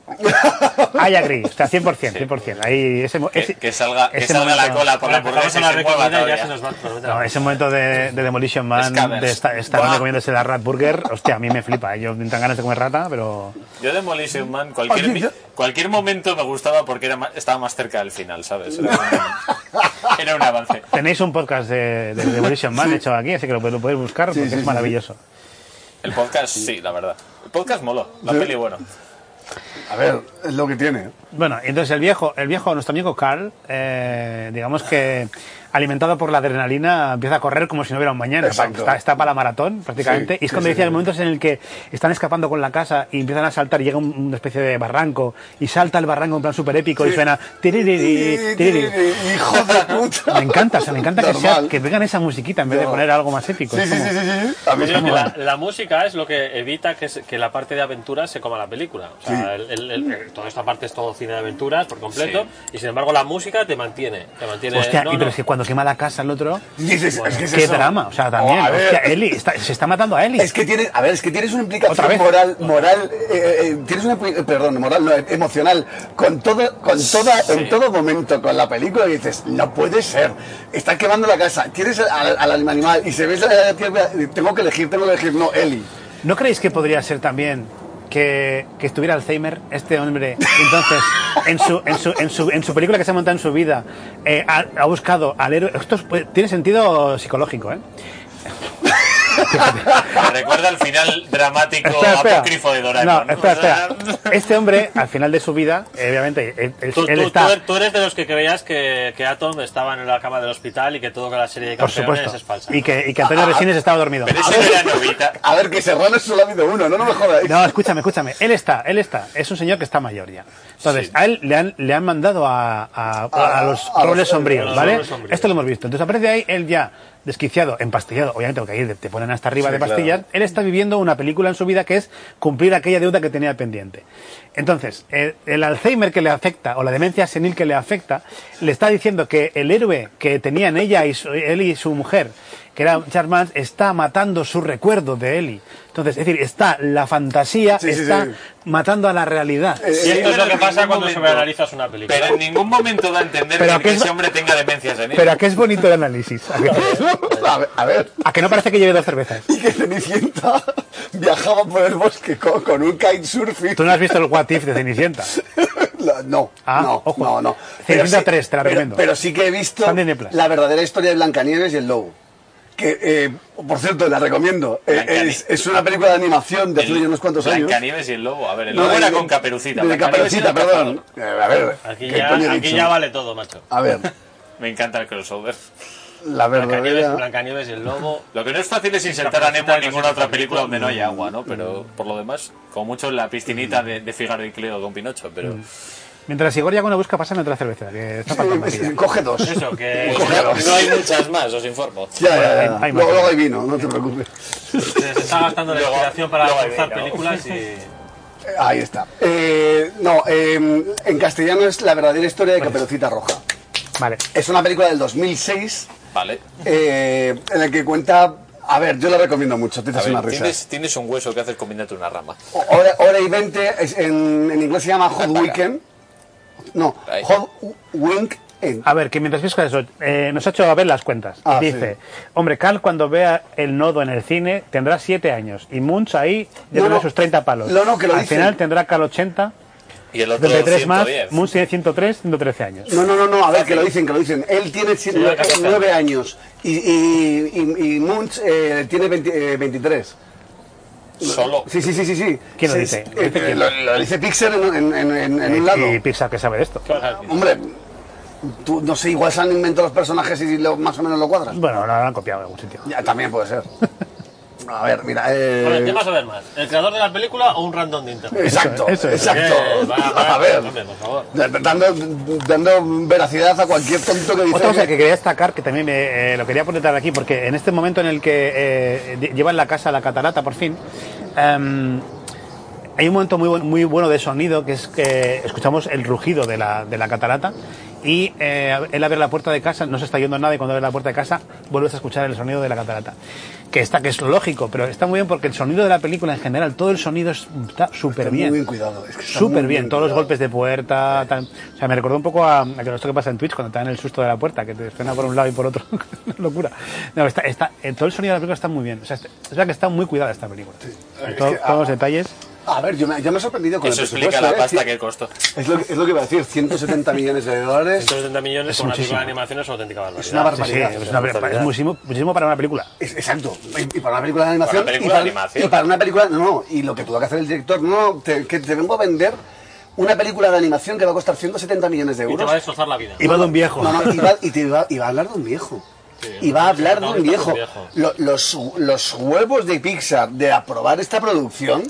Speaker 3: I agree, o sea, 100%, 100%. Ahí ese, mo-
Speaker 4: Que,
Speaker 3: ese-
Speaker 4: que salga, que
Speaker 3: ese
Speaker 4: salga la
Speaker 3: momento-
Speaker 4: cola por la
Speaker 6: Ahora empezamos
Speaker 4: hamburguesa
Speaker 6: a
Speaker 4: y
Speaker 6: la
Speaker 4: se mueva
Speaker 6: recogida y ya
Speaker 4: todavía.
Speaker 6: se nos pues va. se nos va.
Speaker 3: No, ese momento de, de Demolition Man,
Speaker 4: Scanners.
Speaker 3: de esta, estar
Speaker 4: Buah.
Speaker 3: comiéndose la rat burger, hostia, a mí me flipa. ¿eh? Yo no tengo ganas de comer rata, pero...
Speaker 4: Yo de Demolition Man, cualquier,
Speaker 5: Oye,
Speaker 4: mi-
Speaker 5: yo-
Speaker 4: cualquier momento me gustaba porque era ma- estaba más cerca del final, ¿sabes? Era
Speaker 5: (laughs)
Speaker 4: un, era un avance.
Speaker 3: Tenéis un podcast de, de Demolition Man hecho aquí, así que lo, lo podéis buscar porque
Speaker 5: sí,
Speaker 3: es
Speaker 5: sí,
Speaker 3: maravilloso.
Speaker 4: El podcast, sí, la verdad. El podcast moló, la peli bueno.
Speaker 5: A ver, es lo que tiene. ¿eh?
Speaker 3: Bueno, entonces el viejo, el viejo, nuestro amigo Carl, eh, digamos que alimentado por la adrenalina, empieza a correr como si no hubiera un mañana.
Speaker 5: Exacto.
Speaker 3: Está, está para la maratón, prácticamente.
Speaker 5: Sí,
Speaker 3: y es
Speaker 5: sí,
Speaker 3: cuando
Speaker 5: sí,
Speaker 3: decía
Speaker 5: sí.
Speaker 3: el momento en el que están escapando con la casa y empiezan a saltar, y llega un- una especie de barranco, y salta el barranco en plan súper épico y suena... tiriri, tiriri.
Speaker 5: Hijo de puta.
Speaker 3: Me encanta, o sea, me encanta que, sea,
Speaker 5: Normal.
Speaker 3: que vengan esa musiquita en vez de
Speaker 5: Normal.
Speaker 3: poner algo más épico.
Speaker 5: Sí,
Speaker 3: Es
Speaker 5: sí,
Speaker 3: como-
Speaker 5: sí, sí, sí. A mí
Speaker 6: Yo creo
Speaker 5: me
Speaker 6: que la,
Speaker 5: mola.
Speaker 6: la música es lo que evita que, se- que la parte de aventura se coma la película. O sea, el- el- el- el- toda esta parte es todo cine de aventuras por completo. Y sin embargo, la música te mantiene. Te mantiene
Speaker 3: Hostia,
Speaker 6: no,
Speaker 3: y pero
Speaker 6: no.
Speaker 3: es que cuando quema la casa el otro,
Speaker 5: Y dices, es que es
Speaker 3: qué
Speaker 5: eso.
Speaker 3: drama, o sea, también.
Speaker 5: Oh, a ver,
Speaker 3: hostia, Eli, está- se está matando a Eli.
Speaker 5: Es que tienes, a ver, es que tienes una
Speaker 3: Otra
Speaker 5: implicación
Speaker 3: vez.
Speaker 5: moral, moral, eh, eh, tienes una, impli- eh, perdón, moral, no, eh, emocional, con todo, con toda, en todo momento, con la película y dices, no puede ser, están quemando la casa, tienes al, al animal y se ve esa- la tierra, eh, tengo que elegir, tengo que elegir, no, Eli.
Speaker 3: ¿No creéis que podría ser también que, que estuviera Alzheimer este hombre? Entonces, en su, en su, en su, en su película que se ha montado en su vida, eh, ha, ha buscado al héroe. Esto es- pues, tiene sentido psicológico, ¿eh?
Speaker 4: Me recuerda el final dramático
Speaker 3: Espera, espera.
Speaker 4: apócrifo de
Speaker 3: No,
Speaker 4: Doraemon.
Speaker 3: espera, espera. Este hombre, al final de su vida, eh, obviamente, él, él-
Speaker 6: Tú,
Speaker 3: él
Speaker 6: tú-
Speaker 3: está.
Speaker 6: tú eres- tú eres de los que creías que, que Atom estaba en la cama del hospital y que todo con la serie de
Speaker 3: Por
Speaker 6: campeones
Speaker 3: supuesto.
Speaker 6: es falsa.
Speaker 3: Y que, y que Antonio Resines estaba dormido.
Speaker 4: Pero ese no era novita.
Speaker 5: A ver, que Serrano solo ha habido uno, no, no me jodas.
Speaker 3: No, escúchame, escúchame. Él está, él está. Es un señor que está mayor ya. Entonces, a él le han, le han mandado a, a- a- a los
Speaker 5: a los-
Speaker 3: robles
Speaker 6: a
Speaker 3: sombríos,
Speaker 6: los
Speaker 3: ¿vale?
Speaker 6: robles sombríos.
Speaker 3: Esto lo hemos visto. Entonces aparece ahí él ya desquiciado, empastillado, obviamente porque ahí te- te ponen hasta arriba de pastillas, él está viviendo una película en su vida que es cumplir aquella deuda que tenía pendiente. Entonces, el, el Alzheimer que le afecta, o la demencia senil que le afecta, le está diciendo que el héroe que tenían ella y su- él y su mujer, que era Charmans, está matando su recuerdo de Eli. Entonces, es decir, está la fantasía,
Speaker 5: Sí, Eh, sí,
Speaker 3: está
Speaker 5: sí.
Speaker 3: matando a la realidad.
Speaker 6: Y esto es lo
Speaker 4: Pero
Speaker 6: que
Speaker 4: en
Speaker 6: pasa
Speaker 4: ningún
Speaker 6: cuando
Speaker 4: momento-
Speaker 6: sobreanalizas una película.
Speaker 4: Pero en ningún momento da a entender
Speaker 3: Pero
Speaker 4: que,
Speaker 3: que es-
Speaker 4: ese hombre tenga demencias en él.
Speaker 3: Pero a qué es bonito el análisis. ¿A que,
Speaker 5: (laughs) A ver, a ver,
Speaker 3: a que no parece que lleve dos cervezas.
Speaker 5: y que Cenicienta (laughs) viajaba por el bosque con, con un kitesurfing.
Speaker 3: Tú no has visto el What If de Cenicienta.
Speaker 5: (laughs) La- no,
Speaker 3: Ah,
Speaker 5: no,
Speaker 3: ojo.
Speaker 5: no, no.
Speaker 3: Cenicienta 3, te la
Speaker 5: pero-
Speaker 3: recomiendo.
Speaker 5: Pero, sí que he visto
Speaker 3: Está en Disney Plus.
Speaker 5: la verdadera historia de Blancanieves y el lobo. Que, eh, por cierto, la recomiendo. Eh,
Speaker 4: Blancanie-
Speaker 5: es, es una película de animación de hace ya unos cuantos años.
Speaker 4: Blancanieves y el lobo. A ver, el
Speaker 5: No,
Speaker 4: lobo era
Speaker 5: de-
Speaker 4: con Caperucita.
Speaker 5: De
Speaker 4: Blancanieves
Speaker 5: Caperucita,
Speaker 4: era
Speaker 5: perdón.
Speaker 4: cazador.
Speaker 5: Eh, a ver,
Speaker 6: Aquí,
Speaker 5: ¿qué
Speaker 6: ya,
Speaker 5: coño he
Speaker 6: aquí
Speaker 5: dicho?
Speaker 6: ya vale todo, macho.
Speaker 5: A ver,
Speaker 4: Me encanta el crossover.
Speaker 5: la
Speaker 6: Blancanieves,
Speaker 5: verdadera...
Speaker 6: Blancanieves y
Speaker 3: (laughs)
Speaker 6: el lobo.
Speaker 4: Lo que no es fácil es insertar a Nemo en ninguna otra película
Speaker 6: Caperucita.
Speaker 4: donde no haya agua, ¿no? Pero por lo demás, como mucho en la piscinita de, de Figaro y Cleo con Pinocho, pero...
Speaker 3: Mientras Igor y una busca, pasan otra cerveza. Que está faltando aquí ya.
Speaker 5: Coge dos.
Speaker 6: Eso, que
Speaker 5: Coge
Speaker 4: (laughs) No
Speaker 5: dos.
Speaker 4: hay muchas más, os informo.
Speaker 5: Ya, ya, ya.
Speaker 3: Hay más.
Speaker 5: Luego, luego hay vino, no te preocupes.
Speaker 6: se, se está gastando la
Speaker 4: Luego-
Speaker 6: inspiración para
Speaker 4: luego ahí
Speaker 6: lanzar
Speaker 4: viene, ¿no?
Speaker 6: películas y.
Speaker 5: Ahí está. Eh, no, eh, en castellano es La verdadera historia de Caperucita Roja.
Speaker 3: Vale.
Speaker 5: Es una película del 2006
Speaker 4: Vale.
Speaker 5: eh, en la que cuenta... A ver, yo la recomiendo mucho, te
Speaker 4: A
Speaker 5: haces
Speaker 4: ver,
Speaker 5: una risa.
Speaker 4: tienes, tienes un hueso que haces comiéndote una rama.
Speaker 5: Hora, hora y 20, es- en, en inglés se llama Hot Weekend. No,
Speaker 4: Ahí.
Speaker 5: Hot Wink End.
Speaker 3: A ver, que mientras buscas eso, eh, nos ha hecho a ver las cuentas.
Speaker 5: Ah,
Speaker 3: Dice, hombre, Carl cuando vea el nodo en el cine tendrá 7 años y Munch ahí ya
Speaker 5: No,
Speaker 3: tendrá
Speaker 5: no.
Speaker 3: sus 30 palos.
Speaker 5: No, no, que lo
Speaker 3: Al
Speaker 5: dicen.
Speaker 3: final tendrá Carl 80,
Speaker 4: Y el otro
Speaker 3: 33 más,
Speaker 4: 110.
Speaker 3: Munch tiene 103, 113 años.
Speaker 5: No, no, no, no, a ver, que lo dicen, que lo dicen. Él tiene si-
Speaker 6: Sí,
Speaker 5: nue-
Speaker 6: acá está.
Speaker 5: nueve años y, y, y- y Munch eh, tiene 20, eh, 23.
Speaker 4: Solo.
Speaker 5: Sí, sí, sí, sí. sí.
Speaker 3: ¿Quién lo
Speaker 5: Sí,
Speaker 3: dice?
Speaker 5: sí,
Speaker 3: ¿Lo dice
Speaker 5: eh,
Speaker 3: quién? Eh,
Speaker 5: Lo, lo dice Pixar en, en- en- en- en un lado.
Speaker 3: Y Pixar que sabe de esto.
Speaker 5: Hombre, tú, no sé, igual se han inventado los personajes y lo- más o menos lo cuadras.
Speaker 3: Bueno, lo han copiado en algún sitio.
Speaker 5: Ya, también puede ser. A ver, mira.
Speaker 6: Bueno, ¿qué
Speaker 5: Eh,
Speaker 6: vas a ver más? ¿El creador de la película o un random de internet?
Speaker 5: exacto,
Speaker 3: Eso es, eso es.
Speaker 5: exacto.
Speaker 6: Eh, va, va,
Speaker 5: a ver.
Speaker 6: hombre, por favor.
Speaker 5: Dando, dando veracidad a cualquier tonto que dice.
Speaker 3: Otra cosa que quería destacar, que también me, eh, lo quería apuntar aquí, porque en este momento en el que eh, lle- llevan la casa a la catarata por fin, em, hay un momento muy, buen- muy bueno de sonido, que es que escuchamos el rugido de la, de la catarata y eh, él abre la puerta de casa, no se está yendo nada y cuando abre la puerta de casa vuelves a escuchar el sonido de la catarata. Que está, que es lógico, pero está muy bien porque el sonido de la película en general, todo el sonido es- está súper
Speaker 5: Está muy
Speaker 3: bien.
Speaker 5: bien cuidado, es que está muy
Speaker 3: Súper
Speaker 5: bien
Speaker 3: bien, todos los
Speaker 5: cuidado.
Speaker 3: golpes de puerta. tal. O sea, me recordó un poco a, a que esto que pasa en Twitch cuando te dan el susto de la puerta, que te suena por un lado y por otro. (laughs) Una locura. No, está, está, eh, todo el sonido de la película está muy bien. O sea, es es verdad que está muy cuidada esta película.
Speaker 5: Es
Speaker 3: Todo-
Speaker 5: que, ah,
Speaker 3: todos los detalles.
Speaker 5: A ver, yo me, yo me he sorprendido con
Speaker 4: Eso
Speaker 5: el
Speaker 4: explica
Speaker 5: presupuesto.
Speaker 4: la
Speaker 5: ¿eh?
Speaker 4: pasta
Speaker 5: Sí,
Speaker 4: que costó.
Speaker 5: es, lo, que- es lo que iba a decir, 170 millones de dólares.
Speaker 6: 170 millones
Speaker 3: Es
Speaker 6: con una
Speaker 3: muchísimo.
Speaker 6: película de animación es una auténtica barbaridad.
Speaker 5: Es una
Speaker 3: Sí, sí,
Speaker 5: barbaridad.
Speaker 3: es, una- es muchísimo, muchísimo para una película.
Speaker 5: Es- exacto. Y, y para una película de animación.
Speaker 4: Para una
Speaker 5: y,
Speaker 4: película
Speaker 5: para,
Speaker 4: de animación.
Speaker 5: y para una película. No, no. Y lo que tuvo que hacer el director, no, te, que te vengo a vender una película de animación que va a costar 170 millones de
Speaker 6: Y te va a
Speaker 5: euros.
Speaker 6: destrozar la vida.
Speaker 3: Iba de un viejo.
Speaker 5: No,
Speaker 3: (laughs)
Speaker 6: (laughs)
Speaker 5: no, y va, y te va- y va a hablar de un viejo. Y va a hablar de un viejo. Lo- Los, los huevos de Pixar de aprobar esta producción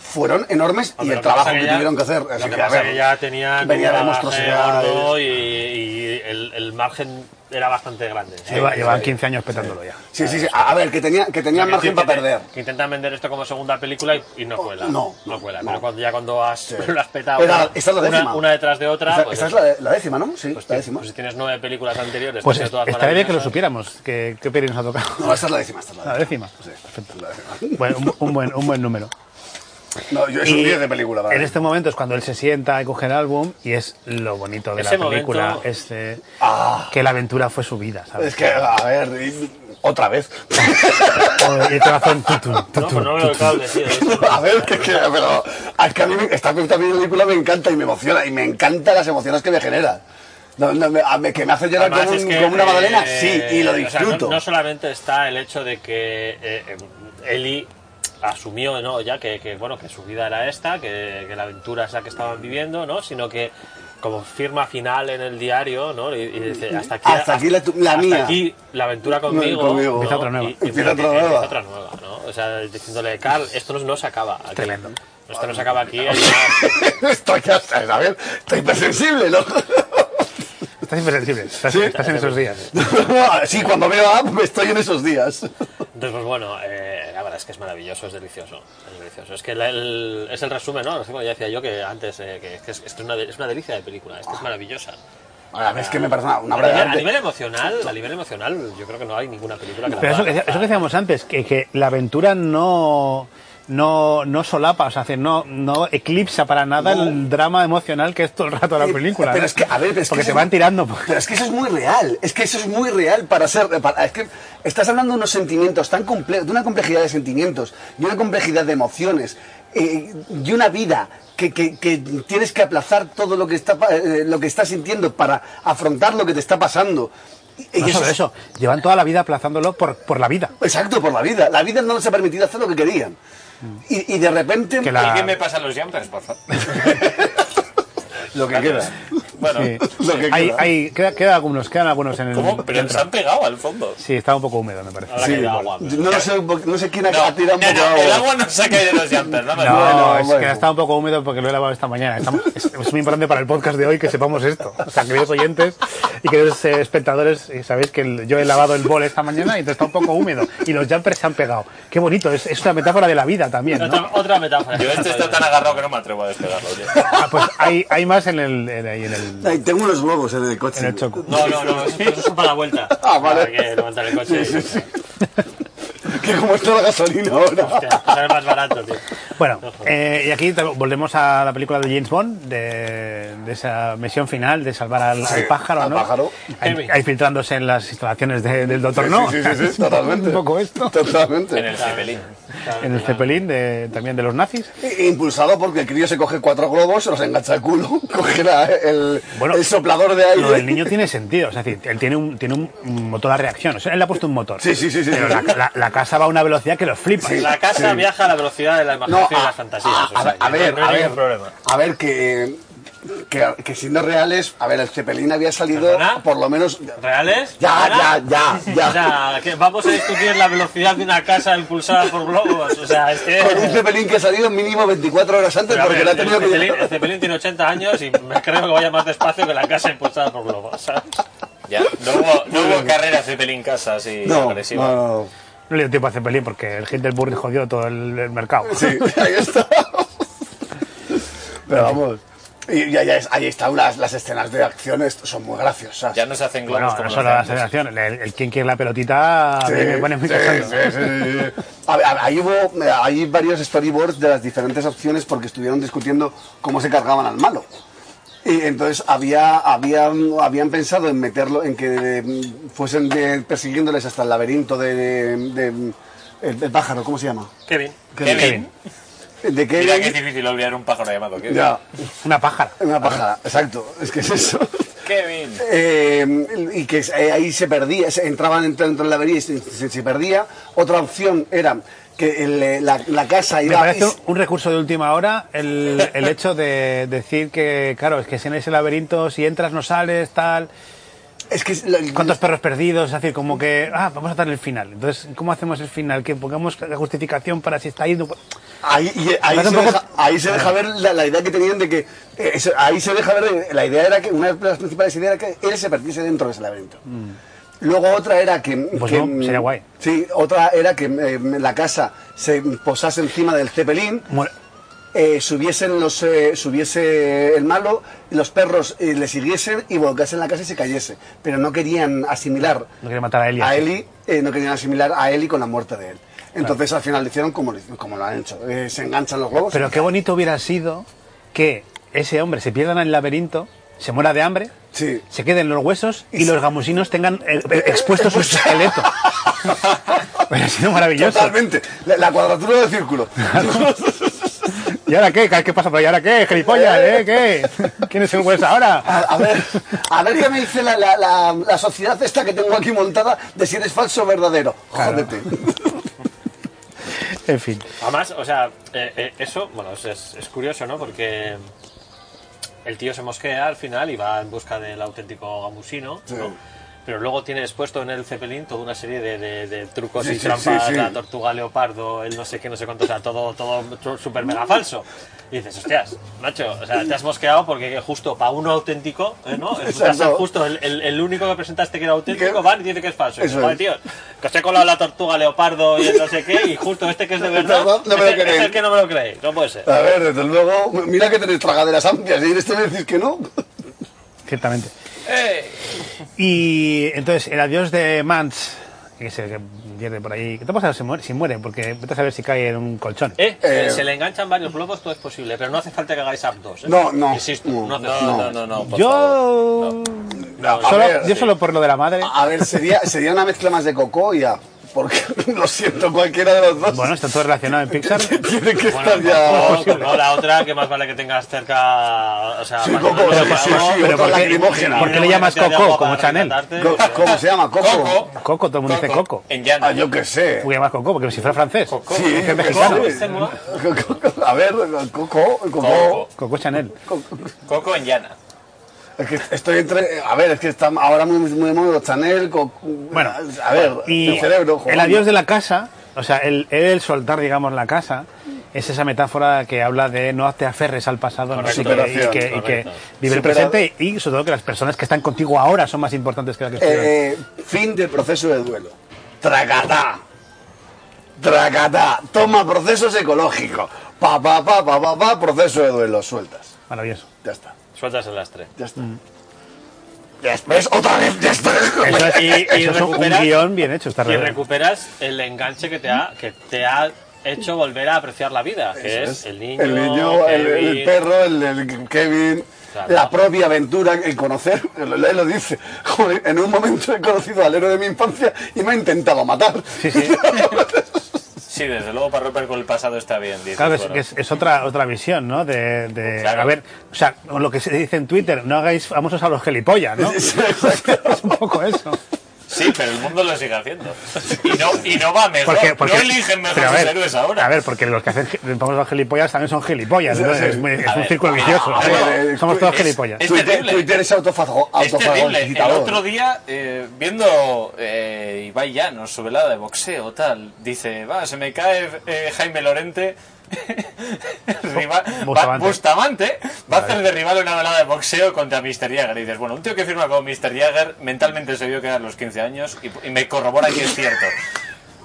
Speaker 5: fueron enormes y
Speaker 6: Hombre,
Speaker 5: el
Speaker 6: lo
Speaker 5: trabajo
Speaker 6: pasa
Speaker 5: que,
Speaker 6: ya-
Speaker 5: tuvieron que hacer.
Speaker 6: Lo
Speaker 5: Así
Speaker 6: que
Speaker 5: que, a
Speaker 6: pasa
Speaker 5: ver,
Speaker 6: que ya tenían
Speaker 5: venía
Speaker 6: un
Speaker 5: de
Speaker 6: bagaje
Speaker 5: monstruosidad.
Speaker 6: gordo y, y el, el margen era bastante grande.
Speaker 3: Lleva- llevan 15 años petándolo ya.
Speaker 5: Sí, sí, sí. A a ver, que tenía, que tenía
Speaker 6: Quiero
Speaker 5: margen
Speaker 6: decir
Speaker 5: para
Speaker 6: que te-
Speaker 5: perder.
Speaker 6: Que intentan vender esto como segunda película y, y no cuela.
Speaker 5: no,
Speaker 6: no cuela.
Speaker 5: no.
Speaker 6: Pero cuando, ya cuando has, (laughs) lo has petado
Speaker 5: Pero
Speaker 6: una,
Speaker 5: esta es la décima.
Speaker 6: una, una detrás de otra,
Speaker 5: Esta,
Speaker 6: pues,
Speaker 5: esta es la, de- la décima, ¿no? Sí,
Speaker 6: pues,
Speaker 5: la
Speaker 6: ti-
Speaker 5: décima.
Speaker 6: pues si tienes nueve películas anteriores,
Speaker 3: Pues
Speaker 6: que
Speaker 3: es-
Speaker 6: son todas
Speaker 3: estaría bien que lo
Speaker 6: maravillosas,
Speaker 3: supiéramos. ¿Qué, qué peli nos ha tocado? (laughs)
Speaker 5: No, esta es la décima. Esta es la
Speaker 3: La
Speaker 5: décima.
Speaker 3: décima.
Speaker 5: Sí,
Speaker 3: Perfecto.
Speaker 5: la décima.
Speaker 3: Bueno, un, un buen, un buen número.
Speaker 5: No, yo es un
Speaker 3: Y
Speaker 5: 10 de película. para
Speaker 3: En
Speaker 5: mí.
Speaker 3: este momento es cuando él se sienta y coge el álbum y es lo bonito de
Speaker 6: Ese
Speaker 3: la película.
Speaker 6: momento-
Speaker 3: es, eh,
Speaker 5: Ah.
Speaker 3: que la aventura fue su vida, ¿sabes?
Speaker 5: Es que, a ver, y- otra vez. (laughs)
Speaker 3: O el corazón. tu, tu, tu,
Speaker 6: No,
Speaker 3: tu,
Speaker 6: pues no me
Speaker 3: tu,
Speaker 6: lo
Speaker 3: tu.
Speaker 6: acabo
Speaker 5: (laughs)
Speaker 6: de decir.
Speaker 5: a ver, que, que- pero es que a mí me- esta, esta película me encanta y me emociona y me encantan las emociones que me genera. No, no, me- a mí- que me hace llorar
Speaker 6: Además,
Speaker 5: como, un-
Speaker 6: es que,
Speaker 5: como una magdalena,
Speaker 6: eh,
Speaker 5: sí, y lo
Speaker 6: o sea, no-
Speaker 5: disfruto.
Speaker 6: no, solamente está el hecho de que eh, eh, Eli asumió no ya que, que, bueno que su vida era esta, que, que la aventura es la que estaban viviendo, ¿no? Sino que como firma final en el diario, ¿no? Y, y dice hasta aquí,
Speaker 5: Hasta aquí la tu- la
Speaker 6: hasta
Speaker 5: mía.
Speaker 6: aquí la aventura conmigo.
Speaker 5: conmigo.
Speaker 6: ¿no?
Speaker 3: Empieza otra nueva.
Speaker 6: Y- y
Speaker 5: Empieza otra
Speaker 6: empieza
Speaker 5: nueva.
Speaker 6: otra nueva, ¿no? O sea, diciéndole, Carl, esto no, no se acaba. Aquí.
Speaker 3: Tremendo.
Speaker 6: Esto no se acaba aquí. hay
Speaker 5: (laughs)
Speaker 6: una-
Speaker 5: estoy, hasta- a ver, estoy hipersensible, ¿no? (laughs)
Speaker 3: Estás imperceptible. Estás,
Speaker 5: Sí.
Speaker 3: estás en esos días.
Speaker 5: sí, cuando veo a Up estoy en esos días.
Speaker 6: Entonces, pues bueno, eh, la verdad es que es maravilloso, es delicioso. Es delicioso. Es que la- el- es el resumen, ¿no? Como ya decía yo que antes, eh, que, que es, es una, de- es una delicia de película, es que es maravillosa.
Speaker 5: A mí es que me parece una, una
Speaker 6: a,
Speaker 5: obra de
Speaker 6: nivel, a
Speaker 5: arte.
Speaker 6: nivel emocional, a nivel emocional, yo creo que no hay ninguna película que la
Speaker 3: Pero eso,
Speaker 6: pueda
Speaker 3: que- eso que decíamos antes, que, que la aventura no. No, no solapa, o sea, que no, no eclipsa para nada el drama emocional que es todo el rato la
Speaker 5: Sí,
Speaker 3: película.
Speaker 5: Pero
Speaker 3: ¿no?
Speaker 5: es que, a ver, pero es
Speaker 3: Porque
Speaker 5: que
Speaker 3: te
Speaker 5: eso-
Speaker 3: van tirando.
Speaker 5: Pero es que eso es muy real. Es que eso es muy real para ser. para- es que estás hablando de unos sentimientos tan complejos, de una complejidad de sentimientos, y una complejidad de emociones, eh, y una vida que, que- que tienes que aplazar todo lo que está pa- eh, lo que estás sintiendo para afrontar lo que te está pasando. (laughs) Y- y
Speaker 3: No
Speaker 5: eso
Speaker 3: solo
Speaker 5: es-
Speaker 3: eso, llevan toda la vida aplazándolo por, por la vida.
Speaker 5: Exacto, por la vida. La vida no les ha permitido hacer lo que querían.
Speaker 3: Mm.
Speaker 5: Y, y de repente
Speaker 3: Que la-
Speaker 4: ¿Y qué me pasa a los jumpers, por favor?
Speaker 5: (laughs) lo que queda.
Speaker 4: (laughs) Bueno,
Speaker 3: Sí. Hay- hay- queda- queda algunos, quedan algunos en el.
Speaker 4: ¿cómo? Pero les han pegado al fondo.
Speaker 3: Sí, está un poco húmedo, me parece.
Speaker 4: Ahora que hay agua. pero-
Speaker 5: No, sé, no sé quién (laughs) ha ha tirado un
Speaker 4: No,
Speaker 5: poco
Speaker 4: no,
Speaker 5: de
Speaker 4: el
Speaker 5: agua.
Speaker 4: agua no se ha caído de los llantas, no me
Speaker 3: No,
Speaker 5: Bueno,
Speaker 3: es que
Speaker 5: bueno.
Speaker 3: está un poco húmedo porque lo he lavado esta mañana. Estamos- es, es muy importante para el podcast de hoy que sepamos esto. O sea, queridos oyentes y queridos eh, espectadores, eh, sabéis que el- yo he lavado el bol esta mañana y entonces está un poco húmedo. Y los jumpers se han pegado. Qué bonito, es, es una metáfora de la vida también. ¿no?
Speaker 5: (laughs)
Speaker 6: Otra, otra metáfora.
Speaker 4: Yo este está tan agarrado que no me atrevo a despegarlo. tío.
Speaker 3: Ah, pues hay, hay más en el, en, ahí en el,
Speaker 5: Ay, tengo unos huevos en el coche.
Speaker 3: en el choco.
Speaker 6: No, no, no, eso, eso es para la vuelta.
Speaker 5: (laughs) Ah, vale.
Speaker 6: Para que levantar el coche.
Speaker 5: Sí, sí, sí. (laughs) que como está la gasolina ahora.
Speaker 6: Hostia, pues sale más barato, tío.
Speaker 3: Bueno, eh, y aquí te- volvemos a la película de James Bond, de, de esa misión final de salvar al, al pájaro,
Speaker 5: al
Speaker 3: ¿no?
Speaker 5: pájaro.
Speaker 3: Ahí, ahí filtrándose en las instalaciones de- del doctor, ¿no?
Speaker 5: Sí, sí,
Speaker 3: (laughs)
Speaker 5: sí, sí, totalmente.
Speaker 3: Un poco esto.
Speaker 5: Totalmente.
Speaker 4: En el cepelín.
Speaker 3: En el Zeppelin, de, también de los nazis.
Speaker 5: E- Impulsado porque el crío se coge cuatro globos, se los engancha al culo, (laughs) coge la- el,
Speaker 3: Bueno,
Speaker 5: el soplador de aire.
Speaker 3: Lo del niño tiene sentido, es decir, él tiene un, tiene un motor de reacción, o sea, él le ha puesto un motor.
Speaker 5: Sí, sí, sí, sí.
Speaker 3: Pero la, la- la casa va a una velocidad que lo flipa.
Speaker 6: La casa viaja a la velocidad de la
Speaker 5: No, ah,
Speaker 6: imaginación y las fantasías.
Speaker 5: a-
Speaker 6: o sea,
Speaker 5: a, a
Speaker 6: no-
Speaker 5: ver,
Speaker 6: no hay
Speaker 5: a ver,
Speaker 6: ningún problema.
Speaker 5: a ver que, que, que siendo reales, a ver, el Zeppelin había salido
Speaker 6: ¿Perdona?
Speaker 5: por lo menos...
Speaker 6: ¿Reales?
Speaker 5: Ya,
Speaker 6: ¿Ahora?
Speaker 5: ya,
Speaker 6: (laughs)
Speaker 5: ya, ya.
Speaker 6: O sea, que vamos a discutir la velocidad de una casa impulsada por globos. O sea, es que.
Speaker 5: Con un Zeppelin que ha salido mínimo 24 horas antes
Speaker 6: Pero a
Speaker 5: porque
Speaker 6: ver,
Speaker 5: la ha tenido
Speaker 6: el,
Speaker 5: que...
Speaker 6: Zeppelin, el Zeppelin tiene 80 años y me creo que vaya más despacio que la casa impulsada por globos. ¿sabes?
Speaker 4: Ya, no hubo, no hubo carrera cepelín casa así
Speaker 5: No, no,
Speaker 4: agresiva.
Speaker 5: no,
Speaker 3: No le dio tiempo a Zeppelin porque el Hindenburg jodió todo el, el mercado.
Speaker 5: Sí, (laughs) ahí está. Pero vamos. Y, y ahí, es- ahí están las, las escenas de acciones, son muy graciosas.
Speaker 4: Ya no se hacen globos
Speaker 3: Bueno,
Speaker 4: como
Speaker 3: no
Speaker 4: los
Speaker 3: solo
Speaker 4: de
Speaker 3: la
Speaker 4: antes.
Speaker 3: aceleración, el, el quien quiere la pelotita a
Speaker 5: Sí,
Speaker 3: mí me pone muy
Speaker 5: sí,
Speaker 3: cachondo.
Speaker 5: sí, sí, sí. A ver, a- ahí hubo eh, hay varios storyboards de las diferentes opciones porque estuvieron discutiendo cómo se cargaban al malo. Y entonces había, habían, habían pensado en meterlo, en que mm, fuesen de- persiguiéndoles hasta el laberinto de, de- de- el, el pájaro, ¿cómo se llama?
Speaker 6: Kevin.
Speaker 4: Kevin,
Speaker 5: De que
Speaker 4: mira que es difícil olvidar un pájaro llamado Kevin.
Speaker 5: ya,
Speaker 3: Una pájara.
Speaker 5: una pájara, exacto, es que es eso. (laughs)
Speaker 4: Kevin.
Speaker 5: Eh, y que eh, ahí se perdía, se entraban dentro, dentro del laberinto y se, se- se perdía. Otra opción era que el, eh, la, la casa
Speaker 3: Me
Speaker 5: iba...
Speaker 3: parece un,
Speaker 5: es-
Speaker 3: un recurso de última hora el, el hecho de decir que, claro, es que si en ese laberinto, si entras no sales, tal,
Speaker 5: es que es la-
Speaker 3: cuántos perros perdidos, es decir, como que, ah, vamos a dar el final. Entonces, ¿cómo hacemos el final? Que pongamos la justificación para si está ahí. no-
Speaker 5: ahí, y- ahí
Speaker 3: Me
Speaker 5: se
Speaker 3: parece un
Speaker 5: deja, ahí se deja ver la, la idea que tenían de que... eh, eso- ahí se deja ver, eh, la idea era que una de las principales ideas era que él se perdiese dentro de ese laberinento. Luego otra era que...
Speaker 3: Mm. Pues
Speaker 5: que-
Speaker 3: no, sería guay.
Speaker 5: Sí, otra era que eh, la casa se posase encima del cepelín
Speaker 3: Bueno,
Speaker 5: eh, subiesen los eh, subiese el malo, los perros eh, le siguiesen y volcasen la casa y se cayese. Pero no querían asimilar
Speaker 3: No quería matar a Eli.
Speaker 5: a Eli, eh, no querían asimilar a Eli con la muerte de él. Entonces al final lo hicieron como, lo- como lo han hecho. Eh, se enganchan los globos.
Speaker 3: Pero qué bonito hubiera sido que ese hombre se pierda en el laberinto, se muera de hambre,
Speaker 5: Sí.
Speaker 3: se queden los huesos y
Speaker 5: Y se-
Speaker 3: los gamusinos tengan eh, eh, expuesto
Speaker 5: (laughs)
Speaker 3: su esqueleto. Hubiera sido maravilloso.
Speaker 5: Totalmente. La, la cuadratura del círculo.
Speaker 3: ¿Y ahora qué? ¿Qué pasa por ahí? ¿Y ahora qué? ¿Gilipollas? ¿Eh? ¿Qué? (laughs) ¿Quién es el hueso ahora?
Speaker 5: A, a ver, a ver qué me dice la, la- la- la sociedad esta que tengo aquí montada de si eres falso o verdadero. Jódete.
Speaker 3: En fin.
Speaker 6: Además, o sea, eh, eh, eso, bueno, es, es- es curioso, ¿no? Porque el tío se mosquea al final y va en busca del auténtico gamusino, ¿no? Pero luego tiene expuesto en el Zeppelin toda una serie de, de- de trucos
Speaker 5: Sí,
Speaker 6: y
Speaker 5: sí,
Speaker 6: trampas,
Speaker 5: sí, sí.
Speaker 6: la tortuga leopardo, el no sé qué, no sé cuánto, o sea, todo, todo tru- súper mega falso. Y dices, hostias, macho, o sea, te has mosqueado porque justo para uno auténtico, ¿eh, ¿no? En tu casa
Speaker 5: Exacto.
Speaker 6: justo el, el- el único que presentaste que era auténtico,
Speaker 5: ¿Qué?
Speaker 6: van y dice que es falso. Y dices,
Speaker 5: Eso
Speaker 6: "Joder,
Speaker 5: es.
Speaker 6: tío, que os he colado la tortuga leopardo y el no sé qué, y justo este que es de verdad.
Speaker 5: No, no me lo
Speaker 6: es, el-
Speaker 5: creéis.
Speaker 6: es el que no me lo creéis, no puede ser.
Speaker 5: A ver, desde luego, mira que tenéis tragaderas amplias y en este me decís que no.
Speaker 3: Ciertamente. Y entonces, el adiós de Mans, que es el que pierde por ahí. ¿Qué te pasa si muere? Si muere porque vete a saber si cae en un colchón.
Speaker 6: Eh,
Speaker 5: Eh.
Speaker 6: se le enganchan varios globos, todo es posible, pero no hace falta que hagáis AMP2. ¿eh?
Speaker 5: No, no,
Speaker 6: Insisto,
Speaker 5: no,
Speaker 6: no, hace
Speaker 4: No,
Speaker 6: falta.
Speaker 4: no, no, no, por favor.
Speaker 3: Yo.
Speaker 5: a
Speaker 3: Solo-
Speaker 5: ver, Ah.
Speaker 3: yo solo por lo de la madre.
Speaker 5: a ver, sería, sería una mezcla más de coco y ya. Porque (laughs) lo siento, cualquiera de los dos
Speaker 3: Bueno, está todo relacionado en
Speaker 5: (laughs)
Speaker 3: Pixar.
Speaker 5: tiene que
Speaker 6: Bueno,
Speaker 5: estar ya.
Speaker 6: no, no, la otra que más vale que tengas cerca. O sea,
Speaker 5: Sí,
Speaker 6: más
Speaker 5: Coco,
Speaker 6: o menos,
Speaker 5: sí, sí,
Speaker 6: ¿no?
Speaker 5: sí,
Speaker 6: Pero
Speaker 5: otra
Speaker 6: porque-
Speaker 5: lacrimógena.
Speaker 3: ¿Por qué le llamas
Speaker 6: una cantidad
Speaker 3: Coco,
Speaker 6: de agua
Speaker 3: como
Speaker 6: para
Speaker 3: Chanel?
Speaker 6: rescatarte,
Speaker 5: Co-
Speaker 6: pues,
Speaker 5: ¿Cómo se llama? ¿Coco?
Speaker 3: Coco, todo el mundo dice Coco.
Speaker 4: En llano.
Speaker 5: Ah, yo qué sé.
Speaker 3: Porque llamas Coco, porque si fuera francés.
Speaker 5: Sí,
Speaker 3: Es que
Speaker 5: yo
Speaker 3: es
Speaker 5: qué
Speaker 3: mexicano.
Speaker 5: sé. Coco, A ver, coco, coco.
Speaker 4: Coco.
Speaker 3: Coco Chanel.
Speaker 4: Coco en llana.
Speaker 5: Es que estoy entre. A ver, es que están ahora muy, muy de moda los Chanel. Con, bueno, a ver,
Speaker 3: y
Speaker 5: el cerebro. jugando.
Speaker 3: el adiós de la casa, o sea, el, el soltar, digamos, la casa, es esa metáfora que habla de no te aferres al pasado, no sé qué,
Speaker 5: Superación,
Speaker 3: y, que, y que
Speaker 5: correcto.
Speaker 3: vive el
Speaker 5: Supera-
Speaker 3: presente y sobre todo que las personas que están contigo ahora son más importantes que las que estuvieron.
Speaker 5: Eh, eh, fin del proceso de duelo. Tracatá. Tracatá. Toma procesos ecológicos. Pa, pa, pa, pa, pa, pa, proceso de duelo. Sueltas.
Speaker 3: Maravilloso.
Speaker 5: Ya está.
Speaker 6: Sueltas el lastre.
Speaker 5: Ya está. Después, otra vez, ya está.
Speaker 3: Eso es,
Speaker 6: Y- y
Speaker 3: eso es un
Speaker 6: recuperas-
Speaker 3: guión bien hecho, está
Speaker 6: Y
Speaker 3: re-
Speaker 6: recuperas el enganche que te ha, que te ha hecho volver a apreciar la vida,
Speaker 5: (laughs)
Speaker 6: que es, el niño,
Speaker 5: El niño, el, el
Speaker 6: Kevin.
Speaker 5: perro, el, el Kevin,
Speaker 6: Claro.
Speaker 5: la propia aventura, el conocer, él él lo dice. "Joder, en un momento he conocido al héroe de mi infancia y me ha intentado matar. (laughs)
Speaker 4: Sí, desde luego para romper con el pasado está bien. dices,
Speaker 3: Claro, que es,
Speaker 4: bueno.
Speaker 3: que es- es otra otra visión, ¿no? De, de-
Speaker 4: Claro.
Speaker 3: a ver, o sea, lo que se dice en Twitter, no hagáis famosos a los gilipollas,
Speaker 5: (laughs)
Speaker 3: ¿no? es un poco eso.
Speaker 4: Sí, pero el mundo lo sigue haciendo. Y no, y no va mejor.
Speaker 3: Porque, porque,
Speaker 4: no eligen mejor
Speaker 3: pero a
Speaker 4: sus
Speaker 3: ver,
Speaker 4: héroes ahora.
Speaker 3: A ver, porque los que hacen gi- famosos a los gilipollas también son gilipollas, entonces es, muy- es
Speaker 4: A
Speaker 3: un
Speaker 4: ver,
Speaker 3: círculo
Speaker 4: ah,
Speaker 3: vicioso.
Speaker 4: ah,
Speaker 5: bueno,
Speaker 3: Somos
Speaker 5: es-
Speaker 3: todos gilipollas.
Speaker 4: Es
Speaker 5: Twitter,
Speaker 4: terrible.
Speaker 5: Twitter es autofago,
Speaker 4: Es terrible. El
Speaker 5: autofagocitador.
Speaker 4: otro día, eh, viendo eh, Ibai Llanos, su velada de boxeo, tal, dice, va, se me cae eh, Jaime Lorente. (laughs) rival- va-
Speaker 3: Bustamante.
Speaker 4: Bustamante va a hacer de rival una velada de boxeo contra Mr. Jagger. Y dices, bueno, un tío que firma con Mr. Jagger mentalmente se vio quedar a los 15 años y, y me corrobora que
Speaker 3: (laughs)
Speaker 4: es cierto.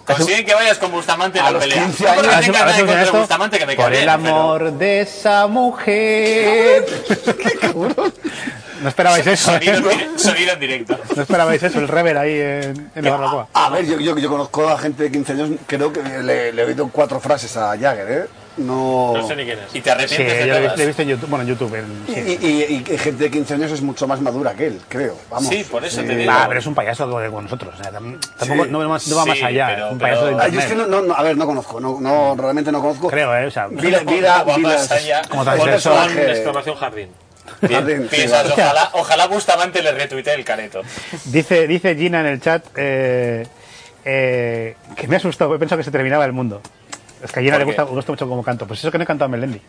Speaker 4: Consiguen que vayas con Bustamante a
Speaker 5: A
Speaker 4: la
Speaker 5: los
Speaker 4: pelea.
Speaker 5: 15
Speaker 4: No porque
Speaker 5: años-
Speaker 3: Ahora sí-
Speaker 4: tenga
Speaker 3: ahora
Speaker 4: nada
Speaker 3: sí funciona
Speaker 4: en contra de
Speaker 3: esto.
Speaker 4: Bustamante, que me cae
Speaker 3: Por el
Speaker 4: bien, pero-
Speaker 3: amor de esa
Speaker 5: (laughs)
Speaker 3: mujer. No esperabais eso,
Speaker 4: Sonido,
Speaker 3: ¿eh? (laughs)
Speaker 4: en dire- sonido en directo.
Speaker 3: No esperabais eso, el rever ahí en, en la barbacoa.
Speaker 5: A ver, yo, yo, yo conozco a gente de 15 años, creo que le, le he oído cuatro frases a Jagger, ¿eh? No.
Speaker 6: No sé ni quién es.
Speaker 5: Eh,
Speaker 4: Y te
Speaker 3: Sí, yo
Speaker 4: arrepientes
Speaker 3: lo he
Speaker 4: de todas.
Speaker 3: visto- lo he visto en YouTube. Bueno, en YouTube. en-
Speaker 5: Y,
Speaker 3: sí.
Speaker 5: y- y- y gente de 15 años es mucho más madura que él, creo. Vamos.
Speaker 4: Sí, por eso te digo.
Speaker 3: Nah, pero es un payaso como de- como nosotros. o sea, tam- tampoco,
Speaker 5: Sí.
Speaker 3: no, no va no va
Speaker 4: Sí,
Speaker 3: más allá.
Speaker 4: pero-
Speaker 3: es un payaso de
Speaker 4: pero-
Speaker 5: Ah, yo es que
Speaker 3: internet.
Speaker 5: no, no- no, a ver, no conozco, no, no realmente no conozco.
Speaker 3: Mm. Creo, ¿eh? O sea,
Speaker 5: Vila,
Speaker 4: Un poco
Speaker 5: vila,
Speaker 4: más
Speaker 5: vilas-
Speaker 4: allá.
Speaker 3: Como tal,
Speaker 5: un
Speaker 3: ser son-
Speaker 6: Con
Speaker 5: personaje-
Speaker 6: exclamación jardín.
Speaker 5: Jardín, sí,
Speaker 4: Piensas,
Speaker 5: vale.
Speaker 4: ojalá, ojalá Bustamante le retuitee el careto.
Speaker 3: Dice, dice Gina en el chat eh, eh, que me asustó, he pensado que se terminaba el mundo. Es que a Gina
Speaker 4: ¿Por
Speaker 3: le
Speaker 4: qué?
Speaker 3: gusta, gusta mucho como canto. Pues eso que no he cantado a Melendi.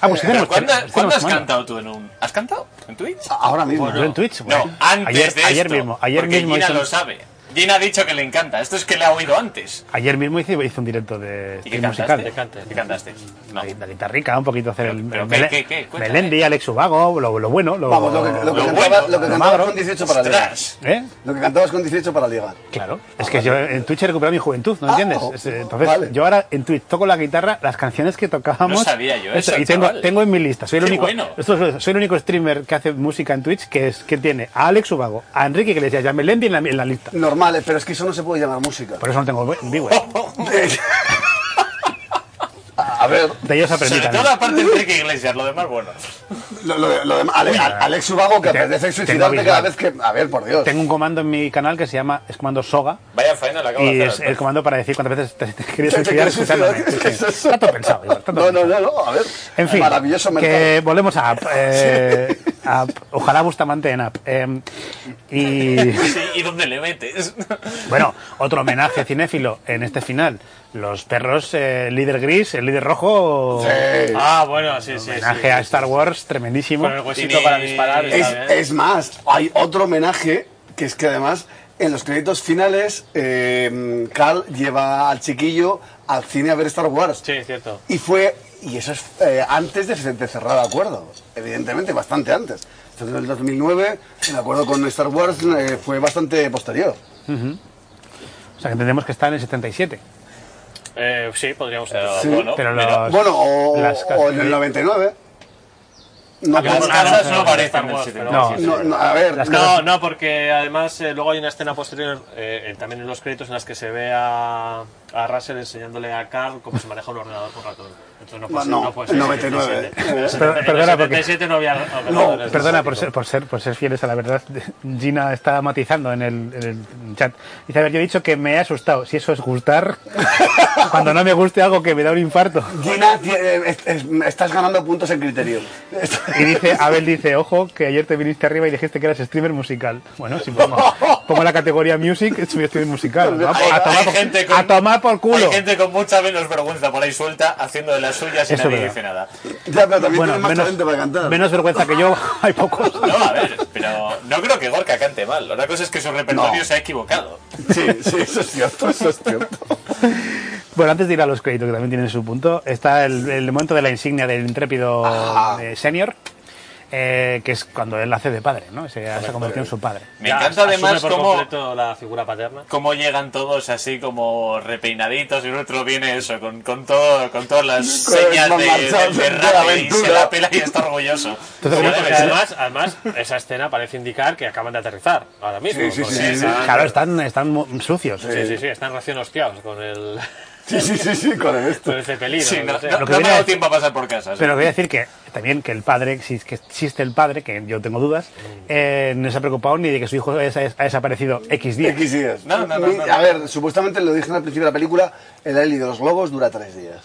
Speaker 3: Ah, pues sí tenemos-
Speaker 4: Eh, ¿Cuándo,
Speaker 3: tenemos
Speaker 4: cuándo has
Speaker 3: semana.
Speaker 4: cantado tú en un. ¿Has cantado? ¿En Twitch?
Speaker 5: Ahora mismo.
Speaker 3: Yo en Twitch.
Speaker 4: No,
Speaker 3: bueno,
Speaker 4: antes
Speaker 3: ayer,
Speaker 4: de esto,
Speaker 3: ayer mismo. Ayer
Speaker 4: porque
Speaker 3: mismo,
Speaker 4: Gina
Speaker 3: hizo,
Speaker 4: lo sabe. Gina ha dicho que le encanta. Esto es que le ha oído antes.
Speaker 3: ayer mismo hice- hizo un directo de
Speaker 4: ¿Y
Speaker 3: de
Speaker 4: qué
Speaker 3: musical.
Speaker 4: cantaste?
Speaker 6: De cante.
Speaker 4: ¿Qué cantaste? No.
Speaker 3: La, la guitarrica, un poquito hacer el,
Speaker 4: pero
Speaker 3: el
Speaker 4: ¿qué-
Speaker 3: Mele-
Speaker 4: qué- qué? Cuéntame.
Speaker 3: Melendi, Alex Ubago, lo, lo bueno. Lo,
Speaker 5: Vamos, lo que, lo que
Speaker 4: Lo
Speaker 5: cantabas,
Speaker 4: bueno.
Speaker 5: lo que
Speaker 4: Lo
Speaker 5: cantabas
Speaker 3: magro.
Speaker 5: con 18 para ligar.
Speaker 4: Ostras.
Speaker 3: ¿Eh?
Speaker 5: Lo que cantabas con 18 para ligar.
Speaker 3: Claro, es que yo en Twitch he recuperado mi juventud, ¿no
Speaker 5: Ah,
Speaker 3: entiendes?
Speaker 5: oh,
Speaker 3: Es, eh, Entonces,
Speaker 5: vale.
Speaker 3: yo ahora en Twitch toco la guitarra, las canciones que tocábamos.
Speaker 4: No sabía yo eso,
Speaker 3: y tengo,
Speaker 4: chaval.
Speaker 3: tengo en mi lista. Soy el,
Speaker 4: Qué
Speaker 3: único,
Speaker 4: bueno.
Speaker 3: esto es- soy el único streamer que hace música en Twitch que, es, que tiene a Alex Ubago, a Enrique Iglesias y a Melendi en la, en la lista.
Speaker 5: Normales, eh, pero es que eso no se puede llamar
Speaker 3: (laughs)
Speaker 5: música. (laughs)
Speaker 3: Por eso no tengo ¿eh? viewers.
Speaker 5: A ver,
Speaker 3: De ellos aprendí
Speaker 4: Sobre todo
Speaker 3: también.
Speaker 4: la parte de Enrique Iglesias, lo demás, bueno.
Speaker 5: lo, lo- lo demás- Ale- a- Alex Ubago que
Speaker 3: Te-
Speaker 5: apetece
Speaker 3: tengo
Speaker 5: suicidarte cada
Speaker 3: visual.
Speaker 5: vez que. A ver, por Dios.
Speaker 3: Tengo un comando en mi canal que se llama, es comando Soga.
Speaker 4: Vaya faena la acabo
Speaker 3: Y
Speaker 4: de
Speaker 3: es
Speaker 4: hacer.
Speaker 3: el comando para decir cuántas veces te, te querías
Speaker 5: Te- te
Speaker 3: suicidar
Speaker 5: quieres
Speaker 3: escuchándome.
Speaker 5: suicidar,
Speaker 3: Sí,
Speaker 5: ¿qué
Speaker 3: sí.
Speaker 5: (laughs) es eso?
Speaker 3: Tanto pensado, Ibar, tanto
Speaker 5: No, no,
Speaker 3: pensado.
Speaker 5: no, no, a ver.
Speaker 3: En fin,
Speaker 5: Maravilloso
Speaker 3: que
Speaker 5: mercado.
Speaker 3: volvemos a
Speaker 6: (laughs)
Speaker 3: App. eh, App. Ojalá Bustamante en App. eh, y
Speaker 4: Sí, ¿Y dónde le metes?
Speaker 3: bueno, otro homenaje cinéfilo en este final. Los perros, eh, el líder gris, el líder rojo.
Speaker 5: Eh,
Speaker 6: Ah, bueno, sí, sí. sí.
Speaker 3: Homenaje a Star Wars, tremendísimo.
Speaker 6: Con el huesito para disparar.
Speaker 5: es,
Speaker 6: está bien.
Speaker 5: es más, hay otro homenaje que es que además en los créditos finales eh, Carl lleva al chiquillo al cine a ver Star Wars.
Speaker 6: Sí, es cierto.
Speaker 5: Y fue, y eso es eh, antes de, de cerrar el acuerdo, evidentemente, bastante antes. Esto es del 2009, el acuerdo con Star Wars eh, fue bastante posterior.
Speaker 3: O sea, que entendemos que está en el 77.
Speaker 6: Eh, sí, podríamos
Speaker 4: Pero
Speaker 6: hacerlo.
Speaker 4: bueno,
Speaker 3: pero
Speaker 4: mira,
Speaker 3: los-
Speaker 5: Bueno, o,
Speaker 3: las
Speaker 5: o en el 99. No,
Speaker 4: las
Speaker 5: no,
Speaker 4: casas
Speaker 6: no,
Speaker 4: no
Speaker 6: no,
Speaker 4: parecen
Speaker 6: no,
Speaker 4: del
Speaker 6: no,
Speaker 4: 77.
Speaker 5: no, no, a ver,
Speaker 3: Las
Speaker 5: no,
Speaker 6: No, no, porque además eh, luego hay una escena posterior, eh, en- también en los créditos, en las que se ve a, a Russell enseñándole a Carl cómo se maneja un ordenador con ratón. Entonces no puede ser.
Speaker 5: No,
Speaker 6: No, puede ser
Speaker 5: el 99,
Speaker 6: 77. En el
Speaker 3: Pero-
Speaker 6: 77,
Speaker 3: perdona,
Speaker 6: en el
Speaker 3: porque-
Speaker 6: 77 no había ordenadores.
Speaker 3: Perdona por ser, por, ser, por ser fieles a la verdad. Gina está matizando en el, en el chat. Dice, a ver, yo he dicho que me he asustado. Si eso es gustar, (laughs) cuando no me guste algo que me da un infarto.
Speaker 5: Gina, ti- eh, es- es- estás ganando puntos en criterio.
Speaker 3: Y dice, Abel dice, ojo, que ayer te viniste arriba y dijiste que eras streamer musical. Bueno, si podemos, Pongo la categoría music, sugestión musical. ¿no?
Speaker 4: Hay-
Speaker 3: A, tomar
Speaker 4: hay
Speaker 3: por,
Speaker 4: gente con-
Speaker 3: a tomar por culo.
Speaker 4: Hay gente con mucha menos vergüenza por ahí suelta haciendo de las suyas y
Speaker 3: Eso
Speaker 4: nadie
Speaker 3: es
Speaker 4: dice nada.
Speaker 5: (laughs) Ya, pero también
Speaker 3: Bueno,
Speaker 5: tienes más
Speaker 3: menos,
Speaker 5: talento para cantar.
Speaker 3: menos vergüenza que yo, (laughs) hay pocos.
Speaker 4: No, a ver, pero no creo que Gorka cante mal. Otra cosa es que su repertorio
Speaker 5: No.
Speaker 4: se ha equivocado.
Speaker 5: Sí, sí, eso es cierto, eso es
Speaker 3: (laughs)
Speaker 5: cierto.
Speaker 3: Bueno, antes de ir a los créditos, que también tienen su punto, está el, el momento de la insignia del intrépido
Speaker 5: Ah.
Speaker 3: eh, senior, eh, que es cuando él hace de padre, ¿no? Se, se ha convertido en su padre.
Speaker 4: Me
Speaker 6: Ya
Speaker 4: encanta
Speaker 6: asume
Speaker 4: además
Speaker 6: por
Speaker 4: cómo,
Speaker 6: completo la figura paterna.
Speaker 4: cómo llegan todos así como repeinaditos y el otro viene eso, con, con, todo, con todas las
Speaker 5: Con el
Speaker 4: señas de,
Speaker 5: mamarracho
Speaker 4: del
Speaker 5: de
Speaker 4: derrape y
Speaker 5: aventura.
Speaker 4: se la pela y está orgulloso. Como
Speaker 6: Porque
Speaker 4: debe ser.
Speaker 6: además, además, esa escena parece indicar que acaban de aterrizar ahora mismo.
Speaker 5: Sí, sí,
Speaker 6: porque-
Speaker 5: sí, sí.
Speaker 3: Claro, están, están mu- sucios.
Speaker 6: sí, sí, sí, están recién hostiados con el, (laughs)
Speaker 5: Sí, sí, sí, sí, con esto.
Speaker 6: con el cepelín.
Speaker 4: Sí,
Speaker 6: o
Speaker 4: no,
Speaker 6: lo que sea.
Speaker 4: no-
Speaker 3: Lo que
Speaker 4: no me
Speaker 3: viene
Speaker 4: ha dado
Speaker 3: es-
Speaker 4: tiempo a pasar por casa. sí.
Speaker 3: Pero voy a decir que también que el padre, si es que existe el padre, que yo tengo dudas, eh, no se ha preocupado ni de que su hijo es- es- ha desaparecido X días.
Speaker 5: X días.
Speaker 4: No, no, no,
Speaker 5: Mi-
Speaker 4: no, no.
Speaker 5: A ver, supuestamente lo dije al principio de la película, el Eli de los Globos dura tres días.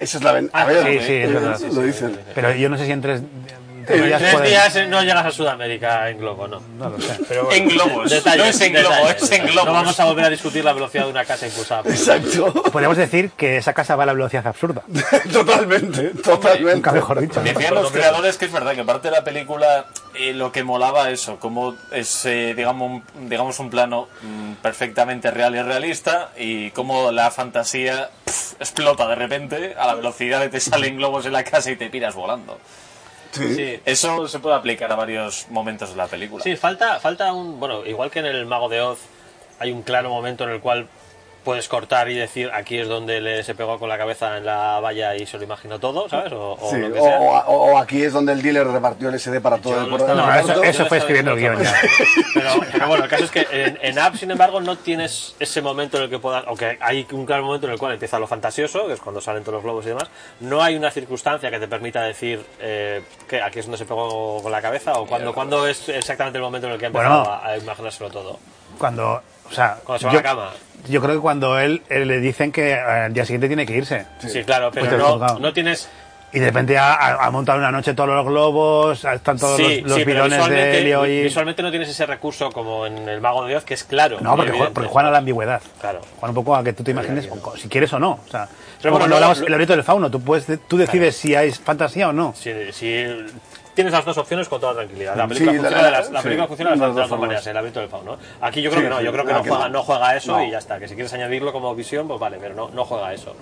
Speaker 5: Esa es la... ven- A ver,
Speaker 3: Ah, sí, sí, es
Speaker 5: eh,
Speaker 3: verdad.
Speaker 5: lo dicen.
Speaker 3: Pero yo no sé si en tres,
Speaker 6: En
Speaker 3: tres días
Speaker 6: tres
Speaker 3: pueden-
Speaker 6: días eh, no llegas a Sudamérica en globo, no.
Speaker 3: No lo sé, pero
Speaker 4: En globos.
Speaker 6: Detalles,
Speaker 4: no es en
Speaker 6: detalles,
Speaker 4: globo, es en
Speaker 6: detalles.
Speaker 4: globos.
Speaker 6: No vamos a volver a discutir la velocidad de una casa impulsada. por-
Speaker 5: Exacto. (laughs)
Speaker 3: podemos decir que esa casa va a la velocidad absurda.
Speaker 5: totalmente, totalmente.
Speaker 3: Nunca mejor dicho. ¿no?
Speaker 4: Decían los creadores que es verdad que parte de la película eh, lo que molaba eso, como es eh, digamos, un, digamos un plano mm, perfectamente real y realista y cómo la fantasía pf, explota de repente a la velocidad de te salen globos en la casa y te piras volando.
Speaker 6: Sí.
Speaker 4: Eso se puede aplicar a varios momentos de la película.
Speaker 6: Sí, falta, falta un. Bueno, igual que en El Mago de Oz, hay un claro momento en el cual puedes cortar y decir aquí es donde le- se pegó con la cabeza en la valla y se lo imaginó todo, ¿sabes? O, o
Speaker 5: Sí,
Speaker 6: lo que
Speaker 5: o,
Speaker 6: sea.
Speaker 5: o- o aquí es donde el dealer repartió el SD para todo
Speaker 6: Yo
Speaker 5: el
Speaker 6: lo
Speaker 5: puerto.
Speaker 6: estaba-
Speaker 3: No, eso-
Speaker 6: yo lo
Speaker 3: eso fue
Speaker 6: estaba
Speaker 3: escribiendo el guión ya.
Speaker 6: (laughs) Pero, pero bueno, el caso es que en, en App, sin embargo, no tienes ese momento en el que puedas. Aunque hay un claro momento en el cual empieza lo fantasioso, que es cuando salen todos los globos y demás. No hay una circunstancia que te permita decir eh, que aquí es donde se pegó con la cabeza o cuando, cuando es exactamente el momento en el que ha empezado
Speaker 3: Bueno.
Speaker 6: a, a imaginárselo todo.
Speaker 3: Cuando, o sea,
Speaker 6: Cuando se va a la cama.
Speaker 3: yo creo que cuando él, él le dicen que eh, al día siguiente tiene que irse.
Speaker 6: Sí, claro, pero
Speaker 3: Pues te lo he
Speaker 6: no,
Speaker 3: juzgado.
Speaker 6: no tienes.
Speaker 3: Y de repente ha, ha- ha montado una noche todos los globos, están todos
Speaker 6: sí,
Speaker 3: los, los
Speaker 6: sí, pero
Speaker 3: bidones de
Speaker 6: visualmente,
Speaker 3: helio y...
Speaker 6: visualmente no tienes ese recurso como en El Mago de Dios, que es claro.
Speaker 3: No,
Speaker 6: muy
Speaker 3: porque, juega-
Speaker 6: evidente.
Speaker 3: porque juegan a la ambigüedad.
Speaker 6: Claro.
Speaker 3: Juegan un poco a que tú te imagines, o- si quieres o no. O sea,
Speaker 6: Pero
Speaker 3: pero
Speaker 6: bueno,
Speaker 3: cuando
Speaker 6: no,
Speaker 3: hablamos
Speaker 6: lo-
Speaker 3: el laberinto del fauno, tú, puedes, tú decides si hay fantasía o no.
Speaker 6: si, si tienes las dos opciones con toda tranquilidad. La
Speaker 5: Sí,
Speaker 6: película
Speaker 5: la-
Speaker 6: funciona
Speaker 5: la-
Speaker 6: de las, la
Speaker 5: sí,
Speaker 6: película funciona de las,
Speaker 5: las
Speaker 6: de las
Speaker 5: dos
Speaker 6: dos
Speaker 5: formas.
Speaker 6: maneras, ¿eh? el laberinto del fauno. ¿no? Aquí yo creo
Speaker 5: Sí,
Speaker 6: que no, yo
Speaker 5: sí,
Speaker 6: creo que
Speaker 5: ah,
Speaker 6: no
Speaker 5: que
Speaker 6: juega,
Speaker 5: no.
Speaker 6: no juega eso
Speaker 5: No.
Speaker 6: y ya está. Que si quieres añadirlo como visión, pues vale, pero no, no juega eso.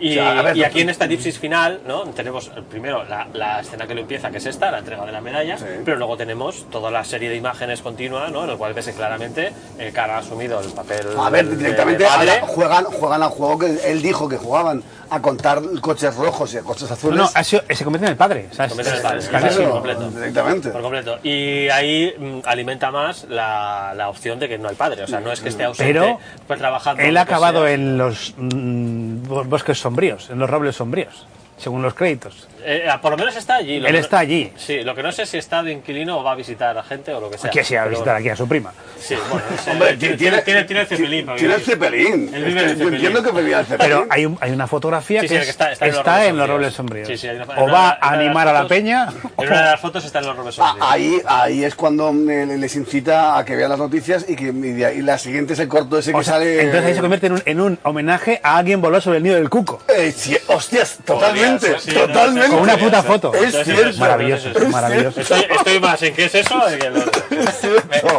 Speaker 6: Y,
Speaker 5: sea, a ver,
Speaker 6: y
Speaker 5: no-
Speaker 6: aquí en esta elipsis final, ¿no? Tenemos eh, primero la, la escena que lo empieza, que es esta, la entrega de la medalla, pero luego tenemos toda la serie de imágenes continua, ¿no? En la cual ves que claramente el cara ha asumido el papel.
Speaker 5: A ver,
Speaker 6: de-
Speaker 5: directamente
Speaker 6: de padre.
Speaker 5: ahora juegan, juegan al juego que él dijo que jugaban, a contar coches rojos y a coches
Speaker 3: No,
Speaker 5: azules.
Speaker 3: no, ha sido- se convierte en el padre. ¿sabes?
Speaker 6: Se convierte en el padre,
Speaker 3: Es
Speaker 6: claro,
Speaker 3: clarísimo.
Speaker 6: sí, completo.
Speaker 5: Directamente.
Speaker 6: Por completo. Y ahí mm, alimenta más la, la opción de que no hay padre. O sea, no es que esté ausente
Speaker 3: Pero
Speaker 6: pues, trabajando.
Speaker 3: Él
Speaker 6: lo
Speaker 3: ha
Speaker 6: que
Speaker 3: acabado
Speaker 6: sea.
Speaker 3: en los mm, bos- bosques sombríos, en los robles sombríos, según los créditos.
Speaker 6: Eh, por lo menos está allí. Lo
Speaker 3: Él
Speaker 6: que no-
Speaker 3: está allí.
Speaker 6: Sí, lo que no sé si está de inquilino o va a visitar a gente o lo que sea.
Speaker 3: Aquí así a
Speaker 6: Pero
Speaker 3: visitar
Speaker 6: bueno, ¿Ah,
Speaker 3: aquí a su prima.
Speaker 6: Sí,
Speaker 5: (laughs)
Speaker 6: bueno. ese-
Speaker 5: Hombre,
Speaker 6: tiene,
Speaker 5: tiene,
Speaker 6: tiene, tiene, el cepelín. para
Speaker 5: Tiene el
Speaker 6: vivir.
Speaker 5: cepelín.
Speaker 6: Él vive en el
Speaker 5: Yo entiendo
Speaker 6: cepelín.
Speaker 5: que vivía el cepelín.
Speaker 3: Pero hay, un- hay una fotografía
Speaker 6: Sí, sí,
Speaker 3: que
Speaker 6: que
Speaker 3: es-
Speaker 6: está-
Speaker 3: está,
Speaker 6: está en los
Speaker 3: en los
Speaker 6: robles
Speaker 3: robles
Speaker 6: sombríos.
Speaker 3: sombríos.
Speaker 6: Sí, sí, hay una-
Speaker 3: o
Speaker 6: en
Speaker 3: va
Speaker 6: una- en
Speaker 3: a
Speaker 6: una de las
Speaker 3: animar a la
Speaker 6: fotos-
Speaker 3: peña.
Speaker 6: En una de las fotos están los Robes
Speaker 5: Ah, ahí, ahí es cuando eh, les incita a que vean las noticias y que y de ahí- y la siguiente es el corto ese que
Speaker 3: o sea,
Speaker 5: Pues sale.
Speaker 3: entonces ahí se convierte en un, en un homenaje a alguien voló sobre el nido del cuco.
Speaker 5: Eh, sí, hostias, totalmente,
Speaker 4: ser, sí, no,
Speaker 5: totalmente.
Speaker 3: Con una
Speaker 4: podría
Speaker 3: puta
Speaker 4: ser.
Speaker 3: foto.
Speaker 5: Es cierto.
Speaker 3: Maravilloso,
Speaker 6: Es cierto.
Speaker 3: maravilloso.
Speaker 6: Estoy, estoy más en qué es eso de que en lo eh, otro.
Speaker 4: (laughs)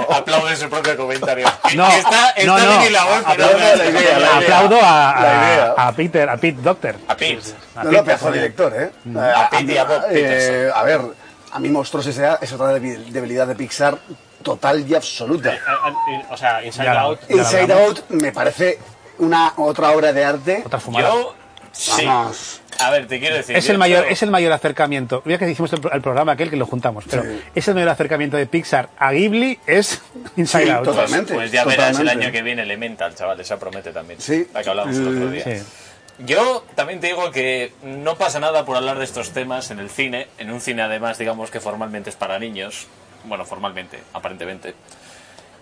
Speaker 4: Me- Aplaude su propio comentario.
Speaker 3: No,
Speaker 4: está está
Speaker 3: no, no.
Speaker 4: Nini Lauer, pero-
Speaker 5: Aplaude a la idea, la idea.
Speaker 3: Aplaudo a,
Speaker 5: La idea.
Speaker 3: a, a Peter, a Pete Doctor.
Speaker 4: A Pete.
Speaker 5: No, no, pedazo de director, ¿eh?
Speaker 3: Mm.
Speaker 5: Eh, A,
Speaker 4: Pete y a Bob
Speaker 5: eh, a ver, a mí Monstruos S.A. es otra debil- debilidad de Pixar total y absoluta.
Speaker 6: Ah, ah, O sea, Inside
Speaker 3: Ya la-
Speaker 6: Out.
Speaker 3: ya la
Speaker 5: Inside
Speaker 3: hablamos.
Speaker 5: Out me parece una otra obra de arte.
Speaker 3: Otra fumada.
Speaker 4: Yo. Sí.
Speaker 5: Vamos.
Speaker 4: A ver, te quiero decir.
Speaker 3: Es
Speaker 4: yo
Speaker 3: el mayor,
Speaker 4: creo-
Speaker 3: es el mayor acercamiento. Mira que hicimos el, pro- el programa aquel que lo juntamos, pero es el mayor acercamiento de Pixar a Ghibli es Inside
Speaker 5: Sí,
Speaker 3: Out.
Speaker 5: total.
Speaker 4: Pues,
Speaker 5: Totalmente,
Speaker 4: pues ya verás el
Speaker 5: totalmente.
Speaker 4: año que viene Elemental, chaval, esa promete también.
Speaker 5: Sí.
Speaker 4: La que hablamos el otro día.
Speaker 3: Sí.
Speaker 4: Yo también te digo que no pasa nada por hablar de estos temas en el cine, en un cine además, digamos que formalmente es para niños. Bueno, formalmente, aparentemente.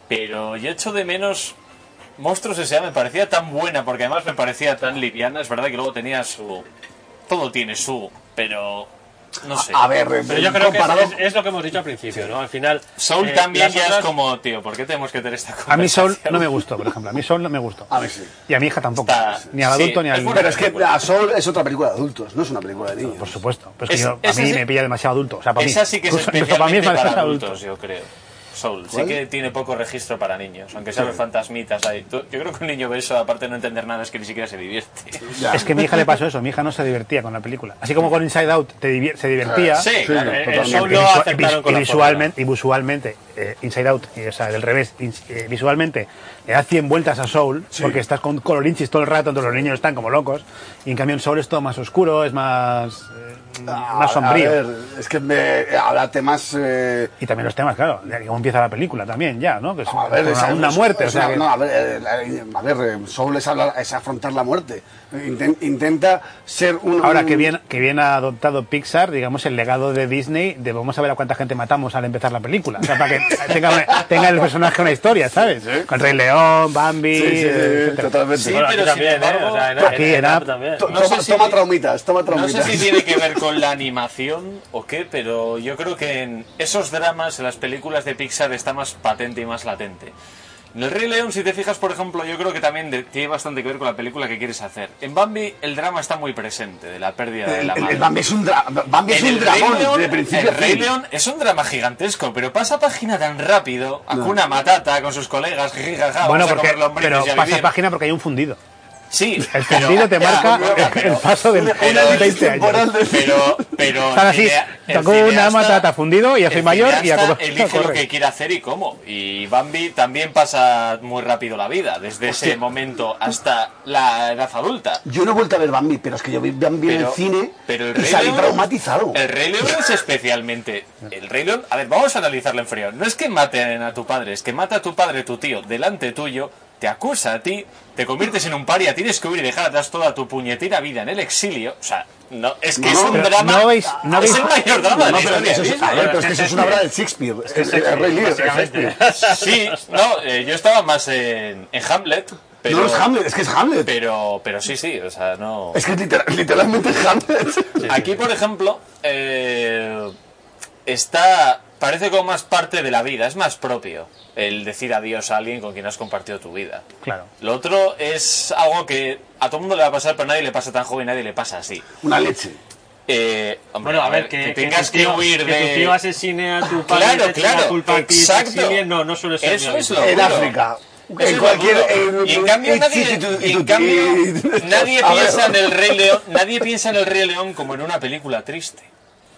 Speaker 4: Pero yo echo de menos. Monstruos S.A. me parecía tan buena, porque además me parecía tan liviana. Es verdad que luego tenía su. Todo tiene su, pero No sé.
Speaker 5: A ver,
Speaker 6: Pero yo creo que es,
Speaker 5: comparado-
Speaker 6: es- es lo que hemos dicho al principio, ¿no? Al final.
Speaker 4: Soul
Speaker 6: eh,
Speaker 4: también
Speaker 6: las
Speaker 4: ya es
Speaker 6: otras-
Speaker 4: como, tío, ¿por qué tenemos que tener esta cosa?
Speaker 3: A mí Soul no me gustó, por ejemplo. A mí Soul no me gustó.
Speaker 5: A mí sí.
Speaker 3: Y a mi hija tampoco.
Speaker 4: Está-
Speaker 3: Ni al
Speaker 4: sí,
Speaker 3: adulto ni
Speaker 4: es
Speaker 3: al
Speaker 4: bueno.
Speaker 5: Pero es que la Soul es otra película de adultos, no es una película de niños.
Speaker 3: Por supuesto. Pero es que
Speaker 4: Es-
Speaker 3: yo- a
Speaker 4: esa
Speaker 3: mí
Speaker 4: sí-
Speaker 3: me pilla demasiado adulto. O sea, para
Speaker 4: Esa
Speaker 3: mí.
Speaker 4: sí que es
Speaker 3: incluso- incluso
Speaker 4: especialmente para,
Speaker 3: demasiado
Speaker 4: adultos, yo creo. Soul, sí
Speaker 5: ¿Cuál?
Speaker 4: que tiene poco registro para niños, aunque sean los fantasmitas ahí. Tú- Yo creo que un niño ve eso, aparte de no entender nada, es que ni siquiera se divierte.
Speaker 5: Ya.
Speaker 3: Es que a mi hija le pasó eso. Mi hija no se divertía con la película. Así como con Inside Out te divie- se divertía.
Speaker 4: Sí, claro.
Speaker 6: Eh,
Speaker 5: totalmente.
Speaker 6: Soul
Speaker 3: Y
Speaker 6: no
Speaker 3: visua-
Speaker 6: acertaron
Speaker 3: y
Speaker 6: con la
Speaker 3: visualmente, y visualmente eh, Inside Out, y, o sea, del revés, ins- eh, visualmente le da 100 vueltas a Soul, porque estás con colorinchis todo el rato, entonces los niños están como locos, y en cambio en Soul es todo más oscuro, es más, eh,
Speaker 5: Ah, A-
Speaker 3: más sombrío.
Speaker 5: a ver, es que me, ahora temas. eh,
Speaker 3: Y también los temas, claro, de cómo empieza la película también, ya, ¿no? Que es
Speaker 5: a ver,
Speaker 3: una,
Speaker 5: es-
Speaker 3: una
Speaker 5: es-
Speaker 3: muerte,
Speaker 5: es
Speaker 3: o sea,
Speaker 5: una-
Speaker 3: que-
Speaker 5: no, a ver, eh, la- a ver, eh, Soul es, hablar- es afrontar la muerte. Inten- intenta ser un.
Speaker 3: Ahora
Speaker 5: un-
Speaker 3: que bien, que bien ha adoptado Pixar, digamos, el legado de Disney de vamos a ver a cuánta gente matamos al empezar la película. O sea, para que tenga, una- tenga el personaje una historia, ¿sabes? Con Rey León, Bambi,
Speaker 5: Sí, sí, sí,
Speaker 3: etcétera.
Speaker 5: totalmente.
Speaker 4: Sí,
Speaker 6: Bueno, aquí
Speaker 4: pero sin
Speaker 6: también, ¿eh?
Speaker 4: embargo,
Speaker 6: O sea, en,
Speaker 3: aquí
Speaker 6: en
Speaker 3: en
Speaker 6: Up
Speaker 3: App-
Speaker 6: también.
Speaker 5: To-
Speaker 4: no
Speaker 5: toma,
Speaker 4: sé si-
Speaker 5: toma traumitas, toma
Speaker 4: No
Speaker 5: traumitas.
Speaker 4: sé si tiene que ver con la animación o qué, pero yo creo que en esos dramas, en las películas de Pixar, está más patente y más latente. En El Rey León, si te fijas, por ejemplo, yo creo que también de- tiene bastante que ver con la película que quieres hacer. En Bambi, el drama está muy presente de la pérdida de
Speaker 5: (laughs) El,
Speaker 4: la
Speaker 5: el-
Speaker 4: madre.
Speaker 5: el Bambi es un, dra- Bambi es
Speaker 4: En
Speaker 5: un
Speaker 4: el Rey
Speaker 5: dragón
Speaker 4: León-
Speaker 5: de principio
Speaker 4: el
Speaker 5: a
Speaker 4: Rey
Speaker 5: fin.
Speaker 4: León es un drama gigantesco, pero pasa página tan rápido. A Hakuna Matata con sus colegas, jijijaja,
Speaker 3: Bueno,
Speaker 4: vamos a
Speaker 3: porque,
Speaker 4: comer lombrices
Speaker 3: pero
Speaker 4: y a
Speaker 3: pasa
Speaker 4: vivir.
Speaker 3: página porque hay un fundido.
Speaker 4: Sí,
Speaker 3: El
Speaker 4: pero-
Speaker 3: fundido te
Speaker 4: Ya,
Speaker 3: marca
Speaker 4: bueno,
Speaker 3: el
Speaker 4: pero-
Speaker 3: paso del
Speaker 4: pero-
Speaker 3: 20 años.
Speaker 4: Pero, pero.
Speaker 3: Ahora sí,
Speaker 4: el cinea- el
Speaker 3: tocó una
Speaker 4: cineasta-
Speaker 3: matata fundido y ya soy
Speaker 4: el
Speaker 3: mayor y Ah, a
Speaker 4: cineasta
Speaker 3: comer-
Speaker 4: elige lo
Speaker 3: corre.
Speaker 4: que quiere hacer y cómo. Y Bambi también pasa muy rápido la vida, desde ese momento hasta la edad adulta.
Speaker 5: Yo no he vuelto a ver Bambi, pero es que yo vi Bambi en el cine
Speaker 4: pero el
Speaker 5: y
Speaker 4: Rey
Speaker 5: salí
Speaker 4: León-
Speaker 5: traumatizado.
Speaker 4: El Rey León es especialmente. El Rey León. A ver, vamos a analizarlo en frío. No es que maten a tu padre, es que mata a tu padre, tu tío, delante tuyo, te acusa a ti, te conviertes en un paria, tienes que huir y dejar atrás toda tu puñetera vida en el exilio. O sea, no, es que
Speaker 5: No,
Speaker 4: es un
Speaker 5: pero
Speaker 4: drama.
Speaker 3: no veis- no
Speaker 4: es
Speaker 3: veis-
Speaker 4: el mayor drama de
Speaker 5: No,
Speaker 4: la
Speaker 5: pero
Speaker 4: historia.
Speaker 5: eso es, a ver, pero
Speaker 4: (laughs)
Speaker 5: es que eso es una obra de Shakespeare. Es que es el Rey León, es Shakespeare.
Speaker 4: Sí, no, eh, yo estaba más en, en Hamlet. Pero,
Speaker 5: No es Hamlet, es que es Hamlet.
Speaker 4: Pero, pero sí, sí, o sea, no.
Speaker 5: Es que es literal- literalmente es Hamlet.
Speaker 4: Aquí, por ejemplo, eh, está. Parece como más parte de la vida, es más propio el decir adiós a alguien con quien has compartido tu vida.
Speaker 3: Claro.
Speaker 4: Lo otro es algo que a todo el mundo le va a pasar, pero a nadie le pasa tan joven, nadie le pasa así.
Speaker 5: Una leche.
Speaker 4: Eh, hombre,
Speaker 6: Bueno, a ver, que,
Speaker 4: tengas
Speaker 6: tu
Speaker 4: que,
Speaker 6: tío-
Speaker 4: huir de.
Speaker 6: Que tu tío asesine a tu padre
Speaker 4: Claro,
Speaker 6: y te eche la
Speaker 4: claro,
Speaker 6: culpa a ti, te
Speaker 4: exacto.
Speaker 6: exilien, no, no suele ser
Speaker 4: Eso
Speaker 6: muy
Speaker 4: es
Speaker 6: habitual.
Speaker 4: lo-
Speaker 5: En
Speaker 4: Seguro.
Speaker 5: África.
Speaker 4: Eso
Speaker 5: En
Speaker 4: es
Speaker 5: cualquier.
Speaker 4: lo duro. Y en
Speaker 5: (laughs)
Speaker 4: cambio nadie, y en cambio nadie piensa en el Rey
Speaker 5: (laughs)
Speaker 4: León, nadie piensa en el Rey León como en una película triste.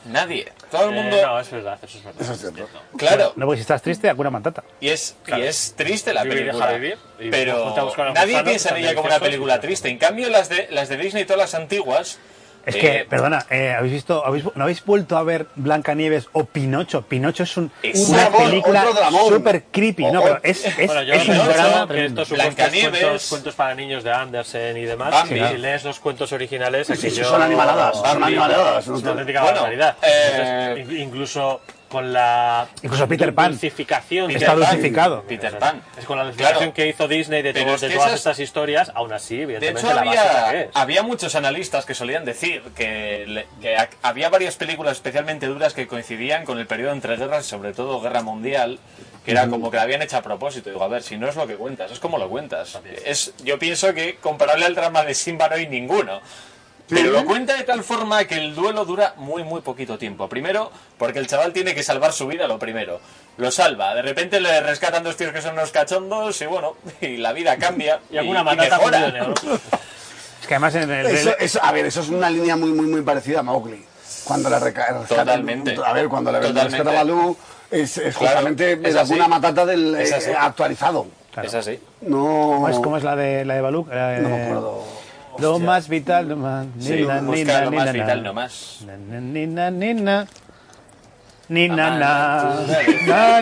Speaker 4: Nadie. Todo el
Speaker 6: Eh,
Speaker 4: mundo.
Speaker 6: no, eso es verdad, eso es verdad.
Speaker 5: Eso es cierto.
Speaker 4: Claro.
Speaker 3: No, pues si estás triste, alguna matata.
Speaker 4: Y es, y es triste la
Speaker 6: Vivir,
Speaker 4: película.
Speaker 6: deja vivir, y
Speaker 4: pero
Speaker 6: ponte a buscar a
Speaker 4: nadie
Speaker 6: Gonzalo,
Speaker 4: piensa en
Speaker 6: que
Speaker 4: ella
Speaker 6: también
Speaker 4: como una
Speaker 6: hizo eso.
Speaker 4: película triste. En cambio, las de, las de Disney, todas las antiguas.
Speaker 3: Es
Speaker 4: eh,
Speaker 3: que, perdona, eh, ¿habéis visto, habéis, ¿no habéis vuelto a ver Blancanieves o Pinocho? Pinocho es un,
Speaker 4: Es un
Speaker 3: una
Speaker 5: dramón,
Speaker 3: película
Speaker 5: otro dramón.
Speaker 3: súper creepy, ¿no?
Speaker 5: O-
Speaker 3: Pero es, es,
Speaker 6: Bueno, yo
Speaker 3: es un
Speaker 6: creo
Speaker 3: drama
Speaker 6: que
Speaker 3: tremendo.
Speaker 6: estos supuestos
Speaker 4: Blancanieves. Ah,
Speaker 6: cuentos, cuentos para niños de Andersen y demás,
Speaker 4: Bambi.
Speaker 6: si lees los cuentos originales,
Speaker 5: Sí, sí,
Speaker 6: (laughs) aquello-
Speaker 5: son animaladas, son
Speaker 6: Bambi,
Speaker 5: animaladas, no
Speaker 6: Es
Speaker 5: te-
Speaker 6: una auténtica
Speaker 4: Bueno,
Speaker 6: barbaridad.
Speaker 4: eh,
Speaker 6: Entonces, in- incluso con la
Speaker 3: Incluso Peter Pan.
Speaker 6: dulcificación de-
Speaker 3: Está dulcificado.
Speaker 4: Peter Pan.
Speaker 6: Es con la dulcificación
Speaker 4: Claro.
Speaker 6: que hizo Disney de,
Speaker 4: Pero
Speaker 6: todo-
Speaker 4: es
Speaker 6: de
Speaker 4: que
Speaker 6: todas
Speaker 4: esas-
Speaker 6: estas historias, aún así,
Speaker 4: De
Speaker 6: evidentemente,
Speaker 4: hecho,
Speaker 6: la base que
Speaker 4: había,
Speaker 6: es.
Speaker 4: había muchos analistas que solían decir que, le- que ha- había varias películas especialmente duras que coincidían con el periodo entre guerras, sobre todo Guerra Mundial, que era como que la habían hecho a propósito. Digo, a ver, si no es lo que cuentas, es como lo cuentas. Es, yo pienso que comparable al drama de Simba no hay ninguno. Pero lo cuenta de tal forma que el duelo dura muy, muy poquito tiempo. Primero, porque el chaval tiene que salvar su vida, lo primero. Lo salva, de repente le rescatan dos tíos que son unos cachondos y bueno, (laughs) y la vida cambia.
Speaker 6: (laughs) Y alguna matata
Speaker 4: mejora.
Speaker 6: judía, ¿no?
Speaker 3: Es que además en el,
Speaker 5: Eso, eso- a ver, eso es una línea muy, muy, muy parecida a Mowgli. Cuando la reca- rescatan-
Speaker 4: Totalmente.
Speaker 5: A ver, cuando la
Speaker 4: Totalmente.
Speaker 5: rescata Balú, es, es
Speaker 4: Claro,
Speaker 5: justamente
Speaker 4: es
Speaker 5: la
Speaker 4: así.
Speaker 5: alguna matata del
Speaker 4: Es
Speaker 5: eh,
Speaker 4: así.
Speaker 5: actualizado.
Speaker 4: (laughs) Es así.
Speaker 5: No.
Speaker 3: ¿Cómo es, cómo es la de la de Balú? La de-
Speaker 5: No me acuerdo.
Speaker 3: Lo más vital, lo más.
Speaker 4: Sí,
Speaker 3: Nina,
Speaker 4: busca
Speaker 3: nina,
Speaker 4: lo más
Speaker 3: nina,
Speaker 4: vital
Speaker 3: na.
Speaker 4: nomás.
Speaker 3: Na, na, Nina, nina. Nina, na. (laughs)
Speaker 4: Amada,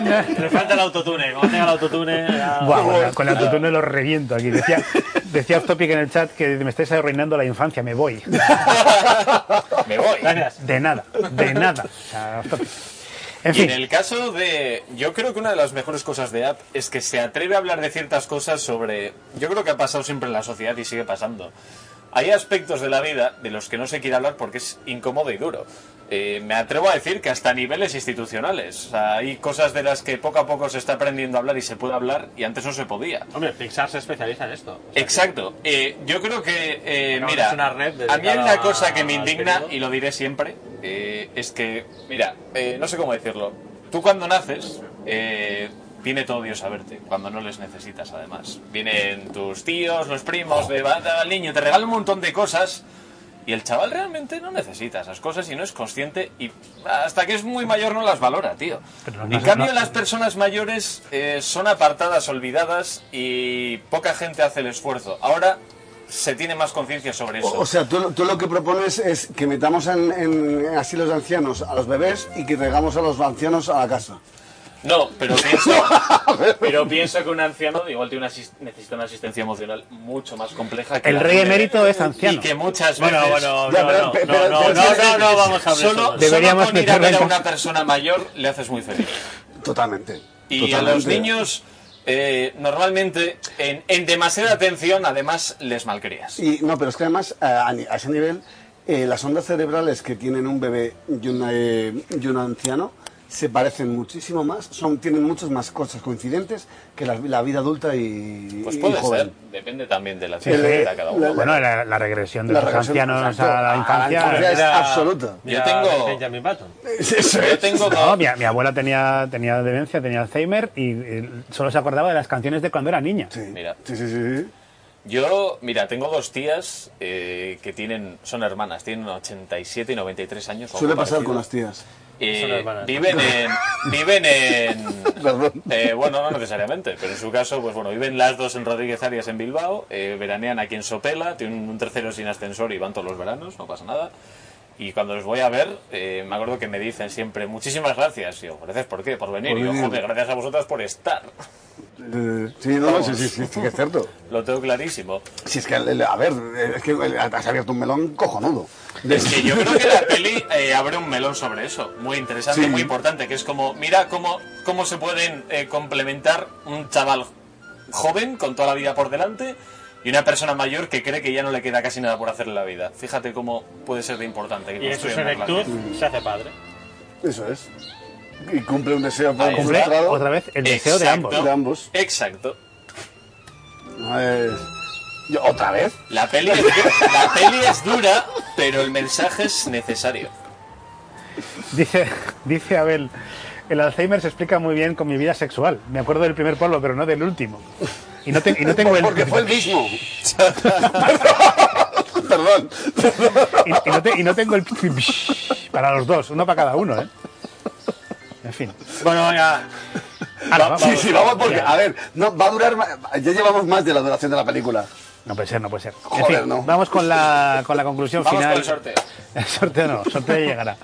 Speaker 3: Na, na.
Speaker 6: Le falta el autotune, cuando tenga el autotune. ya-
Speaker 4: Ah.
Speaker 3: Buah, con la- con el autotune lo reviento aquí. Decía, decía Off Topic en el chat que me estáis arruinando la infancia, me voy.
Speaker 4: Me voy.
Speaker 6: Gracias.
Speaker 3: De nada, de nada. O sea, Off Topic. En
Speaker 4: Y en
Speaker 3: fin,
Speaker 4: el caso de. Yo creo que una de las mejores cosas de App es que se atreve a hablar de ciertas cosas sobre. Yo creo que ha pasado siempre en la sociedad y sigue pasando. hay aspectos de la vida de los que no se quiere hablar porque es incómodo y duro. Eh, me atrevo a decir que hasta a niveles institucionales. O sea, hay cosas de las que poco a poco se está aprendiendo a hablar y se puede hablar y antes no se podía.
Speaker 6: Hombre, Pixar se especializa en esto. O
Speaker 4: (laughs)
Speaker 6: sea,
Speaker 4: Exacto. Eh, yo creo que, eh,
Speaker 6: Pero
Speaker 4: mira,
Speaker 6: es una red
Speaker 4: a mí hay
Speaker 6: dedicada
Speaker 4: una cosa que me
Speaker 6: al
Speaker 4: indigna,
Speaker 6: periodo.
Speaker 4: y lo diré siempre, eh, es que, mira, eh, no sé cómo decirlo. Tú cuando naces, eh, viene todo Dios a verte, cuando no les necesitas, además. Vienen tus tíos, los primos, de "Va, da al niño, te regalan un montón de cosas. Y el chaval realmente no necesita esas cosas y no es consciente y hasta que es muy mayor no las valora, tío.
Speaker 3: Pero no-
Speaker 4: en cambio,
Speaker 3: no-
Speaker 4: las personas mayores eh, son apartadas, olvidadas y poca gente hace el esfuerzo. Ahora se tiene más conciencia sobre eso.
Speaker 5: O, o sea, tú, lo- tú lo que propones es que metamos en, en- en asilos de ancianos a los bebés y que traigamos a los ancianos a la casa.
Speaker 4: no,
Speaker 5: (laughs)
Speaker 4: pero pienso,
Speaker 5: Pero
Speaker 4: pero pienso que un anciano igual tiene una asist- necesita una asistencia emocional mucho más compleja que
Speaker 3: El
Speaker 4: la
Speaker 3: rey
Speaker 4: gente.
Speaker 3: emérito es anciano.
Speaker 4: Y que muchas veces...
Speaker 6: Bueno, bueno,
Speaker 5: Ya,
Speaker 6: no,
Speaker 5: pero-
Speaker 6: no,
Speaker 5: pero-
Speaker 6: no, no,
Speaker 5: pero-
Speaker 6: no, no, no vamos a hablar
Speaker 4: Solo,
Speaker 6: sobre
Speaker 4: solo
Speaker 6: eso.
Speaker 3: Deberíamos
Speaker 4: con ir a
Speaker 3: meterlo en
Speaker 4: ver a
Speaker 3: casa.
Speaker 4: una persona mayor le haces muy feliz.
Speaker 5: Totalmente.
Speaker 4: Y
Speaker 5: totalmente.
Speaker 4: a los niños, eh, normalmente, en, en demasiada atención, además, les malcrías.
Speaker 5: Y, no, pero es que además, eh, a, a ni- a ese nivel, eh, las ondas cerebrales que tienen un bebé y, una, eh, y un anciano se parecen muchísimo más, son, tienen muchas más cosas coincidentes que la, la vida adulta y,
Speaker 4: Pues
Speaker 5: y
Speaker 4: puede ser,
Speaker 5: joven.
Speaker 4: depende también de la
Speaker 3: Sí, sí.
Speaker 4: de cada uno.
Speaker 3: eh, Bueno, la, la regresión de
Speaker 5: La
Speaker 3: los
Speaker 5: regresión,
Speaker 3: ancianos
Speaker 5: exacto,
Speaker 3: a la infancia.
Speaker 5: Ah, es
Speaker 6: Mira-
Speaker 5: absoluta.
Speaker 6: mira
Speaker 4: Yo tengo-
Speaker 6: Benjamin Button.
Speaker 5: (laughs)
Speaker 4: Yo tengo
Speaker 3: No, mi, mi abuela tenía, tenía demencia, tenía Alzheimer y eh, solo se acordaba de las canciones de cuando era niña.
Speaker 5: Sí.
Speaker 4: Mira.
Speaker 5: Sí, sí, sí. sí.
Speaker 4: Yo, mira, tengo dos tías eh, que tienen, son hermanas, tienen 87 y 93 años. o algo
Speaker 5: Suele pasar
Speaker 4: parecido.
Speaker 5: con las tías.
Speaker 4: Eh,
Speaker 6: Son hermanas.
Speaker 4: viven en, viven en,
Speaker 5: (laughs) Perdón.
Speaker 4: eh, bueno, no necesariamente, pero en su caso, pues bueno, viven las dos en Rodríguez Arias en Bilbao, eh, veranean aquí en Sopela, tienen un tercero sin ascensor y van todos los veranos, no pasa nada. Y cuando los voy a ver, eh, me acuerdo que me dicen siempre, muchísimas gracias. Y yo, gracias por qué, por venir.
Speaker 5: Por
Speaker 4: y yo,
Speaker 5: venir.
Speaker 4: joder, gracias a vosotras por estar.
Speaker 5: Eh, Sí, no, no, sí, sí, sí, sí, que es cierto.
Speaker 4: Lo tengo clarísimo.
Speaker 5: Si es que, el- el- a ver, eh, es que el- has abierto un melón cojonudo.
Speaker 4: Es que yo creo que la peli eh, abre un melón sobre eso, muy interesante,
Speaker 5: Sí.
Speaker 4: muy importante, que es como, mira cómo, cómo se pueden eh, complementar un chaval joven con toda la vida por delante y una persona mayor que cree que ya no le queda casi nada por hacer en la vida. Fíjate cómo puede ser de importante. que
Speaker 6: Y en su
Speaker 4: construyan una
Speaker 6: senectud
Speaker 4: relación.
Speaker 6: se hace padre.
Speaker 5: Eso es. Y cumple un deseo por
Speaker 4: Ahí está.
Speaker 3: Ah, Cumple
Speaker 5: frustrado.
Speaker 3: otra vez el deseo de
Speaker 4: Exacto.
Speaker 3: ambos.
Speaker 5: De ambos.
Speaker 4: Exacto.
Speaker 5: No es- Pues, Yo- ¿Otra vez?
Speaker 4: La peli, es, la peli es dura, pero el mensaje es necesario.
Speaker 3: Dice, dice Abel, el Alzheimer se explica muy bien con mi vida sexual. Me acuerdo del primer polvo, pero no del último. Y no, te- y no tengo el
Speaker 5: Porque fue el
Speaker 3: (laughs)
Speaker 5: mismo. (laughs) Perdón.
Speaker 3: y, y no te- y no tengo el para los dos, uno para cada uno, ¿eh? En fin.
Speaker 6: Bueno, ya.
Speaker 3: Ahora, vamos.
Speaker 5: Sí, sí, vamos porque, a ver, no, va a durar, ma- ya llevamos más de la duración de
Speaker 3: (laughs)
Speaker 5: la película.
Speaker 3: No puede ser, no puede ser. En
Speaker 5: Joder,
Speaker 3: fin,
Speaker 5: no.
Speaker 3: vamos con la, con la conclusión
Speaker 4: Vamos
Speaker 3: final.
Speaker 4: con el sorteo.
Speaker 3: (laughs) El sorteo no, el sorteo ya llegará.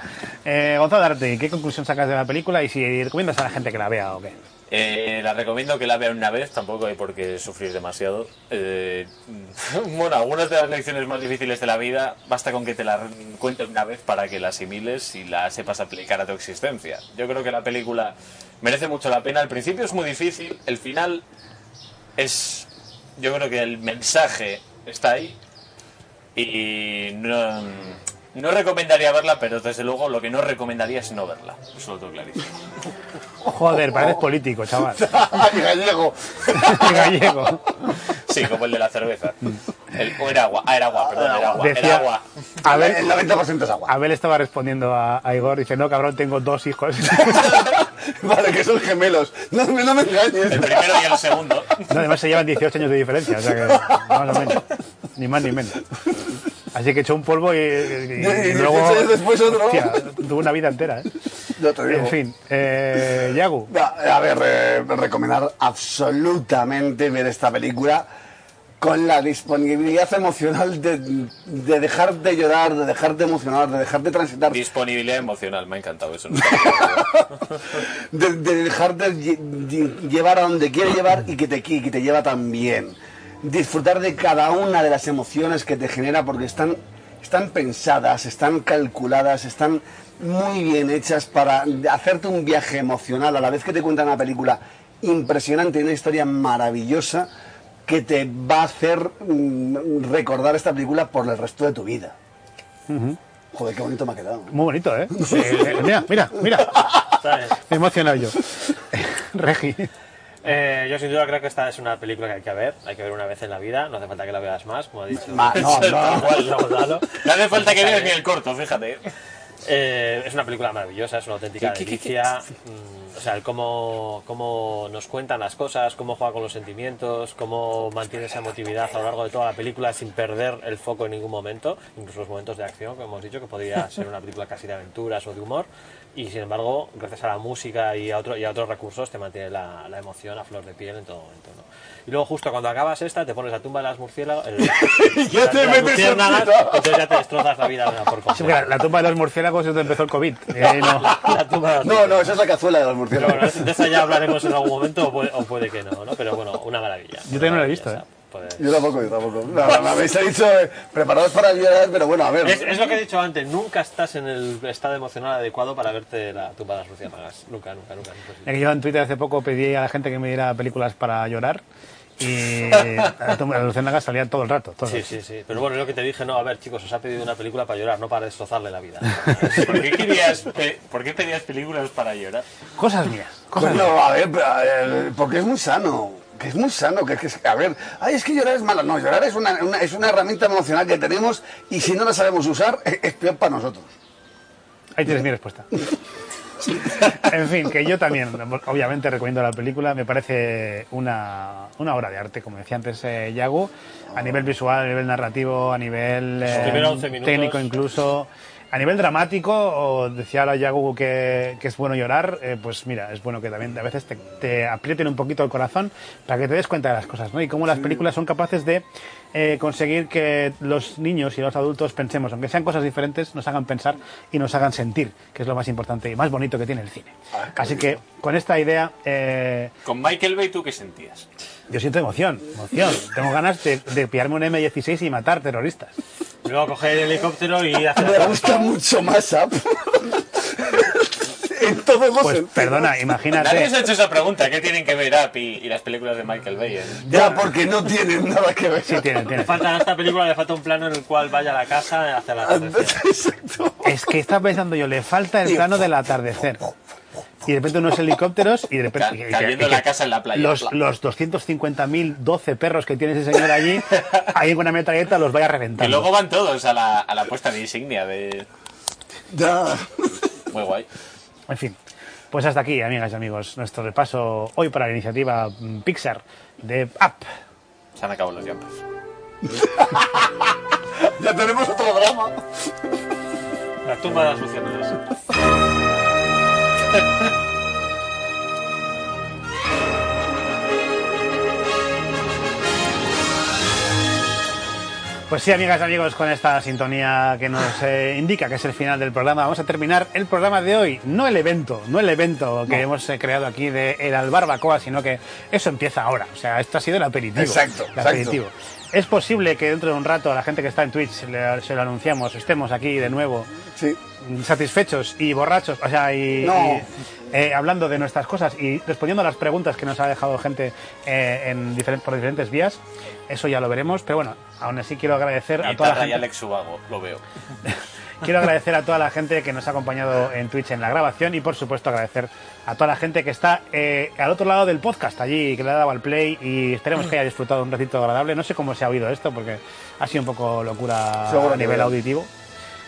Speaker 3: Eh, Gonzalo Darte, ¿qué conclusión sacas de la película y si recomiendas a la gente que la vea o qué?
Speaker 4: Eh, la recomiendo que la vean una vez, tampoco hay por qué sufrir demasiado. Eh, (laughs) bueno, algunas de las lecciones más difíciles de la vida, basta con que te la cuenten una vez para que la asimiles y la sepas aplicar a tu existencia. Yo creo que la película merece mucho la pena. Al principio es muy difícil, el final es... Yo creo que el mensaje está ahí y no, no recomendaría verla, pero desde luego lo que no recomendaría es no verla. Eso lo tengo clarísimo.
Speaker 3: Joder, pareces político, chaval. (laughs)
Speaker 5: Ay, gallego.
Speaker 3: Gallego.
Speaker 4: Sí, como el de
Speaker 3: (laughs)
Speaker 4: la cerveza. El, o era agua. Ah, era agua, perdón, era agua.
Speaker 3: Decía-
Speaker 4: Era agua.
Speaker 3: A ver,
Speaker 5: El 90%
Speaker 3: (laughs)
Speaker 5: es agua.
Speaker 3: Abel estaba respondiendo a, a Igor, dice, no, cabrón, tengo dos hijos.
Speaker 5: Vale, que son gemelos. No, me- no me
Speaker 4: El
Speaker 5: engañes.
Speaker 4: primero y el segundo.
Speaker 3: No, además se llevan 18 años de diferencia, o sea que más o menos. Ni más ni menos. Así que echó un polvo y, y- y
Speaker 5: Y
Speaker 3: luego...
Speaker 5: 18 años después otro.
Speaker 3: Hostia, tuvo una vida entera, ¿eh?
Speaker 5: No te digo.
Speaker 3: En fin, eh, Yagu,
Speaker 5: A a ver, eh, recomendar absolutamente ver esta película con la disponibilidad emocional de, de dejar de llorar, de dejar de emocionar, de dejar de transitar, de,
Speaker 4: Disponibilidad emocional, me ha
Speaker 3: (laughs)
Speaker 4: encantado eso.
Speaker 5: de dejar de, lle- lle- llevar a donde quiere llevar y que te, qui- que te lleva tan bien. Disfrutar de cada una de las emociones que te genera porque están, están pensadas, están calculadas, están muy bien hechas para hacerte un viaje emocional a la vez que te cuentan una película impresionante, una historia maravillosa. que te va a hacer mm, recordar esta película por el resto de tu vida.
Speaker 3: Ujú.
Speaker 5: Joder, qué bonito me ha quedado.
Speaker 3: Muy bonito, ¿eh? mira, mira, mira.
Speaker 6: ¿sabes?
Speaker 3: Me he emocionado yo. (laughs) Regi.
Speaker 6: Eh, yo sin duda creo que esta es una película que hay que ver, hay que ver una vez en la vida, no hace falta que la veas más, como ha dicho.
Speaker 5: Ma-
Speaker 6: (laughs)
Speaker 5: no, no.
Speaker 6: Gonzalo Gonzalo.
Speaker 4: No hace falta que veas ni el corto, fíjate.
Speaker 6: Eh, es una película maravillosa, es una auténtica
Speaker 4: ¿Qué, qué, qué,
Speaker 6: delicia. Mm, O sea, el cómo, cómo nos cuentan las cosas, cómo juega con los sentimientos, cómo mantiene esa emotividad a lo largo de toda la película sin perder el foco en ningún momento, incluso los momentos de acción, como hemos dicho, que podría ser una película casi de aventuras o de humor. Y sin embargo, gracias a la música y a, otro- y a otros recursos, te mantiene la, la emoción a flor de piel en todo momento. ¿no? Y luego, justo cuando acabas esta, te pones la tumba de las murciélagos. el-
Speaker 5: Ya te
Speaker 6: las
Speaker 5: metes en
Speaker 6: luciérnagas,
Speaker 5: mitad.
Speaker 6: Entonces ya te destrozas la vida por
Speaker 3: Sí,
Speaker 6: completo.
Speaker 3: porque la, la tumba de los murciélagos es donde empezó el COVID. Eh, no.
Speaker 6: La tumba de las
Speaker 5: No, no, esa es la cazuela de los
Speaker 6: Pero bueno,
Speaker 5: murciélagos.
Speaker 6: de esa ya hablaremos en algún momento o puede, o puede que no, ¿no? Pero bueno, una maravilla.
Speaker 3: Yo todavía no la he visto,
Speaker 6: Una
Speaker 3: ¿eh?
Speaker 6: maravilla, o sea,
Speaker 5: Yo tampoco, yo tampoco. No, no, me habéis dicho eh, preparados para llorar, pero bueno, a ver.
Speaker 6: poder-
Speaker 3: Eh,
Speaker 6: Es, es lo que he dicho antes, nunca estás en el estado emocional adecuado para verte la tumba de las luciérnagas. Nunca, nunca, nunca. es imposible.
Speaker 3: Ya que eh, yo en Twitter hace poco pedí a la gente que me diera películas para llorar y la tumba de las luciérnagas salía todo el rato. todo el
Speaker 6: Sí,
Speaker 3: rato.
Speaker 6: sí, sí. Pero bueno, es lo que te dije, no, a ver, chicos, os ha pedido una película para llorar, no para destrozarle la vida. (laughs)
Speaker 4: ¿Por qué, querías pe- ¿Por qué pedías películas para llorar?
Speaker 3: Cosas mías. Cosas mías.
Speaker 5: Bueno, Pues a ver, pero, eh, porque es muy sano. Que es muy sano, que, que es- a ver, ay, es que llorar es malo. No, llorar es una, una- es una herramienta emocional que tenemos y si no la sabemos usar, (laughs) es, es peor para nosotros.
Speaker 3: Ahí tienes mi respuesta. en fin, que yo también, obviamente, recomiendo la película. Me parece una, una obra de arte, como decía antes eh, Yago, a nivel visual, a nivel narrativo, a nivel eh,
Speaker 6: primeros 11 minutos.
Speaker 3: técnico incluso. A nivel dramático, o decía ahora Yago que, que es bueno llorar, eh, pues mira, es bueno que también a veces te, te aprieten un poquito el corazón para que te des cuenta de las cosas, ¿no? Y cómo las películas son capaces de eh, conseguir que los niños y los adultos pensemos, aunque sean cosas diferentes, nos hagan pensar y nos hagan sentir, que es lo más importante y más bonito que tiene el cine. Así que con esta idea, eh,
Speaker 4: Con Michael Bay, ¿tú qué sentías?
Speaker 3: yo siento emoción, emoción. Tengo ganas de, de pillarme un M16 y matar terroristas.
Speaker 6: Luego coger el helicóptero y hacer...
Speaker 5: Me gusta mucho más Up. (laughs) en todos los
Speaker 3: Pues
Speaker 5: sentidos.
Speaker 3: perdona,
Speaker 4: Nadie
Speaker 3: imagínate.
Speaker 4: se ha hecho esa pregunta. ¿Qué tienen que ver Up y, y las películas de Michael Bay? eh?
Speaker 5: Ya, porque no tienen nada que ver.
Speaker 3: Sí, tiene, tiene.
Speaker 6: Le falta a esta película, le falta un plano en el cual vaya a la casa hacia la
Speaker 5: Exacto.
Speaker 3: Es que estaba pensando yo, le falta el plano del atardecer. Y de repente unos helicópteros y de repente...
Speaker 4: Ca-
Speaker 3: y que-
Speaker 4: cayendo
Speaker 3: y que
Speaker 4: la casa en la playa.
Speaker 3: Los, los 250.000, 12 perros que tiene ese señor allí, (laughs) ahí con una metralleta los vaya a reventar.
Speaker 4: Que luego van todos a la, a la puesta de insignia de...
Speaker 5: (laughs) Ya.
Speaker 4: Muy guay.
Speaker 3: En fin, pues hasta aquí, amigas y amigos, nuestro repaso hoy para la iniciativa mm, Pixar de Up.
Speaker 4: Se han acabado los jumpers.
Speaker 5: Ya tenemos otro drama.
Speaker 6: La tumba de las luciérnagas.
Speaker 3: Pues sí, amigas y amigos, con esta sintonía que nos eh, indica que es el final del programa, vamos a terminar el programa de hoy. No el evento, no el evento que hemos eh, creado aquí de El Albarbacoa, sino que eso empieza ahora. O sea, esto ha sido el aperitivo.
Speaker 5: Exacto,
Speaker 3: el
Speaker 5: exacto.
Speaker 3: aperitivo. Es posible que dentro de un rato a la gente que está en Twitch le- se lo anunciamos, estemos aquí de nuevo
Speaker 5: Sí.
Speaker 3: satisfechos y borrachos, o sea, y,
Speaker 5: No.
Speaker 3: y, eh, hablando de nuestras cosas y respondiendo a las preguntas que nos ha dejado gente eh, en diferen- por diferentes vías. Eso ya lo veremos, pero bueno, aún así quiero agradecer a
Speaker 4: Y
Speaker 3: toda la
Speaker 4: Tata y
Speaker 3: gente.
Speaker 4: Alex Subago, lo veo.
Speaker 3: Quiero agradecer a toda la gente que nos ha acompañado en Twitch en la grabación y por supuesto agradecer a toda la gente que está eh, al otro lado del podcast allí, que le ha dado al play y esperemos que haya disfrutado un ratito agradable. No sé cómo se ha oído esto porque ha sido un poco locura
Speaker 5: Seguro
Speaker 3: a
Speaker 5: que
Speaker 3: nivel
Speaker 5: no.
Speaker 3: auditivo.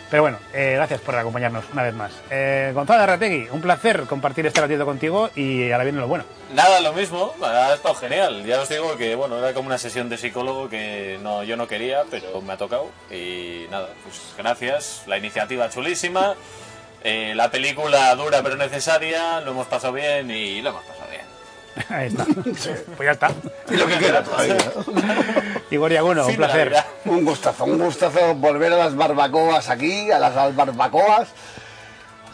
Speaker 3: Pero bueno, eh, gracias por acompañarnos una vez más. Eh, Gonzalo Arrategui, un placer compartir este ratito contigo y ahora viene lo bueno. (laughs)
Speaker 4: Nada, lo mismo, ha estado genial. Ya os digo que, bueno, era como una sesión de psicólogo que no, yo no quería, pero me ha tocado. Y nada, pues gracias. La iniciativa chulísima, eh, la película dura pero necesaria, lo hemos pasado bien y lo hemos pasado bien.
Speaker 3: Ahí está. Pues ya está.
Speaker 5: Y lo que queda todavía.
Speaker 3: Igor Yaguno, un
Speaker 4: Fin de la
Speaker 3: placer.
Speaker 4: vida.
Speaker 5: Un gustazo, un gustazo volver a las barbacoas aquí, a las al- barbacoas,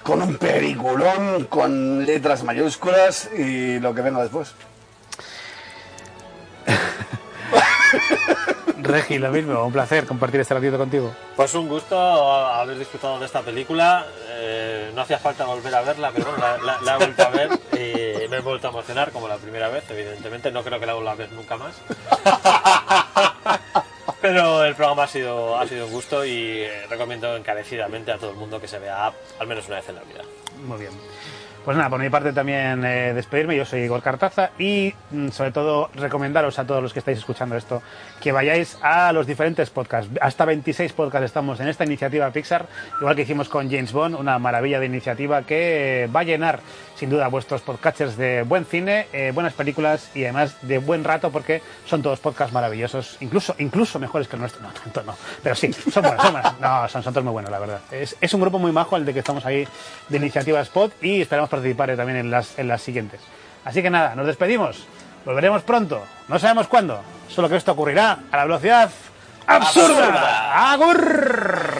Speaker 5: con un peliculón, con letras mayúsculas y lo que venga después.
Speaker 3: Regi, lo mismo, un placer compartir este ratito contigo.
Speaker 6: Pues un gusto haber disfrutado de esta película. Eh, no hacía falta volver a verla, pero bueno, la, la- la he vuelto a ver. Y me he vuelto a emocionar como la primera vez, evidentemente. No creo que la hago la vez nunca más. Pero el programa ha sido, ha sido un gusto y eh, recomiendo encarecidamente a todo el mundo que se vea Up al menos una vez en la vida.
Speaker 3: Muy bien. Pues nada, por mi parte también eh, despedirme. Yo soy Igor Cartaza y mm, sobre todo recomendaros a todos los que estáis escuchando esto que vayáis a los diferentes podcasts. Hasta 26 podcasts estamos en esta iniciativa Pixar, igual que hicimos con James Bond, una maravilla de iniciativa que eh, va a llenar sin duda vuestros podcatchers de buen cine, eh, buenas películas y además de buen rato porque son todos podcasts maravillosos, incluso incluso mejores que el nuestro. (laughs) No, tanto no, pero sí, son buenos, son buenos. No, son, son todos muy buenos, la verdad. Es, es un grupo muy majo el de que estamos ahí de iniciativa Spot y esperamos participar eh, también en las, en las siguientes. Así que nada, nos despedimos. Volveremos pronto. No sabemos cuándo. Solo que esto ocurrirá a la velocidad absurda.
Speaker 8: Absurda.
Speaker 3: ¡Agur!